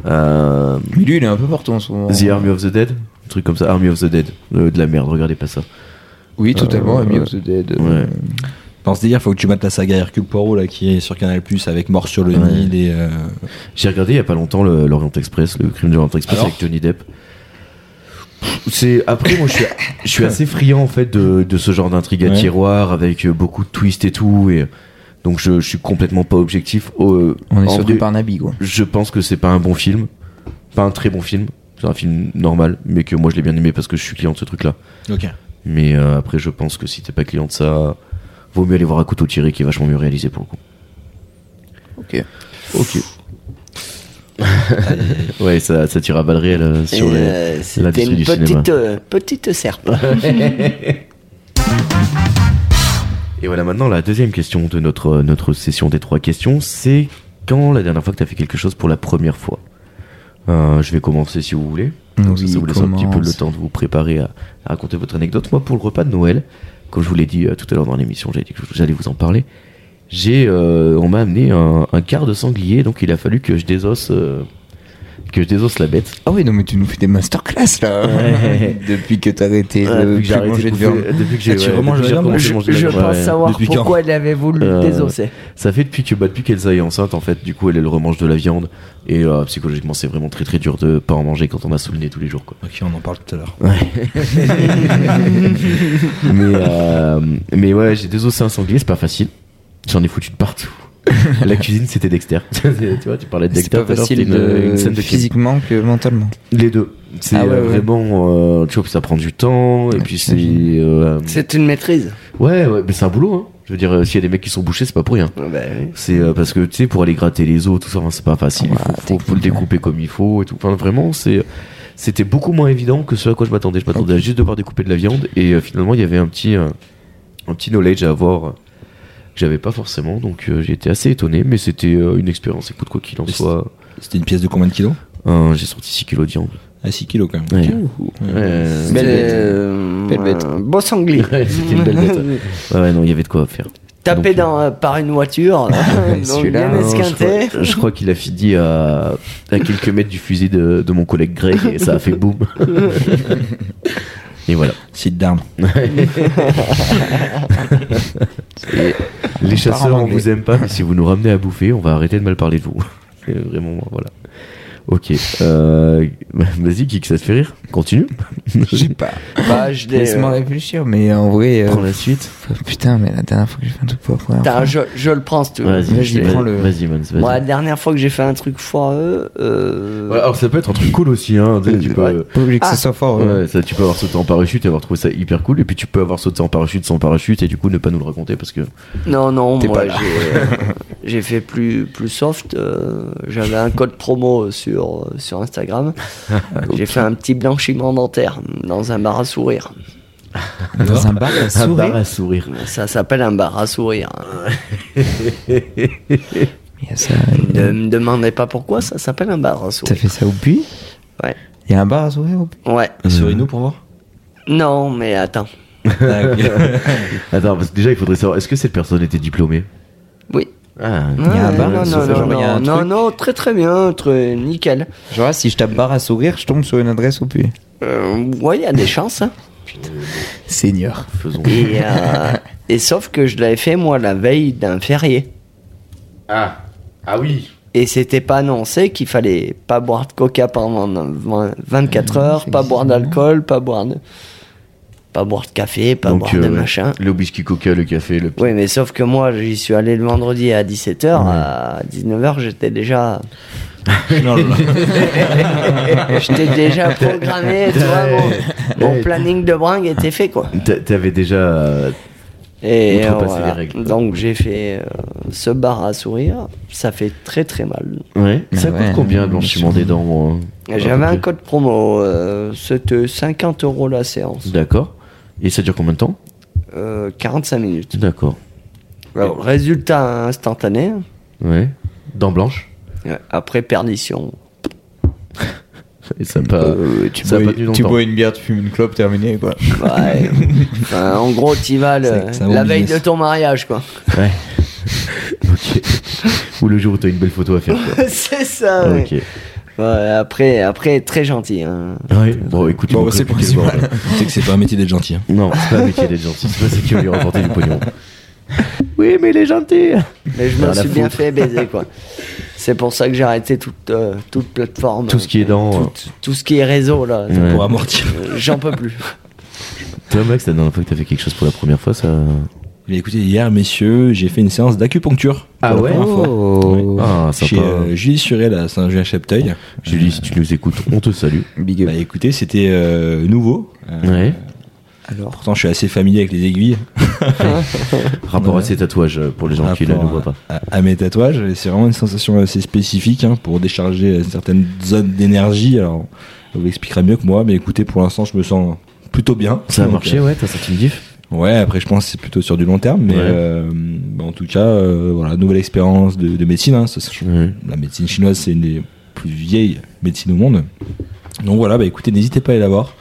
A: euh,
D: Mais lui, il est un peu partout en ce moment.
A: The Army of the Dead un truc comme ça Army of the Dead Euh, de la merde regardez pas ça
D: Oui, totalement.
A: Euh,
D: Army of the Dead.
A: ouais.
B: Dans ce délire, faut que tu battes la saga Hercule Poirot là, qui est sur Canal Plus avec Mort sur le
A: Ouais.
B: Nil et. euh,
A: j'ai regardé il y a pas longtemps le- l'Orient Express le crime de l'Orient Express
B: Alors
A: avec Johnny Depp c'est après moi je suis je suis assez friand en fait de, de ce genre d'intrigue à
B: Ouais.
A: tiroir avec euh, beaucoup de twists et tout et donc je, je suis complètement pas objectif Euh,
D: On est
A: en
D: sur
A: vrai-
D: du Parnaby, quoi.
A: Je pense que c'est pas un bon film, pas un très bon film. C'est un film normal, mais que moi je l'ai bien aimé parce que je suis client de ce truc-là.
B: Ok.
A: Mais euh, après, je pense que si t'es pas client de ça, vaut mieux aller voir à couteau tiré qui est vachement mieux réalisé pour le coup.
D: Ok.
A: Ok. ouais, ça, ça tire à balles réelles euh, sur
C: Et,
A: les-
C: euh, C'était
A: l'industrie
C: une
A: du cinéma.
C: petite, euh, petite serpe.
A: Et voilà, maintenant la deuxième question de notre, euh, notre session des trois questions, c'est quand la dernière fois que t'as fait quelque chose pour la première fois Euh, Je vais commencer si vous voulez. Comme ça,
D: Oui,
A: ça vous laisse un petit peu
D: commence.
A: le temps de vous préparer à, à raconter votre anecdote. Moi, pour le repas de Noël, comme je vous l'ai dit euh, tout à l'heure dans l'émission, j'avais dit que j'allais vous en parler. J'ai, euh, on m'a amené un, un quart de sanglier, donc il a fallu que je désosse, euh, que je désosse la bête.
D: Ah oui, non, mais tu nous fais des masterclass, là.
A: Ouais.
D: Depuis que t'as arrêté de
A: Depuis que j'ai arrêté
D: plus manger
A: de
D: de
A: bouffer- euh,
D: viande.
A: depuis que j'ai
B: Ah, tu
A: ouais,
B: remanges
A: depuis que j'ai
B: la viande
A: recommencé à
C: Je,
A: manger de
C: je
A: la viande,
C: pense
A: ouais.
C: savoir
B: Depuis quand
C: pourquoi elle avait voulu le
A: Euh,
C: désosser.
A: Ça fait depuis que bah, depuis qu'Elsa est enceinte, en fait, du coup, elle, elle remange de la viande. Et euh, psychologiquement, c'est vraiment très très dur de pas en manger quand on a sous le nez tous les jours, quoi.
B: Ok, on en parle tout à l'heure.
A: mais, euh, mais ouais, j'ai désossé un sanglier, c'est pas facile. J'en ai foutu de partout. La cuisine, c'était Dexter. tu vois, tu parlais de
D: C'est
A: Dexter.
D: pas
A: tout à l'heure,
D: facile
A: c'était une- une scène
D: de
A: de crime.
D: physiquement que mentalement.
A: Les deux. C'est
D: Ah ouais,
A: euh,
D: ouais.
A: vraiment, euh, tu vois, puis ça prend du temps. Et
D: Ouais,
A: puis c'est.
D: j'imagine.
A: euh,
C: C'est une maîtrise.
A: ouais, ouais, mais c'est un boulot. Hein. Je veux dire, euh, s'il y a des mecs qui sont bouchés, c'est pas pour rien.
C: Ah bah oui.
A: C'est euh, parce que tu sais, pour aller gratter les os, tout ça, enfin, c'est pas facile. Il
D: Ouais,
A: faut, faut- faut,
D: technique,
A: le découper comme il faut et tout. Enfin, vraiment, c'est. C'était beaucoup moins évident que ce à quoi je m'attendais. Je m'attendais à juste devoir découper de la viande et euh, finalement il y avait un petit, euh, un petit knowledge à avoir euh, que j'avais pas forcément. Donc euh, j'ai été assez étonné, mais c'était euh, une expérience. Écoute, quoi qu'il en
B: Et
A: soit,
B: C'était une pièce de combien de kilos
A: euh, j'ai sorti 6 kilos de viande.
B: À 6 Ah, kilos quand même.
A: Ouais.
C: C'est,
A: Ouais,
D: Belle bête.
C: euh,
D: Belle bête.
C: un beau sanglier.
A: Ouais, c'était une belle bête. ouais, non, il y avait de quoi faire.
C: Tapé
A: Donc,
C: dans, euh, hein, par une voiture. donc
D: Celui-là,
C: bien
A: Non, hein, je
C: esquinté.
A: crois- Je crois qu'il a fini à, à quelques mètres du fusil de, de mon collègue Greg et ça a fait boum. et voilà.
B: Site d'armes.
A: Les
D: part en
A: chasseurs, on
D: anglais.
A: vous aime pas, mais si vous nous ramenez à bouffer, on va arrêter de mal parler de vous. C'est vraiment, voilà. Ok. Euh, Vas-y, qui que ça te fait rire Continue.
D: Je sais pas.
C: Bah, je l'ai,
D: Laisse-moi
C: euh,
D: réfléchir, mais en vrai. euh,
A: Prends la suite.
D: Putain, mais la dernière fois que j'ai fait un truc pour la première
C: Putain,
D: fois.
C: je, je le prends, si tu veux.
A: Vas-y,
D: vas-y,
A: vas-y,
D: prends le-
A: Vas-y, Mons, vas-y.
C: Moi, la dernière fois que j'ai fait un truc foireux, euh,
A: Ouais,
D: oh.
A: alors ça peut être un truc cool aussi, hein. tu sais, tu peux,
C: Ouais.
D: Pas obligé que
C: Ah.
D: ce soit fort. ouais.
A: Ouais, ça, tu peux avoir sauté en parachute et avoir trouvé ça hyper cool, et puis tu peux avoir sauté en parachute sans parachute et du coup ne pas nous le raconter parce que.
C: non, non,
D: T'es
C: moi
D: pas là.
C: j'ai, euh, j'ai fait plus, plus soft. euh, j'avais un code promo sur, euh, sur Instagram. j'ai fait un petit blanchiment dentaire dans un bar à sourire.
D: Dans un bar, à
A: Un bar
D: sourire.
A: à sourire.
C: Ça s'appelle un bar à sourire.
D: Il y a ça.
C: Ne me demandez pas pourquoi ça s'appelle un bar à
D: T'as
C: sourire.
D: fait ça au puits
C: Ouais.
D: Il y a un bar à sourire au puits
C: Ouais.
B: Ah, Sur Inou pour voir
C: Non, mais attends.
B: Ah, ok.
A: Attends, parce que déjà il faudrait savoir, est-ce que cette personne était diplômée
C: Oui.
A: Ah,
C: Ouais,
D: un bar,
C: non,
D: sauf
C: non,
D: que
C: non,
D: genre, il y a un
C: non, non,
D: truc.
C: non, très très bien, très nickel.
D: Genre, là, si je tape bar à sourire, je tombe sur une adresse au puits.
C: Euh, ouais, il y a des chances. hein.
D: Seigneur.
A: faisons.
C: Et, euh, et sauf que je l'avais fait moi la veille d'un férié.
A: Ah, ah oui.
C: Et c'était pas annoncé qu'il fallait pas boire de coca pendant 20 24
A: Euh,
C: heures, pas boire d'alcool, pas boire de... pas boire de café, pas
A: Donc,
C: boire de
A: euh,
C: machin.
A: Le whisky coca, le café, le.
C: Oui, mais sauf que moi, j'y suis allé le vendredi à 17h, à 19h, j'étais déjà.
B: Non, non, non.
C: J'étais déjà programmé, tu vois, mon, mon
A: Ouais.
C: planning de bringue était fait, quoi.
A: T'a- T'avais déjà. euh,
C: Et euh,
A: Outrepasser
C: voilà.
A: les règles.
C: Donc j'ai fait euh, ce bar à sourire, ça fait très très mal.
A: Ouais. Ça
D: Ah
A: coûte
D: ouais,
A: combien
D: non,
A: le blanchiment des dents moi, hein
C: Ah, J'avais
A: À
C: un
A: peu près.
C: code promo, euh, c'était 50 euros la séance,
A: D'accord. Et ça dure combien de temps
C: euh, 45 minutes.
A: D'accord.
C: Alors, résultat instantané,
A: Ouais. Dents blanches.
C: euh, après perdition. Euh,
A: Et ça a pas.
D: Euh, tu,
A: ça a pas tenu longtemps.
D: une bière, tu fumes une clope, terminé quoi.
C: Ouais. Enfin, en gros, t'y vas le-
D: C'est que ça
C: la
D: oublie
C: veille
D: ça.
C: de ton mariage, quoi.
A: Ouais. ok. Ou le jour où t'as une belle photo à faire. quoi.
C: C'est ça, Ah ouais.
A: Ok.
C: Ouais, après, après, très gentil. hein.
A: Ouais. Bon, écoute, ils
D: Bon,
A: m'ont
D: bah, c'est
A: compliqué le
D: principal.
A: bordel.
B: Tu sais que c'est pas un métier d'être gentil. hein.
A: Non, c'est pas un métier d'être gentil. C'est pas ça qui va lui rapporter du pognon. Oui, mais les gentils.
C: Mais je me
A: Rien à
C: suis bien
A: foutre.
C: fait baiser, quoi. C'est pour ça que j'ai arrêté toute, euh, toute plateforme.
A: Tout ce qui est dans. euh,
C: tout, tout ce qui est réseau là.
A: Ouais.
B: Pour amortir.
C: Euh, J'en peux plus.
A: Toi, Max, la dernière fois que t'as fait quelque chose pour la première fois, ça.
B: Mais écoutez, hier, messieurs, j'ai fait une séance d'acupuncture. pour
A: Ah
B: la
A: ouais
B: première fois.
D: Oh.
A: Ah,
B: Chez
A: sympa.
B: euh, Julie Surel à Saint-Julien-Chapteuil.
A: Julie, si tu nous écoutes, on te salue.
D: Big
B: Bah écoutez, c'était euh, nouveau. Euh,
A: Ouais.
D: Alors.
B: Pourtant, je suis assez familier avec les aiguilles.
A: Rapport à
B: Ouais.
A: ces tatouages euh, pour les gens qui ne
B: Rapport
A: nous voient pas.
B: à, à- à mes tatouages. et C'est vraiment une sensation assez spécifique hein, pour décharger certaines zones d'énergie. Alors, on vous l'expliquera mieux que moi, mais écoutez, pour l'instant, je me sens plutôt bien.
A: Ça a
B: Donc,
A: marché,
B: euh,
A: ouais, t'as sorti une gif
B: ouais, après, je pense que c'est plutôt sur du long terme, mais
A: Ouais.
B: euh, bah, en tout cas, euh, voilà, nouvelle expérience de, de médecine. hein, ça, c'est-
A: Ouais.
B: la médecine chinoise, c'est une des plus vieilles médecines au monde. Donc voilà, bah écoutez, n'hésitez pas à aller la voir.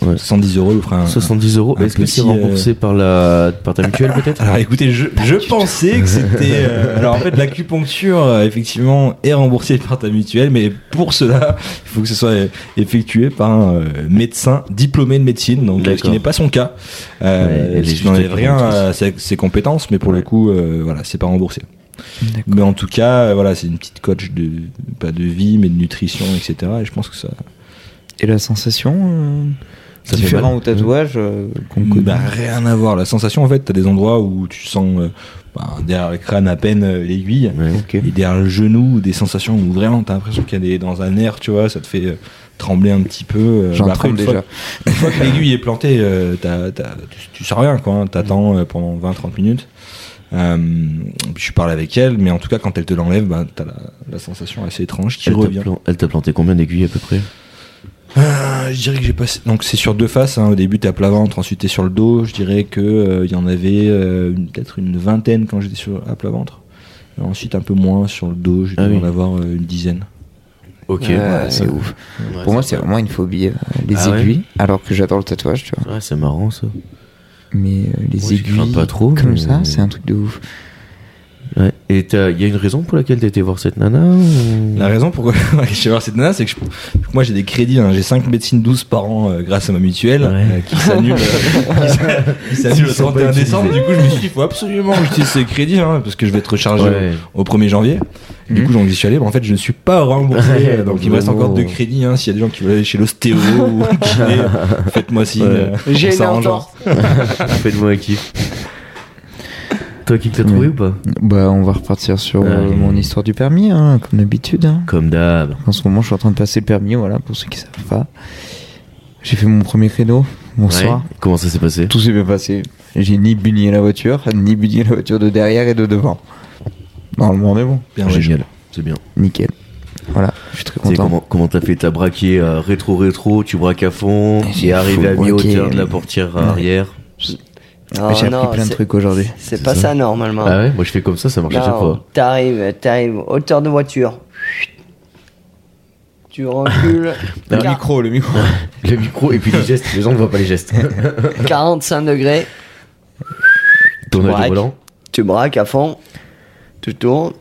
A: Ouais.
B: 70 euros, vous fera un,
A: 70 euros.
B: un
A: Est-ce que
B: petit, Ah,
A: c'est remboursé par, la, par ta mutuelle peut-être
B: Alors écoutez, je, je pensais que c'était... euh, alors en fait, l'acupuncture, euh, effectivement, est remboursée par ta mutuelle, mais pour cela, il faut que ce soit euh, effectué par un euh, médecin diplômé de médecine, donc, ce qui
A: D'accord.
B: n'est pas son cas. Euh,
A: Ouais, elle est
B: ce
A: juste
B: qui n'enlève rien
A: acupunctrice.
B: à ses, ses compétences, mais pour
A: Ouais.
B: le coup, euh, voilà, c'est pas remboursé. Mais en tout cas, euh, voilà, c'est une petite coach de pas de vie, mais de nutrition, etc. Et je pense que ça,
D: Et la sensation euh,
A: Ça fait
D: Différent
A: mal.
D: au tatouage euh,
A: Hmm.
D: qu'on connaît.
B: Bah, rien à voir. La sensation, en fait, t'as des endroits où tu sens euh, bah, derrière le crâne à peine euh, l'aiguille.
A: Ouais.
B: Et derrière le genou, des sensations où vraiment t'as l'impression qu'il y a des. dans un air, tu vois, ça te fait euh, trembler un petit peu. euh,
D: J'en
B: bah, après,
D: tremble
B: une fois-
D: déjà.
B: Une fois que l'aiguille est plantée, euh, t'as- t'as- tu, tu sens rien, quoi. hein. T'attends euh, pendant 20-30 minutes. Euh, puis je parle avec elle, mais en tout cas, quand elle te l'enlève, bah, t'as la, la sensation assez étrange qui
A: Elle t'a
B: revient.
A: plan- Elle t'a planté combien d'aiguilles à peu près
B: Euh, je dirais que j'ai passé. Donc c'est sur deux faces. hein. Au début t'es à plat ventre, ensuite t'es sur le dos. Je dirais que euh, il y en avait euh, une- peut-être une vingtaine quand j'étais sur à plat ventre. Et ensuite un peu moins sur le dos. J'ai dû
A: Ah oui.
B: en avoir euh, une dizaine.
A: Ok.
D: Ouais, c'est ouf. Pour moi, c'est vraiment une phobie, euh, les
A: Ah ouais
D: aiguilles. Alors que j'adore le tatouage, tu vois.
A: Ouais, c'est marrant ça.
D: Mais euh, les
A: Moi, je crains
D: aiguilles.
A: pas trop,
D: Comme
A: mais-
D: ça, c'est un truc de ouf.
A: Ouais. Et t'as- il y a une raison pour laquelle t'as été voir cette nana ou-
B: La raison pourquoi je vais voir cette nana, c'est que je- moi j'ai des crédits, hein, j'ai 5 médecines 12 par an euh, grâce à ma mutuelle
A: Ouais.
B: euh, qui s'annule euh, qui s'a- qui s'annule le
A: Ils sont pas
B: 31
A: utilisés.
B: décembre. Du coup, je me suis dit, faut absolument que j'utilise ces crédits hein, parce que je vais être rechargé
A: Ouais. Mhm.
B: au 1er janvier. Du coup, donc j'y suis allé, mais en fait, je ne suis pas remboursé.
A: Ouais,
B: euh, donc il me reste
A: vraiment.
B: encore deux crédits. hein, S'il y a des gens qui veulent aller chez l'ostéo ou au kiné, faites-moi signe.
A: Ouais.
B: euh, on
C: J'ai une
B: s'arrange, hein.
C: entorse.
A: Faites-moi un kiff. Toi qui t'as trouvé
D: Oui.
A: ou pas
D: Bah, on va repartir sur euh,
A: Ouais.
D: mon histoire du permis, hein, comme d'habitude. hein.
A: Comme d'hab.
D: En ce moment, je suis en train de passer le permis, voilà, pour ceux qui savent pas. J'ai fait mon premier créneau, bonsoir.
A: Ouais. Comment ça s'est passé
D: Tout s'est bien passé. J'ai ni buni la voiture, ni buni la voiture de derrière et de devant. Normalement, on est bon.
B: Bien, ouais,
A: Ah, Génial. C'est bien.
D: Nickel. Voilà, je suis
A: Tu
D: très
A: sais
D: content.
A: comment comment t'as fait T'as braqué euh, rétro rétro, tu braques à fond,
D: Et
A: tu es
D: il
A: arrivé
D: faut
A: à mi-hauteur
D: braquer.
A: de la portière
D: Ouais.
A: arrière.
C: Non,
D: J'ai
C: non,
D: appris plein de
C: c'est-
D: trucs aujourd'hui.
C: C'est
A: C'est
C: pas
A: ça.
C: ça, normalement.
A: Ah ouais, moi je fais comme ça, ça marche à chaque
C: Non,
A: fois.
C: t'arrives, t'arrives, hauteur de voiture. Tu recules.
D: Le
C: Quar-
D: micro, le micro.
A: Le micro et puis les gestes, les gens ne voient pas les gestes.
C: 45 degrés.
A: Tournage
C: Braque.
A: de volant.
C: Tu braques à fond. Tu tournes.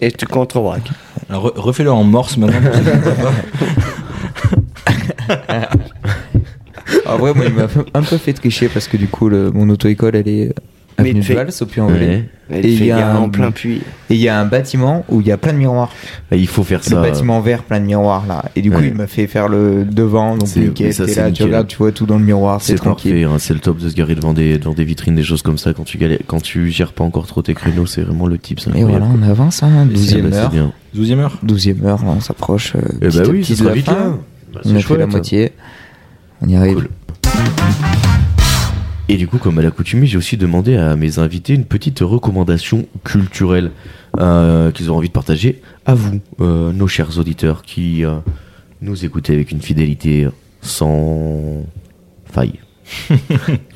C: Et tu contre-braques.
B: Alors re- refais-le en morse maintenant. pour ceux qui savent pas.
D: En vrai, moi, il m'a un peu fait tricher parce que du coup, le- mon auto-école, elle est euh,
C: Mais
D: avenue de
C: fait-
D: Vals au Puy-en-Velay.
A: Ouais.
C: Et
D: Et
C: il y a
D: un-
C: en plein puits.
D: Et il y a un bâtiment où il y a plein de miroirs.
A: Et Ah, il faut faire
D: Le
A: ça.
D: bâtiment vert, plein de miroirs là. Et du coup,
A: euh, Ouais.
D: il m'a fait faire le devant, donc
A: C'est- mais
D: nickel.
A: ça,
D: T'es
A: c'est
D: là, tu
A: nickel.
D: regardes, tu vois tout dans le miroir, c'est
A: C'est
D: tranquille.
A: parfait, hein, c'est le top de se garer devant des, devant des vitrines, des choses comme ça. Quand tu, galères, quand tu gères pas encore trop tes créneaux, c'est vraiment le tip.
D: Et voilà, on avance, hein.
B: Et c'est-
D: 12 e heure.
B: 12e heure.
D: 12 e heure, là, on s'approche. euh,
A: Et
D: petit
A: bah
D: à
A: oui,
D: petit
A: c'est
D: de
A: très
D: la
A: vite
D: fin.
A: là. Bah, c'est
D: On a fait
A: chouette.
D: la moitié. On y arrive.
A: Cool. Et du coup, comme à l'accoutumée, j'ai aussi demandé à mes invités une petite recommandation culturelle euh, qu'ils ont envie de partager à vous, euh, nos chers auditeurs qui euh, nous écoutez avec une fidélité sans faille.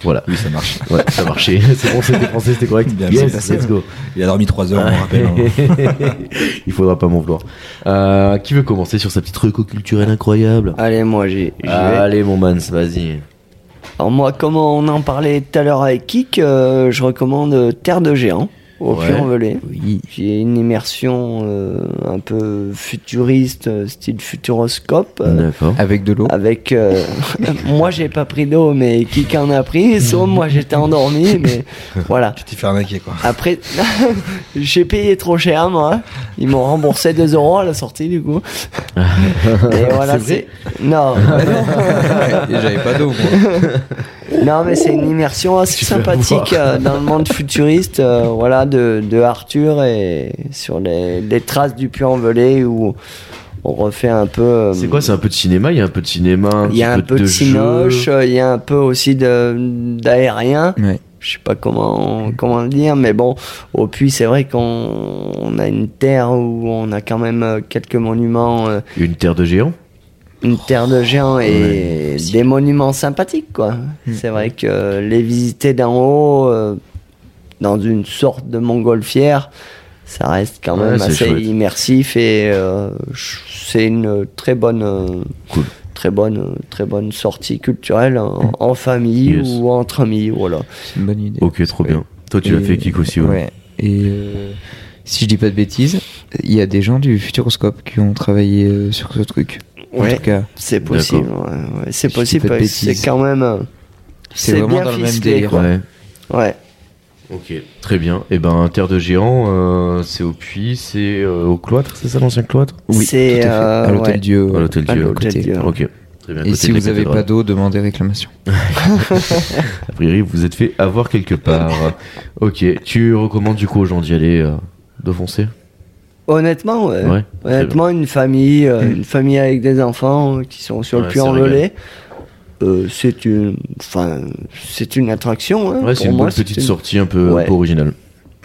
A: voilà.
B: Oui, ça marche.
A: Ouais, ça marché. c'est bon, c'était français, c'était correct.
B: Bien,
A: yes,
B: c'est passé.
A: let's go.
B: Il a dormi 3 heures, on rappelle. hein.
A: Il faudra pas m'en vouloir. Euh, qui veut commencer sur sa petite reco culturelle incroyable
C: Allez, moi, j'ai. j'y vais.
A: Allez, mon man, vas-y.
C: Alors, moi, comment on en parlait tout à l'heure avec Kik, euh, je recommande euh, Terre de Géant au
A: Ouais.
C: Puy-en-Velay.
A: Oui.
C: J'ai une immersion euh, un peu futuriste, euh, style futuroscope. euh,
A: D'accord.
D: Avec de l'eau.
A: Ah,
C: avec euh, moi j'ai pas pris d'eau mais qui en a pris sauf moi j'étais endormi mais voilà
B: Tu t'es fait arnaquer quoi.
C: après j'ai payé trop cher moi ils m'ont remboursé 2 euros à la sortie du coup et voilà c'est non
A: bah.
D: Et J'avais pas d'eau, moi.
C: Non, mais c'est une immersion assez
A: Tu peux
C: sympathique euh, dans le monde futuriste, euh, voilà, de, de Arthur et sur les, les traces du Puy-en-Velay où on refait un peu. euh,
A: C'est quoi C'est un peu de cinéma Il y a un peu de cinéma
C: Il y a un
A: petit
C: peu
A: jeu.
C: de cinoche, euh, il y a un peu aussi de- d'aérien.
D: Ouais.
C: Je sais pas comment comment le dire, mais bon, au puits, c'est vrai qu'on on a une terre où on a quand même euh, quelques monuments, euh,
A: Une terre de géants
C: une terre de géants et des monuments sympathiques, quoi.
D: Hmm.
C: C'est vrai que les visiter d'en haut, euh, dans une sorte de montgolfière, ça reste quand
A: Ouais,
C: même
A: c'est
C: assez
A: chouette.
C: immersif et euh, je- c'est une très bonne, euh,
A: Cool.
C: très bonne, euh, très bonne sortie culturelle en,
D: Hmm.
C: en famille
A: Yes.
C: ou entre amis, voilà.
D: C'est une bonne idée.
A: Ok, trop bien. Toi, tu l'as
D: Et-
A: fait kick aussi, ouais.
D: ouais. Et euh, si je dis pas de bêtises, il y a des gens du Futuroscope qui ont travaillé euh, sur ce truc. En
C: Ouais.
D: tout cas,
C: C'est possible, ouais, ouais, c'est
D: Je dis
C: possible
D: pas de
C: parce que c'est
D: bêtises.
C: quand même. euh,
D: c'est vraiment
C: bien
D: dans le même
C: ficelé,
D: délire.
C: quoi.
A: Ouais.
C: Ouais.
A: Ok, très bien. Et ben, terre de géants, euh, c'est au puits, c'est euh, au cloître, c'est ça l'ancien cloître
D: Oui,
C: C'est,
D: tout à fait.
C: euh,
D: à l'hôtel
C: ouais.
D: Dieu. euh,
A: À l'hôtel
C: à
A: Dieu.
C: l'hôtel
A: côté.
C: Dieu.
A: Ok. Très bien.
D: Et
A: côté
D: si
A: de la
D: vous avez pas
A: cathédrale.
D: d'eau, demandez réclamation.
A: a priori, vous êtes fait avoir quelque part. ok, tu recommandes du coup aux gens d'y aller, euh, de foncer
C: Honnêtement, Euh, ouais.
A: Ouais,
C: Honnêtement, une famille, euh, une famille avec des enfants euh, qui sont sur
A: Hmm. Ouais,
C: le
A: c'est
C: Puy-en-Velay, euh, c'est une, enfin, c'est une attraction. hein.
A: Ouais, c'est
C: Pour
A: une
C: moi,
A: bonne petite
C: une-
A: sortie un peu, un
C: Ouais.
A: peu originale.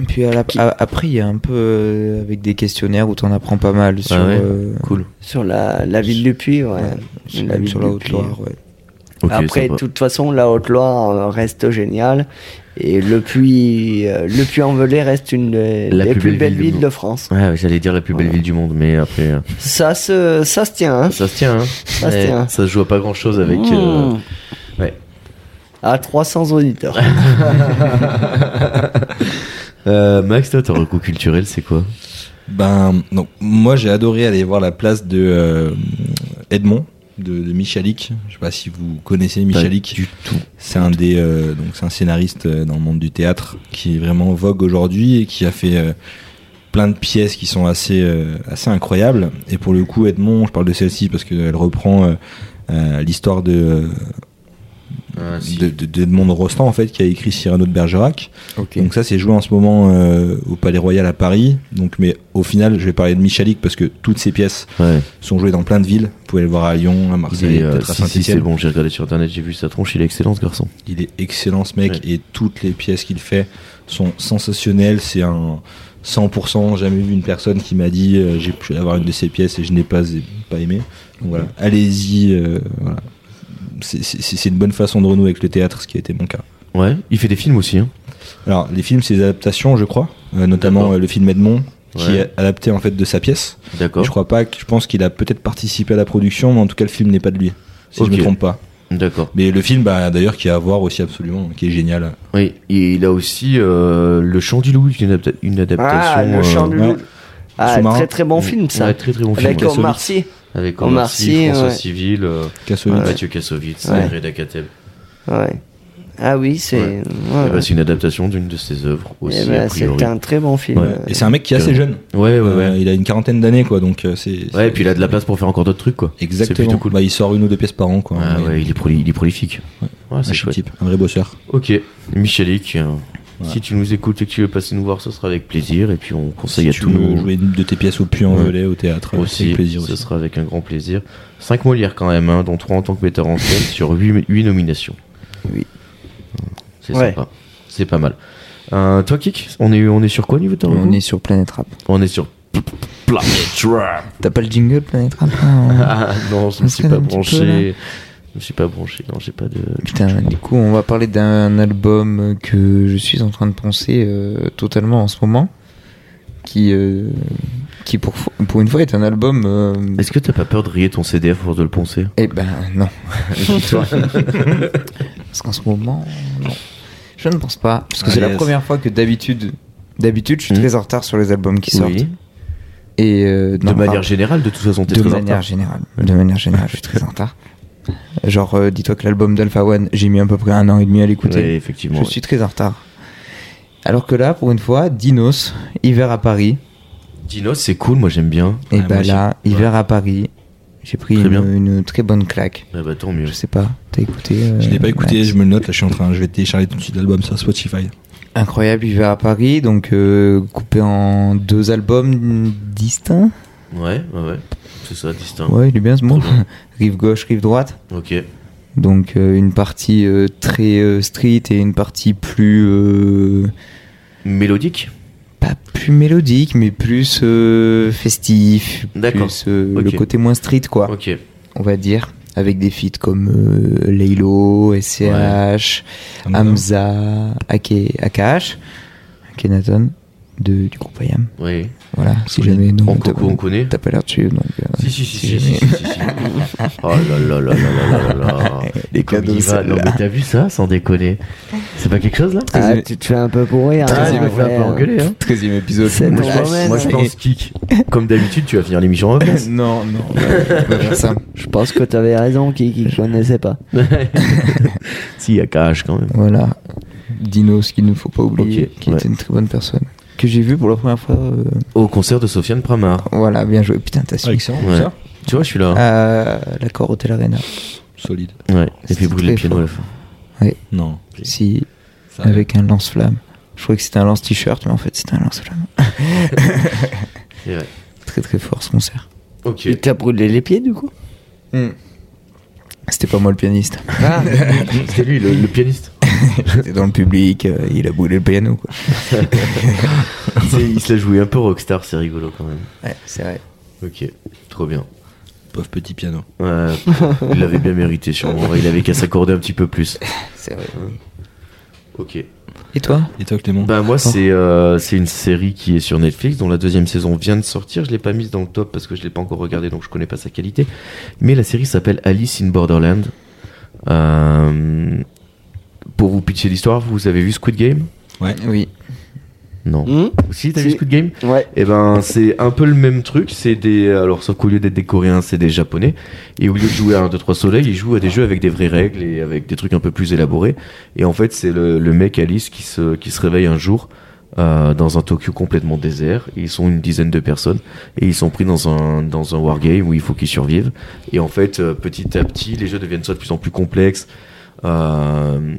D: Puis à la-
C: Qui-
D: a- après, il y a un peu euh, avec des questionnaires où t'en apprends pas mal sur,
A: Ah ouais.
D: euh,
A: Cool.
C: Sur la, la ville du Puy, ouais.
D: sur,
C: La ville
D: sur la
C: du
D: Haute-Loire. ouais.
A: Ok,
C: Après, de
A: sympa.
C: toute façon, la Haute-Loire euh, reste géniale. Et le Puy, euh, le Puy-en-Velay reste une des,
A: La
C: des
A: plus
C: plus,
A: belle
C: belles
A: ville du
C: villes
A: monde.
C: de France.
A: Ouais, ouais, j'allais dire la plus belle
C: Voilà.
A: ville du monde, mais après. euh,
C: Ça se, ça se tient, hein.
A: Ça se tient, hein.
C: Ça se
A: Ouais,
C: tient.
A: ça se joue à pas grand chose avec. euh,
C: Mmh.
A: ouais.
C: À 300 auditeurs.
A: Euh, Max, toi, ton recours culturel, c'est quoi
B: Ben, non. Moi, j'ai adoré aller voir la place de euh, Edmond, de, de Michalik. Je sais pas si vous connaissez Michalik.
A: Du tout.
B: C'est un des euh, donc c'est un scénariste euh, dans le monde du théâtre qui est vraiment en vogue aujourd'hui et qui a fait euh, plein de pièces qui sont assez euh, assez incroyables. Et pour le coup, Edmond, je parle de celle-ci parce qu'elle reprend euh, euh, l'histoire de euh,
A: Ah,
B: de- de- d'Edmond de Rostand en fait qui a écrit Cyrano de Bergerac.
D: Ok.
B: Donc ça c'est joué en ce moment euh, au Palais Royal à Paris. Donc mais au final je vais parler de Michalik parce que toutes ces pièces
A: Ouais.
B: sont jouées dans plein de villes. Vous pouvez le voir à Lyon, à Marseille,
A: Et, euh,
B: peut-être à
A: si, si,
B: Saint-Etienne.
A: c'est bon, j'ai regardé sur internet, j'ai vu sa tronche, il est excellent ce garçon.
B: Il est excellent ce mec
A: Ouais.
B: et toutes les pièces qu'il fait sont sensationnelles. C'est un 100%. Jamais vu une personne qui m'a dit euh, j'ai pu avoir une de ces pièces et je n'ai pas, pas aimé. Donc voilà, allez-y. euh, voilà. C'est- C'est c'est une bonne façon de renouer avec le théâtre, ce qui a été mon cas.
A: Ouais, il fait des films aussi. Hein.
B: Alors les films, c'est des adaptations, je crois, euh, notamment
A: D'accord.
B: euh, le film Edmond qui
A: Ouais.
B: est adapté en fait de sa pièce.
A: D'accord.
B: Je crois pas, que- je pense qu'il a peut-être participé à la production, mais en tout cas le film n'est pas de lui, si je
A: Ok.
B: me trompe pas.
A: D'accord.
B: Mais le film, bah, d'ailleurs, qui est à voir aussi absolument, qui est génial.
A: Oui, et il a aussi euh, Le Chant du Loup, qui est une, adapta- une adaptation.
C: Ah, le
A: euh,
C: chant du
B: ouais.
C: loup. Ah,
B: Sous-marin.
C: très très bon film ça.
A: ouais, très très bon
C: Avec
A: film. ouais.
C: Omar Sy.
A: Avec
C: Omar
A: Omar Sy,
C: Sy,
A: François
C: ouais.
A: Civil, euh,
B: Kassovitz.
A: Mathieu Kassovitz,
C: Ouais.
A: Reda Kateb.
C: Ouais. Ah oui, c'est.
A: Ouais.
C: ouais,
A: Eh ben, c'est une adaptation d'une de ses œuvres
C: ouais.
A: aussi,
C: Eh ben,
A: a priori.
C: C'était un très bon film.
A: Ouais.
B: Et c'est un mec qui est assez jeune.
A: Ouais, ouais, ouais.
B: Euh, il a une quarantaine d'années, quoi. Donc euh, c'est.
A: Ouais, et puis il a de la place pour faire encore d'autres trucs, quoi. C'est
B: Exactement.
A: plutôt cool.
B: Bah, il sort une ou deux pièces par an, quoi.
A: Ah
B: Mais-
A: ouais, il est, proli- il est prolifique. Ouais,
B: un
A: c'est
B: chouette
A: chouette.
B: type, un vrai bosseur.
A: Ok, Michalik, euh,
B: Voilà.
A: si tu nous écoutes et que tu veux passer nous voir, ce sera avec plaisir. Et puis on conseille
B: si
A: à
B: tu
A: tout le
B: veux
A: monde
B: jouer une de tes pièces au puits en
A: Ouais.
B: velay au théâtre, euh, c'est
A: aussi.
B: avec plaisir
A: ce
B: aussi.
A: sera avec un grand plaisir. 5 Molières quand même, hein, dont 3 en tant que metteur en scène sur 8, nominations.
C: Oui.
A: C'est
C: Ouais.
A: sympa. C'est pas mal. Euh, toi, Kik, on est, on est sur quoi au niveau de ta
D: On
A: revue
D: est sur Planet Rap.
A: on est sur. Planet Trap.
D: T'as pas le jingle Planet Rap hein
A: Ah non, je me suis
D: Ça
A: pas
D: traîne un petit
A: branché. Je me suis pas branché, non, j'ai pas de.
D: Putain, du coup, on va parler d'un album que je suis en train de penser euh, totalement en ce moment. Qui, euh, qui pour, fo- pour une fois est un album. euh,
A: Est-ce que t'as pas peur de rayer ton CDF pour de le poncer
D: eh ben non, Dis-toi. Parce qu'en ce moment, non. Je ne pense pas. Parce que
B: Ah,
D: c'est la
B: yes.
D: première fois que d'habitude, d'habitude, je suis
A: Mhm.
D: très en retard sur les albums qui sortent.
A: Oui.
D: Et euh,
A: De
D: non,
A: manière
D: ah,
A: générale, de toute façon, t'es
D: de
A: très en
D: manière
A: retard.
D: générale. De manière générale, je suis très en retard. Genre, euh, dis-toi que l'album d'Alpha One, j'ai mis à peu près un an et demi à l'écouter.
A: Ouais,
D: je
A: effectivement. ouais.
D: suis très en retard. Alors que là, pour une fois, Dinos, hiver à Paris.
A: Dinos, c'est cool, moi j'aime bien.
D: Et
B: Ouais, moi
D: bah
B: aussi.
D: là, hiver à Paris, j'ai pris
A: Très
D: une,
A: bien.
D: une très bonne claque.
A: Ah bah tant mieux.
D: Je sais pas, t'as écouté euh,
B: Je l'ai pas écouté,
D: Max
B: je me le note. Là, je suis en train, je vais télécharger tout de suite l'album sur Spotify.
D: Incroyable hiver à Paris, donc euh, coupé en deux albums distincts.
A: Ouais, ouais, ouais. C'est ça, distinct.
D: Ouais, il est bien ce mot.
A: Très bien.
D: rive gauche, rive droite.
A: Ok.
D: Donc euh, une partie euh, très euh, street et une partie plus euh,
A: Mélodique
D: pas plus mélodique mais plus euh, festif,
A: D'accord.
D: plus euh,
A: Ok.
D: le côté moins street quoi,
A: Ok.
D: on va dire, avec des feats comme euh, Laylo, SCH, Hamza, Ake, Akash, Akhenaton de du groupe IAM.
A: Oui.
D: Voilà, si
B: Solide.
D: jamais non,
A: On,
D: Mmh, t'as-
A: co- on connaît
D: t'as pas l'air dessus donc. euh,
A: si si si si,
D: si
A: si, si, si, si. Oh là là là là là là là là.
D: Les
A: Comme
D: cadeaux,
A: il va. Non
D: celle-là.
A: mais t'as vu ça sans déconner. C'est pas quelque chose là
C: Ah, tu te fais un peu pourrir.
A: Ah,
C: hein,
A: je me fais un
C: après,
A: peu
C: euh,
A: engueuler hein.
D: 13e épisode.
C: C'est
A: Moi
C: ton
A: je, pense,
C: domaine,
A: moi, je
D: hein.
A: pense Kik. Comme d'habitude, tu vas finir l'émission en avance.
D: non, non, on va faire ça.
C: Je pense que t'avais raison, qui qui connaissait pas.
A: si, il y a Cash quand même.
D: Voilà. Dinos, qu'il ne faut pas oublier,
A: Ok,
D: qui
A: ouais.
D: était une très bonne personne. Que j'ai vu pour la première fois. euh,
A: Au concert de Sofiane Pramar.
D: Voilà, bien joué. Putain, t'as su.
C: Ah,
B: excellent,
A: Ouais.
B: ça.
A: Tu vois, je suis là.
D: Euh, L'accord Hotel Arena.
B: Solide.
C: Ah.
A: Ouais, et puis
D: C'était
A: brûler le
D: très
A: piano
D: fort.
A: à la fin.
B: Non.
D: Si,
B: Ça arrive.
D: avec un lance-flamme. Je croyais que c'était un lance-t-shirt, mais en fait, c'était un lance-flamme.
A: C'est vrai.
D: Très très fort ce concert.
A: Ok.
C: Il t'a brûlé les pieds du coup
D: Hmm. C'était pas moi le pianiste.
A: C'était lui, le, le pianiste.
D: J'étais dans le public, euh, il a brûlé le piano. quoi.
A: C'est- il se l'a joué un peu rockstar, c'est rigolo quand même.
D: Ouais, c'est vrai.
A: Ok, trop bien.
B: euh, Pauvre petit piano.
A: Ouais, il l'avait bien mérité sûrement. Il avait qu'à s'accorder un petit peu plus.
D: C'est vrai.
A: Ok.
D: Et toi
B: Et toi, Clément
A: Bah moi c'est euh, c'est une série qui est sur Netflix dont la deuxième saison vient de sortir. Je l'ai pas mise dans le top parce que je l'ai pas encore regardée donc je connais pas sa qualité. Mais la série s'appelle Alice in Borderland. Euh, pour vous pitcher l'histoire, vous avez vu Squid Game
D: Oui.
A: Non.
C: Hmm
A: Si, t'as
C: Si.
A: vu Squid Game
C: ouais.
A: Eh ben, c'est un peu le même truc. C'est des. euh, Alors, sauf qu'au lieu d'être des Coréens, c'est des Japonais. Et au lieu de jouer à 1, 2, 3 soleil, ils jouent à des jeux avec des vraies règles et avec des trucs un peu plus élaborés. Et en fait, c'est le, le mec Alice qui se, qui se réveille un jour euh, dans un Tokyo complètement désert. Ils sont une dizaine de personnes. Et ils sont pris dans un, dans un wargame où il faut qu'ils survivent. Et en fait, euh, petit à petit, les jeux deviennent soit de plus en plus complexes. Euh,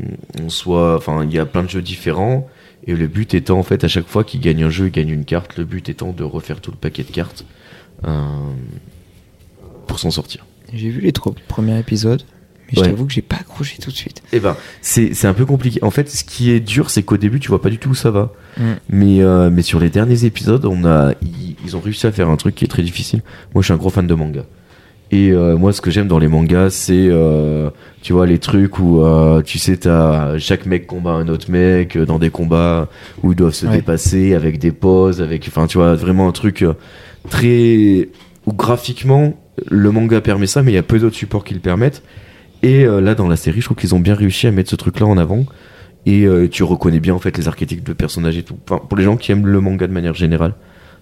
A: soit. Enfin, il y a plein de jeux différents. Et le but étant, en fait, à chaque fois qu'il gagne un jeu, il gagne une carte. Le but étant de refaire tout le paquet de cartes euh, pour s'en sortir.
D: J'ai vu les trois premiers épisodes, mais
A: Ouais.
D: je t'avoue que j'ai pas accroché tout de suite.
A: Eh ben, c'est c'est un peu compliqué. En fait, ce qui est dur, c'est qu'au début, tu vois pas du tout où ça va.
D: Mm.
A: Mais, euh, mais sur les derniers épisodes, on a, ils, ils ont réussi à faire un truc qui est très difficile. Moi, je suis un gros fan de manga. Et euh, moi, ce que j'aime dans les mangas, c'est, euh, tu vois, les trucs où, euh, tu sais, t'as chaque mec combat un autre mec euh, dans des combats où ils doivent se
D: Ouais.
A: dépasser avec des pauses, avec, enfin, tu vois, vraiment un truc euh, très, où graphiquement, le manga permet ça, mais il y a peu d'autres supports qui le permettent. Et euh, là, dans la série, je trouve qu'ils ont bien réussi à mettre ce truc-là en avant. Et euh, tu reconnais bien en fait les archétypes de personnages et tout. Enfin, pour les gens qui aiment le manga de manière générale,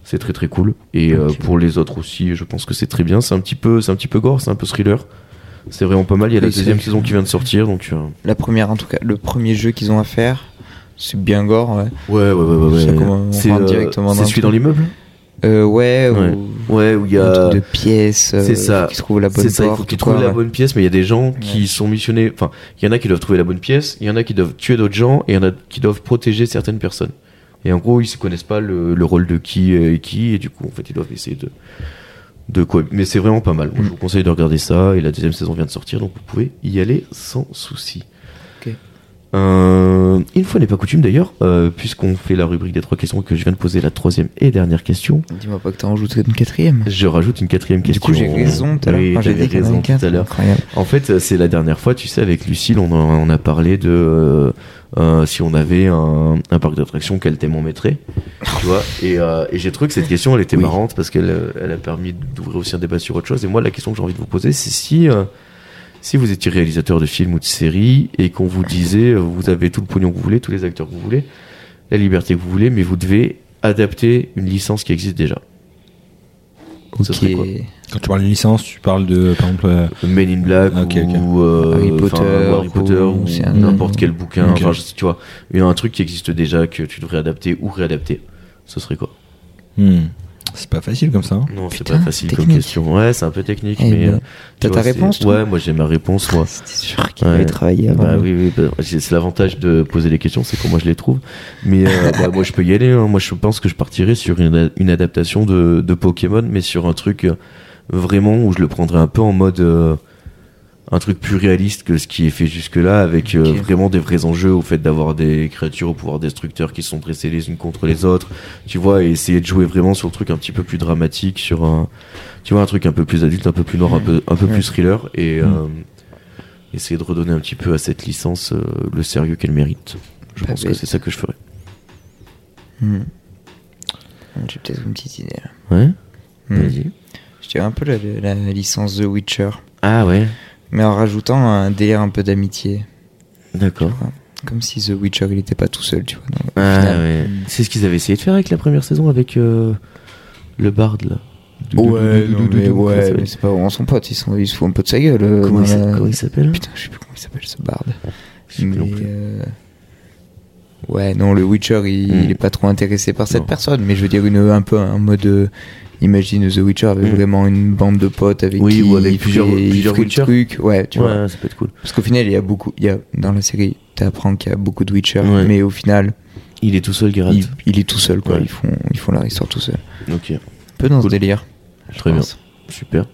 A: c'est très très cool. Et euh,
D: Ok.
A: pour les autres aussi, je pense que c'est très bien. C'est un petit peu, c'est un petit peu gore, c'est un peu thriller. C'est vraiment pas mal. Il y a la
D: Oui, c'est
A: deuxième
D: vrai.
A: saison qui vient de sortir, donc euh,
D: La première, en tout cas, le premier jeu qu'ils ont à faire, c'est bien gore, ouais.
A: ouais ouais ouais
D: ouais, Ça ouais. commence- on
A: C'est
D: rentre
A: euh,
D: directement
A: c'est
D: dans
A: celui
D: le
A: dans l'immeuble.
D: Euh, ouais,
A: Ouais.
D: ou
A: Ouais, où il y
D: un
A: a
D: truc de pièces, euh,
A: c'est ça.
D: faut qu'ils trouvent la bonne
A: C'est ça, il faut
D: porte
A: qu'ils
D: ou quoi,
A: trouvent la
D: ouais.
A: bonne pièce, mais il y a des gens qui sont missionnés. Enfin, il y en a qui doivent trouver la bonne pièce, il y en a qui doivent tuer d'autres gens, et il y en a qui doivent protéger certaines personnes. Et en gros, ils ne connaissent pas le, le rôle de qui et qui, et du coup, en fait, ils doivent essayer de. de quoi. Mais c'est vraiment pas mal. Moi,
D: Mm.
A: je vous conseille de regarder ça, et la deuxième saison vient de sortir, donc vous pouvez y aller sans souci.
D: Ok.
A: Euh, une fois n'est pas coutume d'ailleurs, euh, puisqu'on fait la rubrique des trois questions et que je viens de poser la troisième et dernière question,
D: Dis-moi pas que t'en rajoutes une quatrième.
A: je rajoute une quatrième
D: Du
A: question.
D: coup, j'ai raison tout à l'heure.
A: Oui,
D: Enfin, j'ai
A: t'avais
D: dit qu'il y en avait
A: raison
D: quatre,
A: tout à l'heure.
D: Incroyable.
A: En fait, euh, c'est la dernière fois, tu sais, avec Lucille, on, en- on a parlé de euh, euh, si on avait un, un parc d'attractions, quel thème on mettrait, tu vois. Et, euh, et j'ai trouvé que cette question, elle était
D: Oui.
A: marrante parce qu'elle euh, elle a permis d'ouvrir aussi un débat sur autre chose. Et moi, la question que j'ai envie de vous poser, c'est si euh, si vous étiez réalisateur de films ou de séries et qu'on vous disait, euh, vous avez tout le pognon que vous voulez, tous les acteurs que vous voulez, la liberté que vous voulez, mais vous devez adapter une licence qui existe déjà. Ça serait quoi
D: Ok.
B: Quand tu parles de licence, tu parles de, par exemple, euh,
A: Men in Black
B: Ok, ok.
A: ou euh,
D: Harry
A: enfin,
D: Potter,
A: ou Harry Potter
D: ou
A: ou
D: c'est un-
A: n'importe quel bouquin.
B: Ok.
A: Enfin, je sais- tu vois, il y a un truc qui existe déjà que tu devrais adapter ou réadapter. Ce serait quoi
B: hmm, c'est pas facile comme ça. hein.
A: Non, c'est
D: Putain,
A: pas facile comme
D: technique.
A: question. Ouais, c'est un peu technique,
D: Eh
A: mais
D: ben,
A: euh,
D: T'as
A: tu
D: ta
A: vois, c'est-
D: réponse toi
A: Ouais, moi j'ai ma réponse, moi.
D: C'était sûr qu'il
A: Ouais.
D: avait travaillé avant.
A: Bah oui, oui, bah, c'est c'est l'avantage de poser les questions, c'est que moi je les trouve. Mais euh, bah, moi je peux y aller. hein. Moi je pense que je partirais sur une, une adaptation de, de Pokémon, mais sur un truc euh, vraiment où je le prendrais un peu en mode euh, un truc plus réaliste que ce qui est fait jusque-là, avec euh,
D: Ok.
A: vraiment des vrais enjeux au fait d'avoir des créatures au pouvoir destructeur qui sont dressées les unes contre
D: Mm.
A: les autres. Tu vois, et essayer de jouer vraiment sur le truc un petit peu plus dramatique, sur un, tu vois, un truc un peu plus adulte, un peu plus noir, un peu, un peu plus thriller.
D: Mm.
A: Et. euh, essayer de redonner un petit peu à cette licence euh, le sérieux qu'elle mérite. Je
D: Pas
A: pense que
D: bête.
A: c'est ça que je ferais.
D: Hmm. J'ai peut-être une petite idée. là.
A: Ouais
D: Hmm.
A: Vas-y.
D: Je dirais un peu la, la licence The Witcher,
A: Ah ouais
D: mais en rajoutant un délire un peu d'amitié.
A: D'accord.
D: Comme si The Witcher il était pas tout seul, tu vois. dans le
A: Ah
D: final. Mm.
A: ouais. C'est ce qu'ils avaient essayé de faire avec la première saison avec euh, le Bard là.
D: Ouais, non,
A: Comment
D: mais
A: il
D: ouais,
A: s'appelle
D: mais c'est pas vraiment son pote, ils, sont, ils se foutent un peu de sa gueule. euh,
A: Comment il
D: dans
A: s'a-
D: la-
A: comment il s'appelle
D: Putain, je sais plus comment il s'appelle ce barde.
A: Je sais plus non
D: Mais.
A: plus.
D: euh, Ouais, non, le Witcher il,
A: Hmm.
D: il est pas trop intéressé par cette
A: Non.
D: personne, mais je veux dire, une, un peu un mode. euh, Imagine The Witcher avait
A: Hmm.
D: vraiment une bande de potes avec
A: Oui,
D: qui
A: ou avec
D: il
A: plusieurs-
D: fait- il
A: plusieurs
D: fait le
A: Witcher.
D: truc. Ouais, tu vois.
A: Ouais, ça peut être cool.
D: Parce qu'au final, il y a beaucoup. Il y a, dans la série, tu apprends qu'il y a beaucoup de Witcher,
A: Ouais.
D: mais au final,
A: Il est tout seul, Geralt.
D: il, il est tout seul, quoi.
A: Ouais.
D: Ils, font, ils font leur histoire tout seul.
A: Ok,
D: Un peu dans
A: Cool.
D: ce délire.
A: Très bien. super.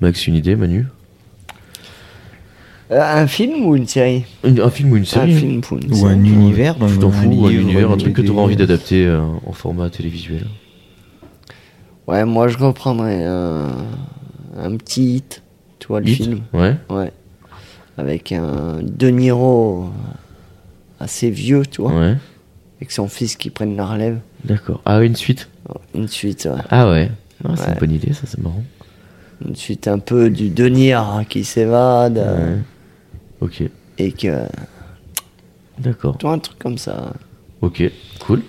A: Max, une idée, Manu
C: Euh, un film ou une série
A: Une- Un film ou une série
C: Un film pour une
D: Ou
C: série.
D: un univers, dans
A: Je t'en fous, ou un
D: Ah, livre,
A: univers, un
D: une
A: truc que tu
D: BD.
A: auras envie d'adapter euh, en format télévisuel.
C: Ouais, moi je reprendrais un, un petit hit, tu vois le
A: Hit
C: film.
A: Ouais
C: Ouais. Avec un De Niro assez vieux, tu vois.
A: Ouais.
C: Avec son fils qui prenne la relève.
A: D'accord. Ah, une suite
C: Une suite, ouais.
A: Ah ouais. Ah, c'est
C: Ouais.
A: une bonne idée, ça, c'est marrant.
C: Une suite un peu du De Niro qui s'évade. euh,
A: Ouais. Ok,
C: Et que.
A: d'accord.
C: hein. Tu vois, un truc comme ça.
A: Ok, cool.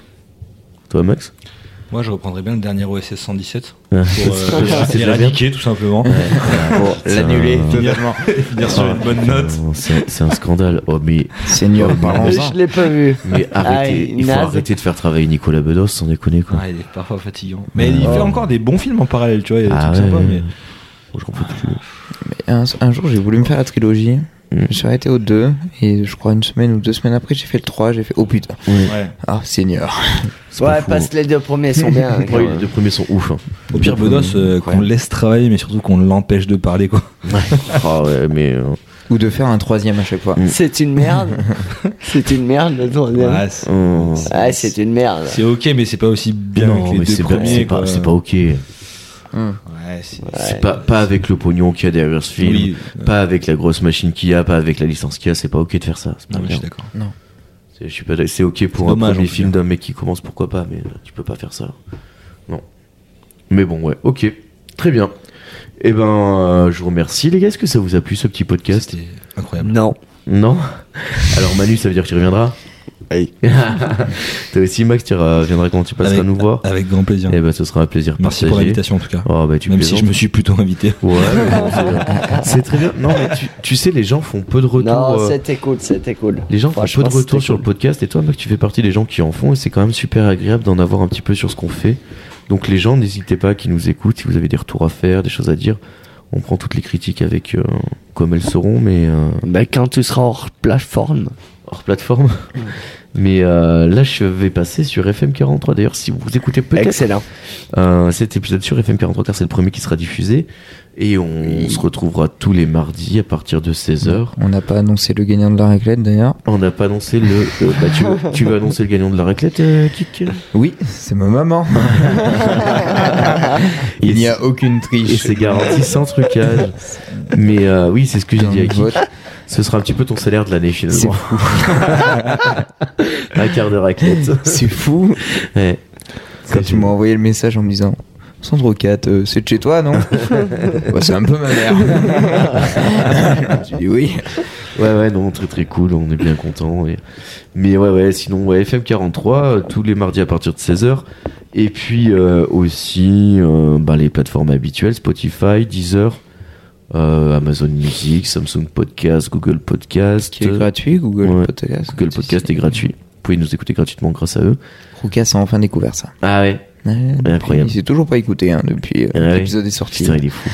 A: Toi, Max
B: Moi, je reprendrais bien le dernier OSS 117
A: Ouais.
B: pour euh,
A: C'est déjà
B: l'éradiquer tout simplement.
C: Pour
A: C'est
C: l'annuler.
A: un-
B: Finalement, finir sur une bonne note.
A: Non, C'est c'est un scandale. Oh, mais,
E: Seigneur, parlons-en.
C: Je l'ai pas vu.
A: mais arrêtez.
C: Ah,
A: il faut
C: naze.
A: arrêter de faire travailler Nicolas Bedos, sans déconner, quoi.
B: Ouais, il est parfois fatigant. Mais il fait encore des bons films en parallèle, tu vois. Il y a des
A: Ah
B: trucs sympas,
A: ouais.
B: mais.
A: Moi, J'en
C: Ah.
A: peux plus.
D: Un, un jour, j'ai voulu me faire la trilogie.
A: Mm.
D: Je me suis arrêté au 2, et je crois une semaine ou deux semaines après, j'ai fait le 3, j'ai fait oh putain,
B: Ouais.
D: ah Seigneur.
A: C'est pas
C: Ouais,
A: fou.
C: parce que les deux premiers sont bien. hein, quand
A: Ouais, les
C: même.
A: deux premiers sont ouf. hein.
B: Au pire, Bedos, euh, qu'on le laisse travailler, mais surtout qu'on l'empêche de parler, quoi.
A: Ah ouais, mais. euh,
D: Ou de faire un troisième à chaque fois.
C: C'est une merde. C'est une merde le troisième.
B: Ouais, Ah, c'est-
A: euh,
C: Ouais, c'est une merde.
B: c'est ok, mais c'est pas aussi bien
A: non,
B: que les
A: mais
B: deux
A: c'est pas,
B: premiers.
A: c'est pas,
B: quoi.
A: c'est pas ok.
B: Ouais, c'est-
A: c'est pas, pas avec le pognon qu'il y a derrière ce film,
B: Oui, euh.
A: pas avec la grosse machine qu'il y a, pas avec la licence qu'il y a, c'est pas ok de faire ça. C'est pas
B: non, mais je
A: bien.
B: suis d'accord.
A: C'est- je suis pas- c'est ok pour
B: C'est
A: un
B: dommage, en
A: premier
B: tout
A: film d'un mec qui commence, pourquoi pas, mais euh, tu peux pas faire ça. Non. Mais bon, ouais, ok. Très bien. Eh ben, euh, je vous remercie les gars, est-ce que ça vous a plu ce petit podcast
B: C'était incroyable.
C: Non.
A: Non Alors Manu, ça veut dire que tu reviendras
C: Oui.
A: Toi aussi Max, tu reviendras quand tu passeras
B: Avec-
A: nous voir
B: Avec grand plaisir.
A: Eh ben, ce sera un plaisir
B: ah, Merci
A: partagé.
B: pour l'invitation, en tout cas.
A: Oh, bah, tu
B: Même si je me suis plutôt invité.
A: Ouais, mais bon, c'est- c'est très bien. Non, mais tu, tu sais, les gens font peu de retours.
C: Non,
A: euh,
C: c'était cool, c'était cool.
A: les gens font peu de
C: Franchement,
A: retours
C: c'était
A: sur le podcast. Et toi, mec, tu fais partie des gens qui en font. Et c'est quand même super agréable d'en avoir un petit peu sur ce qu'on fait. Donc, les gens, n'hésitez pas qui nous écoutent. Si vous avez des retours à faire, des choses à dire, on prend toutes les critiques avec euh, comme elles seront, mais euh,
C: cool. Bah, quand tu seras hors plateforme,
A: hors plateforme. Mais euh, là, je vais passer sur FM43. D'ailleurs, si vous écoutez peut-être
C: excellent.
A: euh, cet épisode sur FM43 car c'est le premier qui sera diffusé. Et on se retrouvera tous les mardis à partir de 16h.
D: On n'a pas annoncé le gagnant de la raclette d'ailleurs.
A: On n'a pas annoncé le. euh, bah, tu, veux, tu veux annoncer le gagnant de la raclette, euh, Kik
D: Oui, c'est ma maman. Il n'y a aucune
A: Et
D: triche.
A: c'est garanti sans trucage. Mais euh, oui, c'est ce que j'ai
D: Dans
A: dit à
D: le
A: Kik.
D: vote.
A: Ce sera un petit peu ton salaire de l'année
D: C'est
A: finalement. un quart de raclette.
D: C'est fou.
A: Ouais.
D: Quand tu m'as envoyé le message en me disant Sandro 4, euh, c'est de chez toi, non Bah, C'est un peu ma mère. J'ai dit oui.
A: Ouais, ouais, non, très très cool, on est bien content. Mais ouais, ouais, sinon, ouais, FM43, euh, tous les mardis à partir de 16h. Et puis euh, aussi euh, bah, les plateformes habituelles, Spotify, Deezer, euh, Amazon Music, Samsung Podcast, Google Podcast.
D: Qui est gratuit, Google
A: Ouais.
D: Podcast.
A: Google Podcast est gratuit. Vous pouvez nous écouter gratuitement grâce à eux.
D: Roucas a enfin découvert ça.
A: Ah ouais,
D: Ouais, depuis,
A: incroyable.
D: Il s'est toujours pas écouté hein, depuis euh,
A: Ah oui.
D: l'épisode est sorti.
A: putain, il est fou.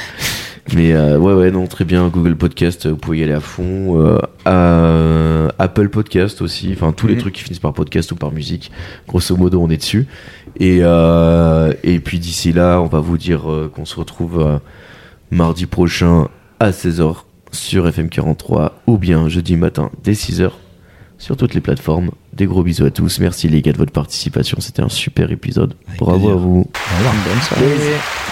A: Mais euh, ouais, ouais, non, très bien. Google Podcast, euh, vous pouvez y aller à fond. Euh, euh, Apple Podcast aussi. Enfin, tous les
D: Mhm.
A: trucs qui finissent par podcast ou par musique. Grosso modo, on est dessus. Et, euh, et puis d'ici là, on va vous dire euh, qu'on se retrouve euh, mardi prochain à 16h sur FM43 ou bien jeudi matin dès 6h sur toutes les plateformes. Des gros bisous à tous. Merci les gars de votre participation. C'était un super épisode.
B: Avec
A: Bravo
B: plaisir.
A: à vous.
B: Au revoir.
D: Bonne soirée.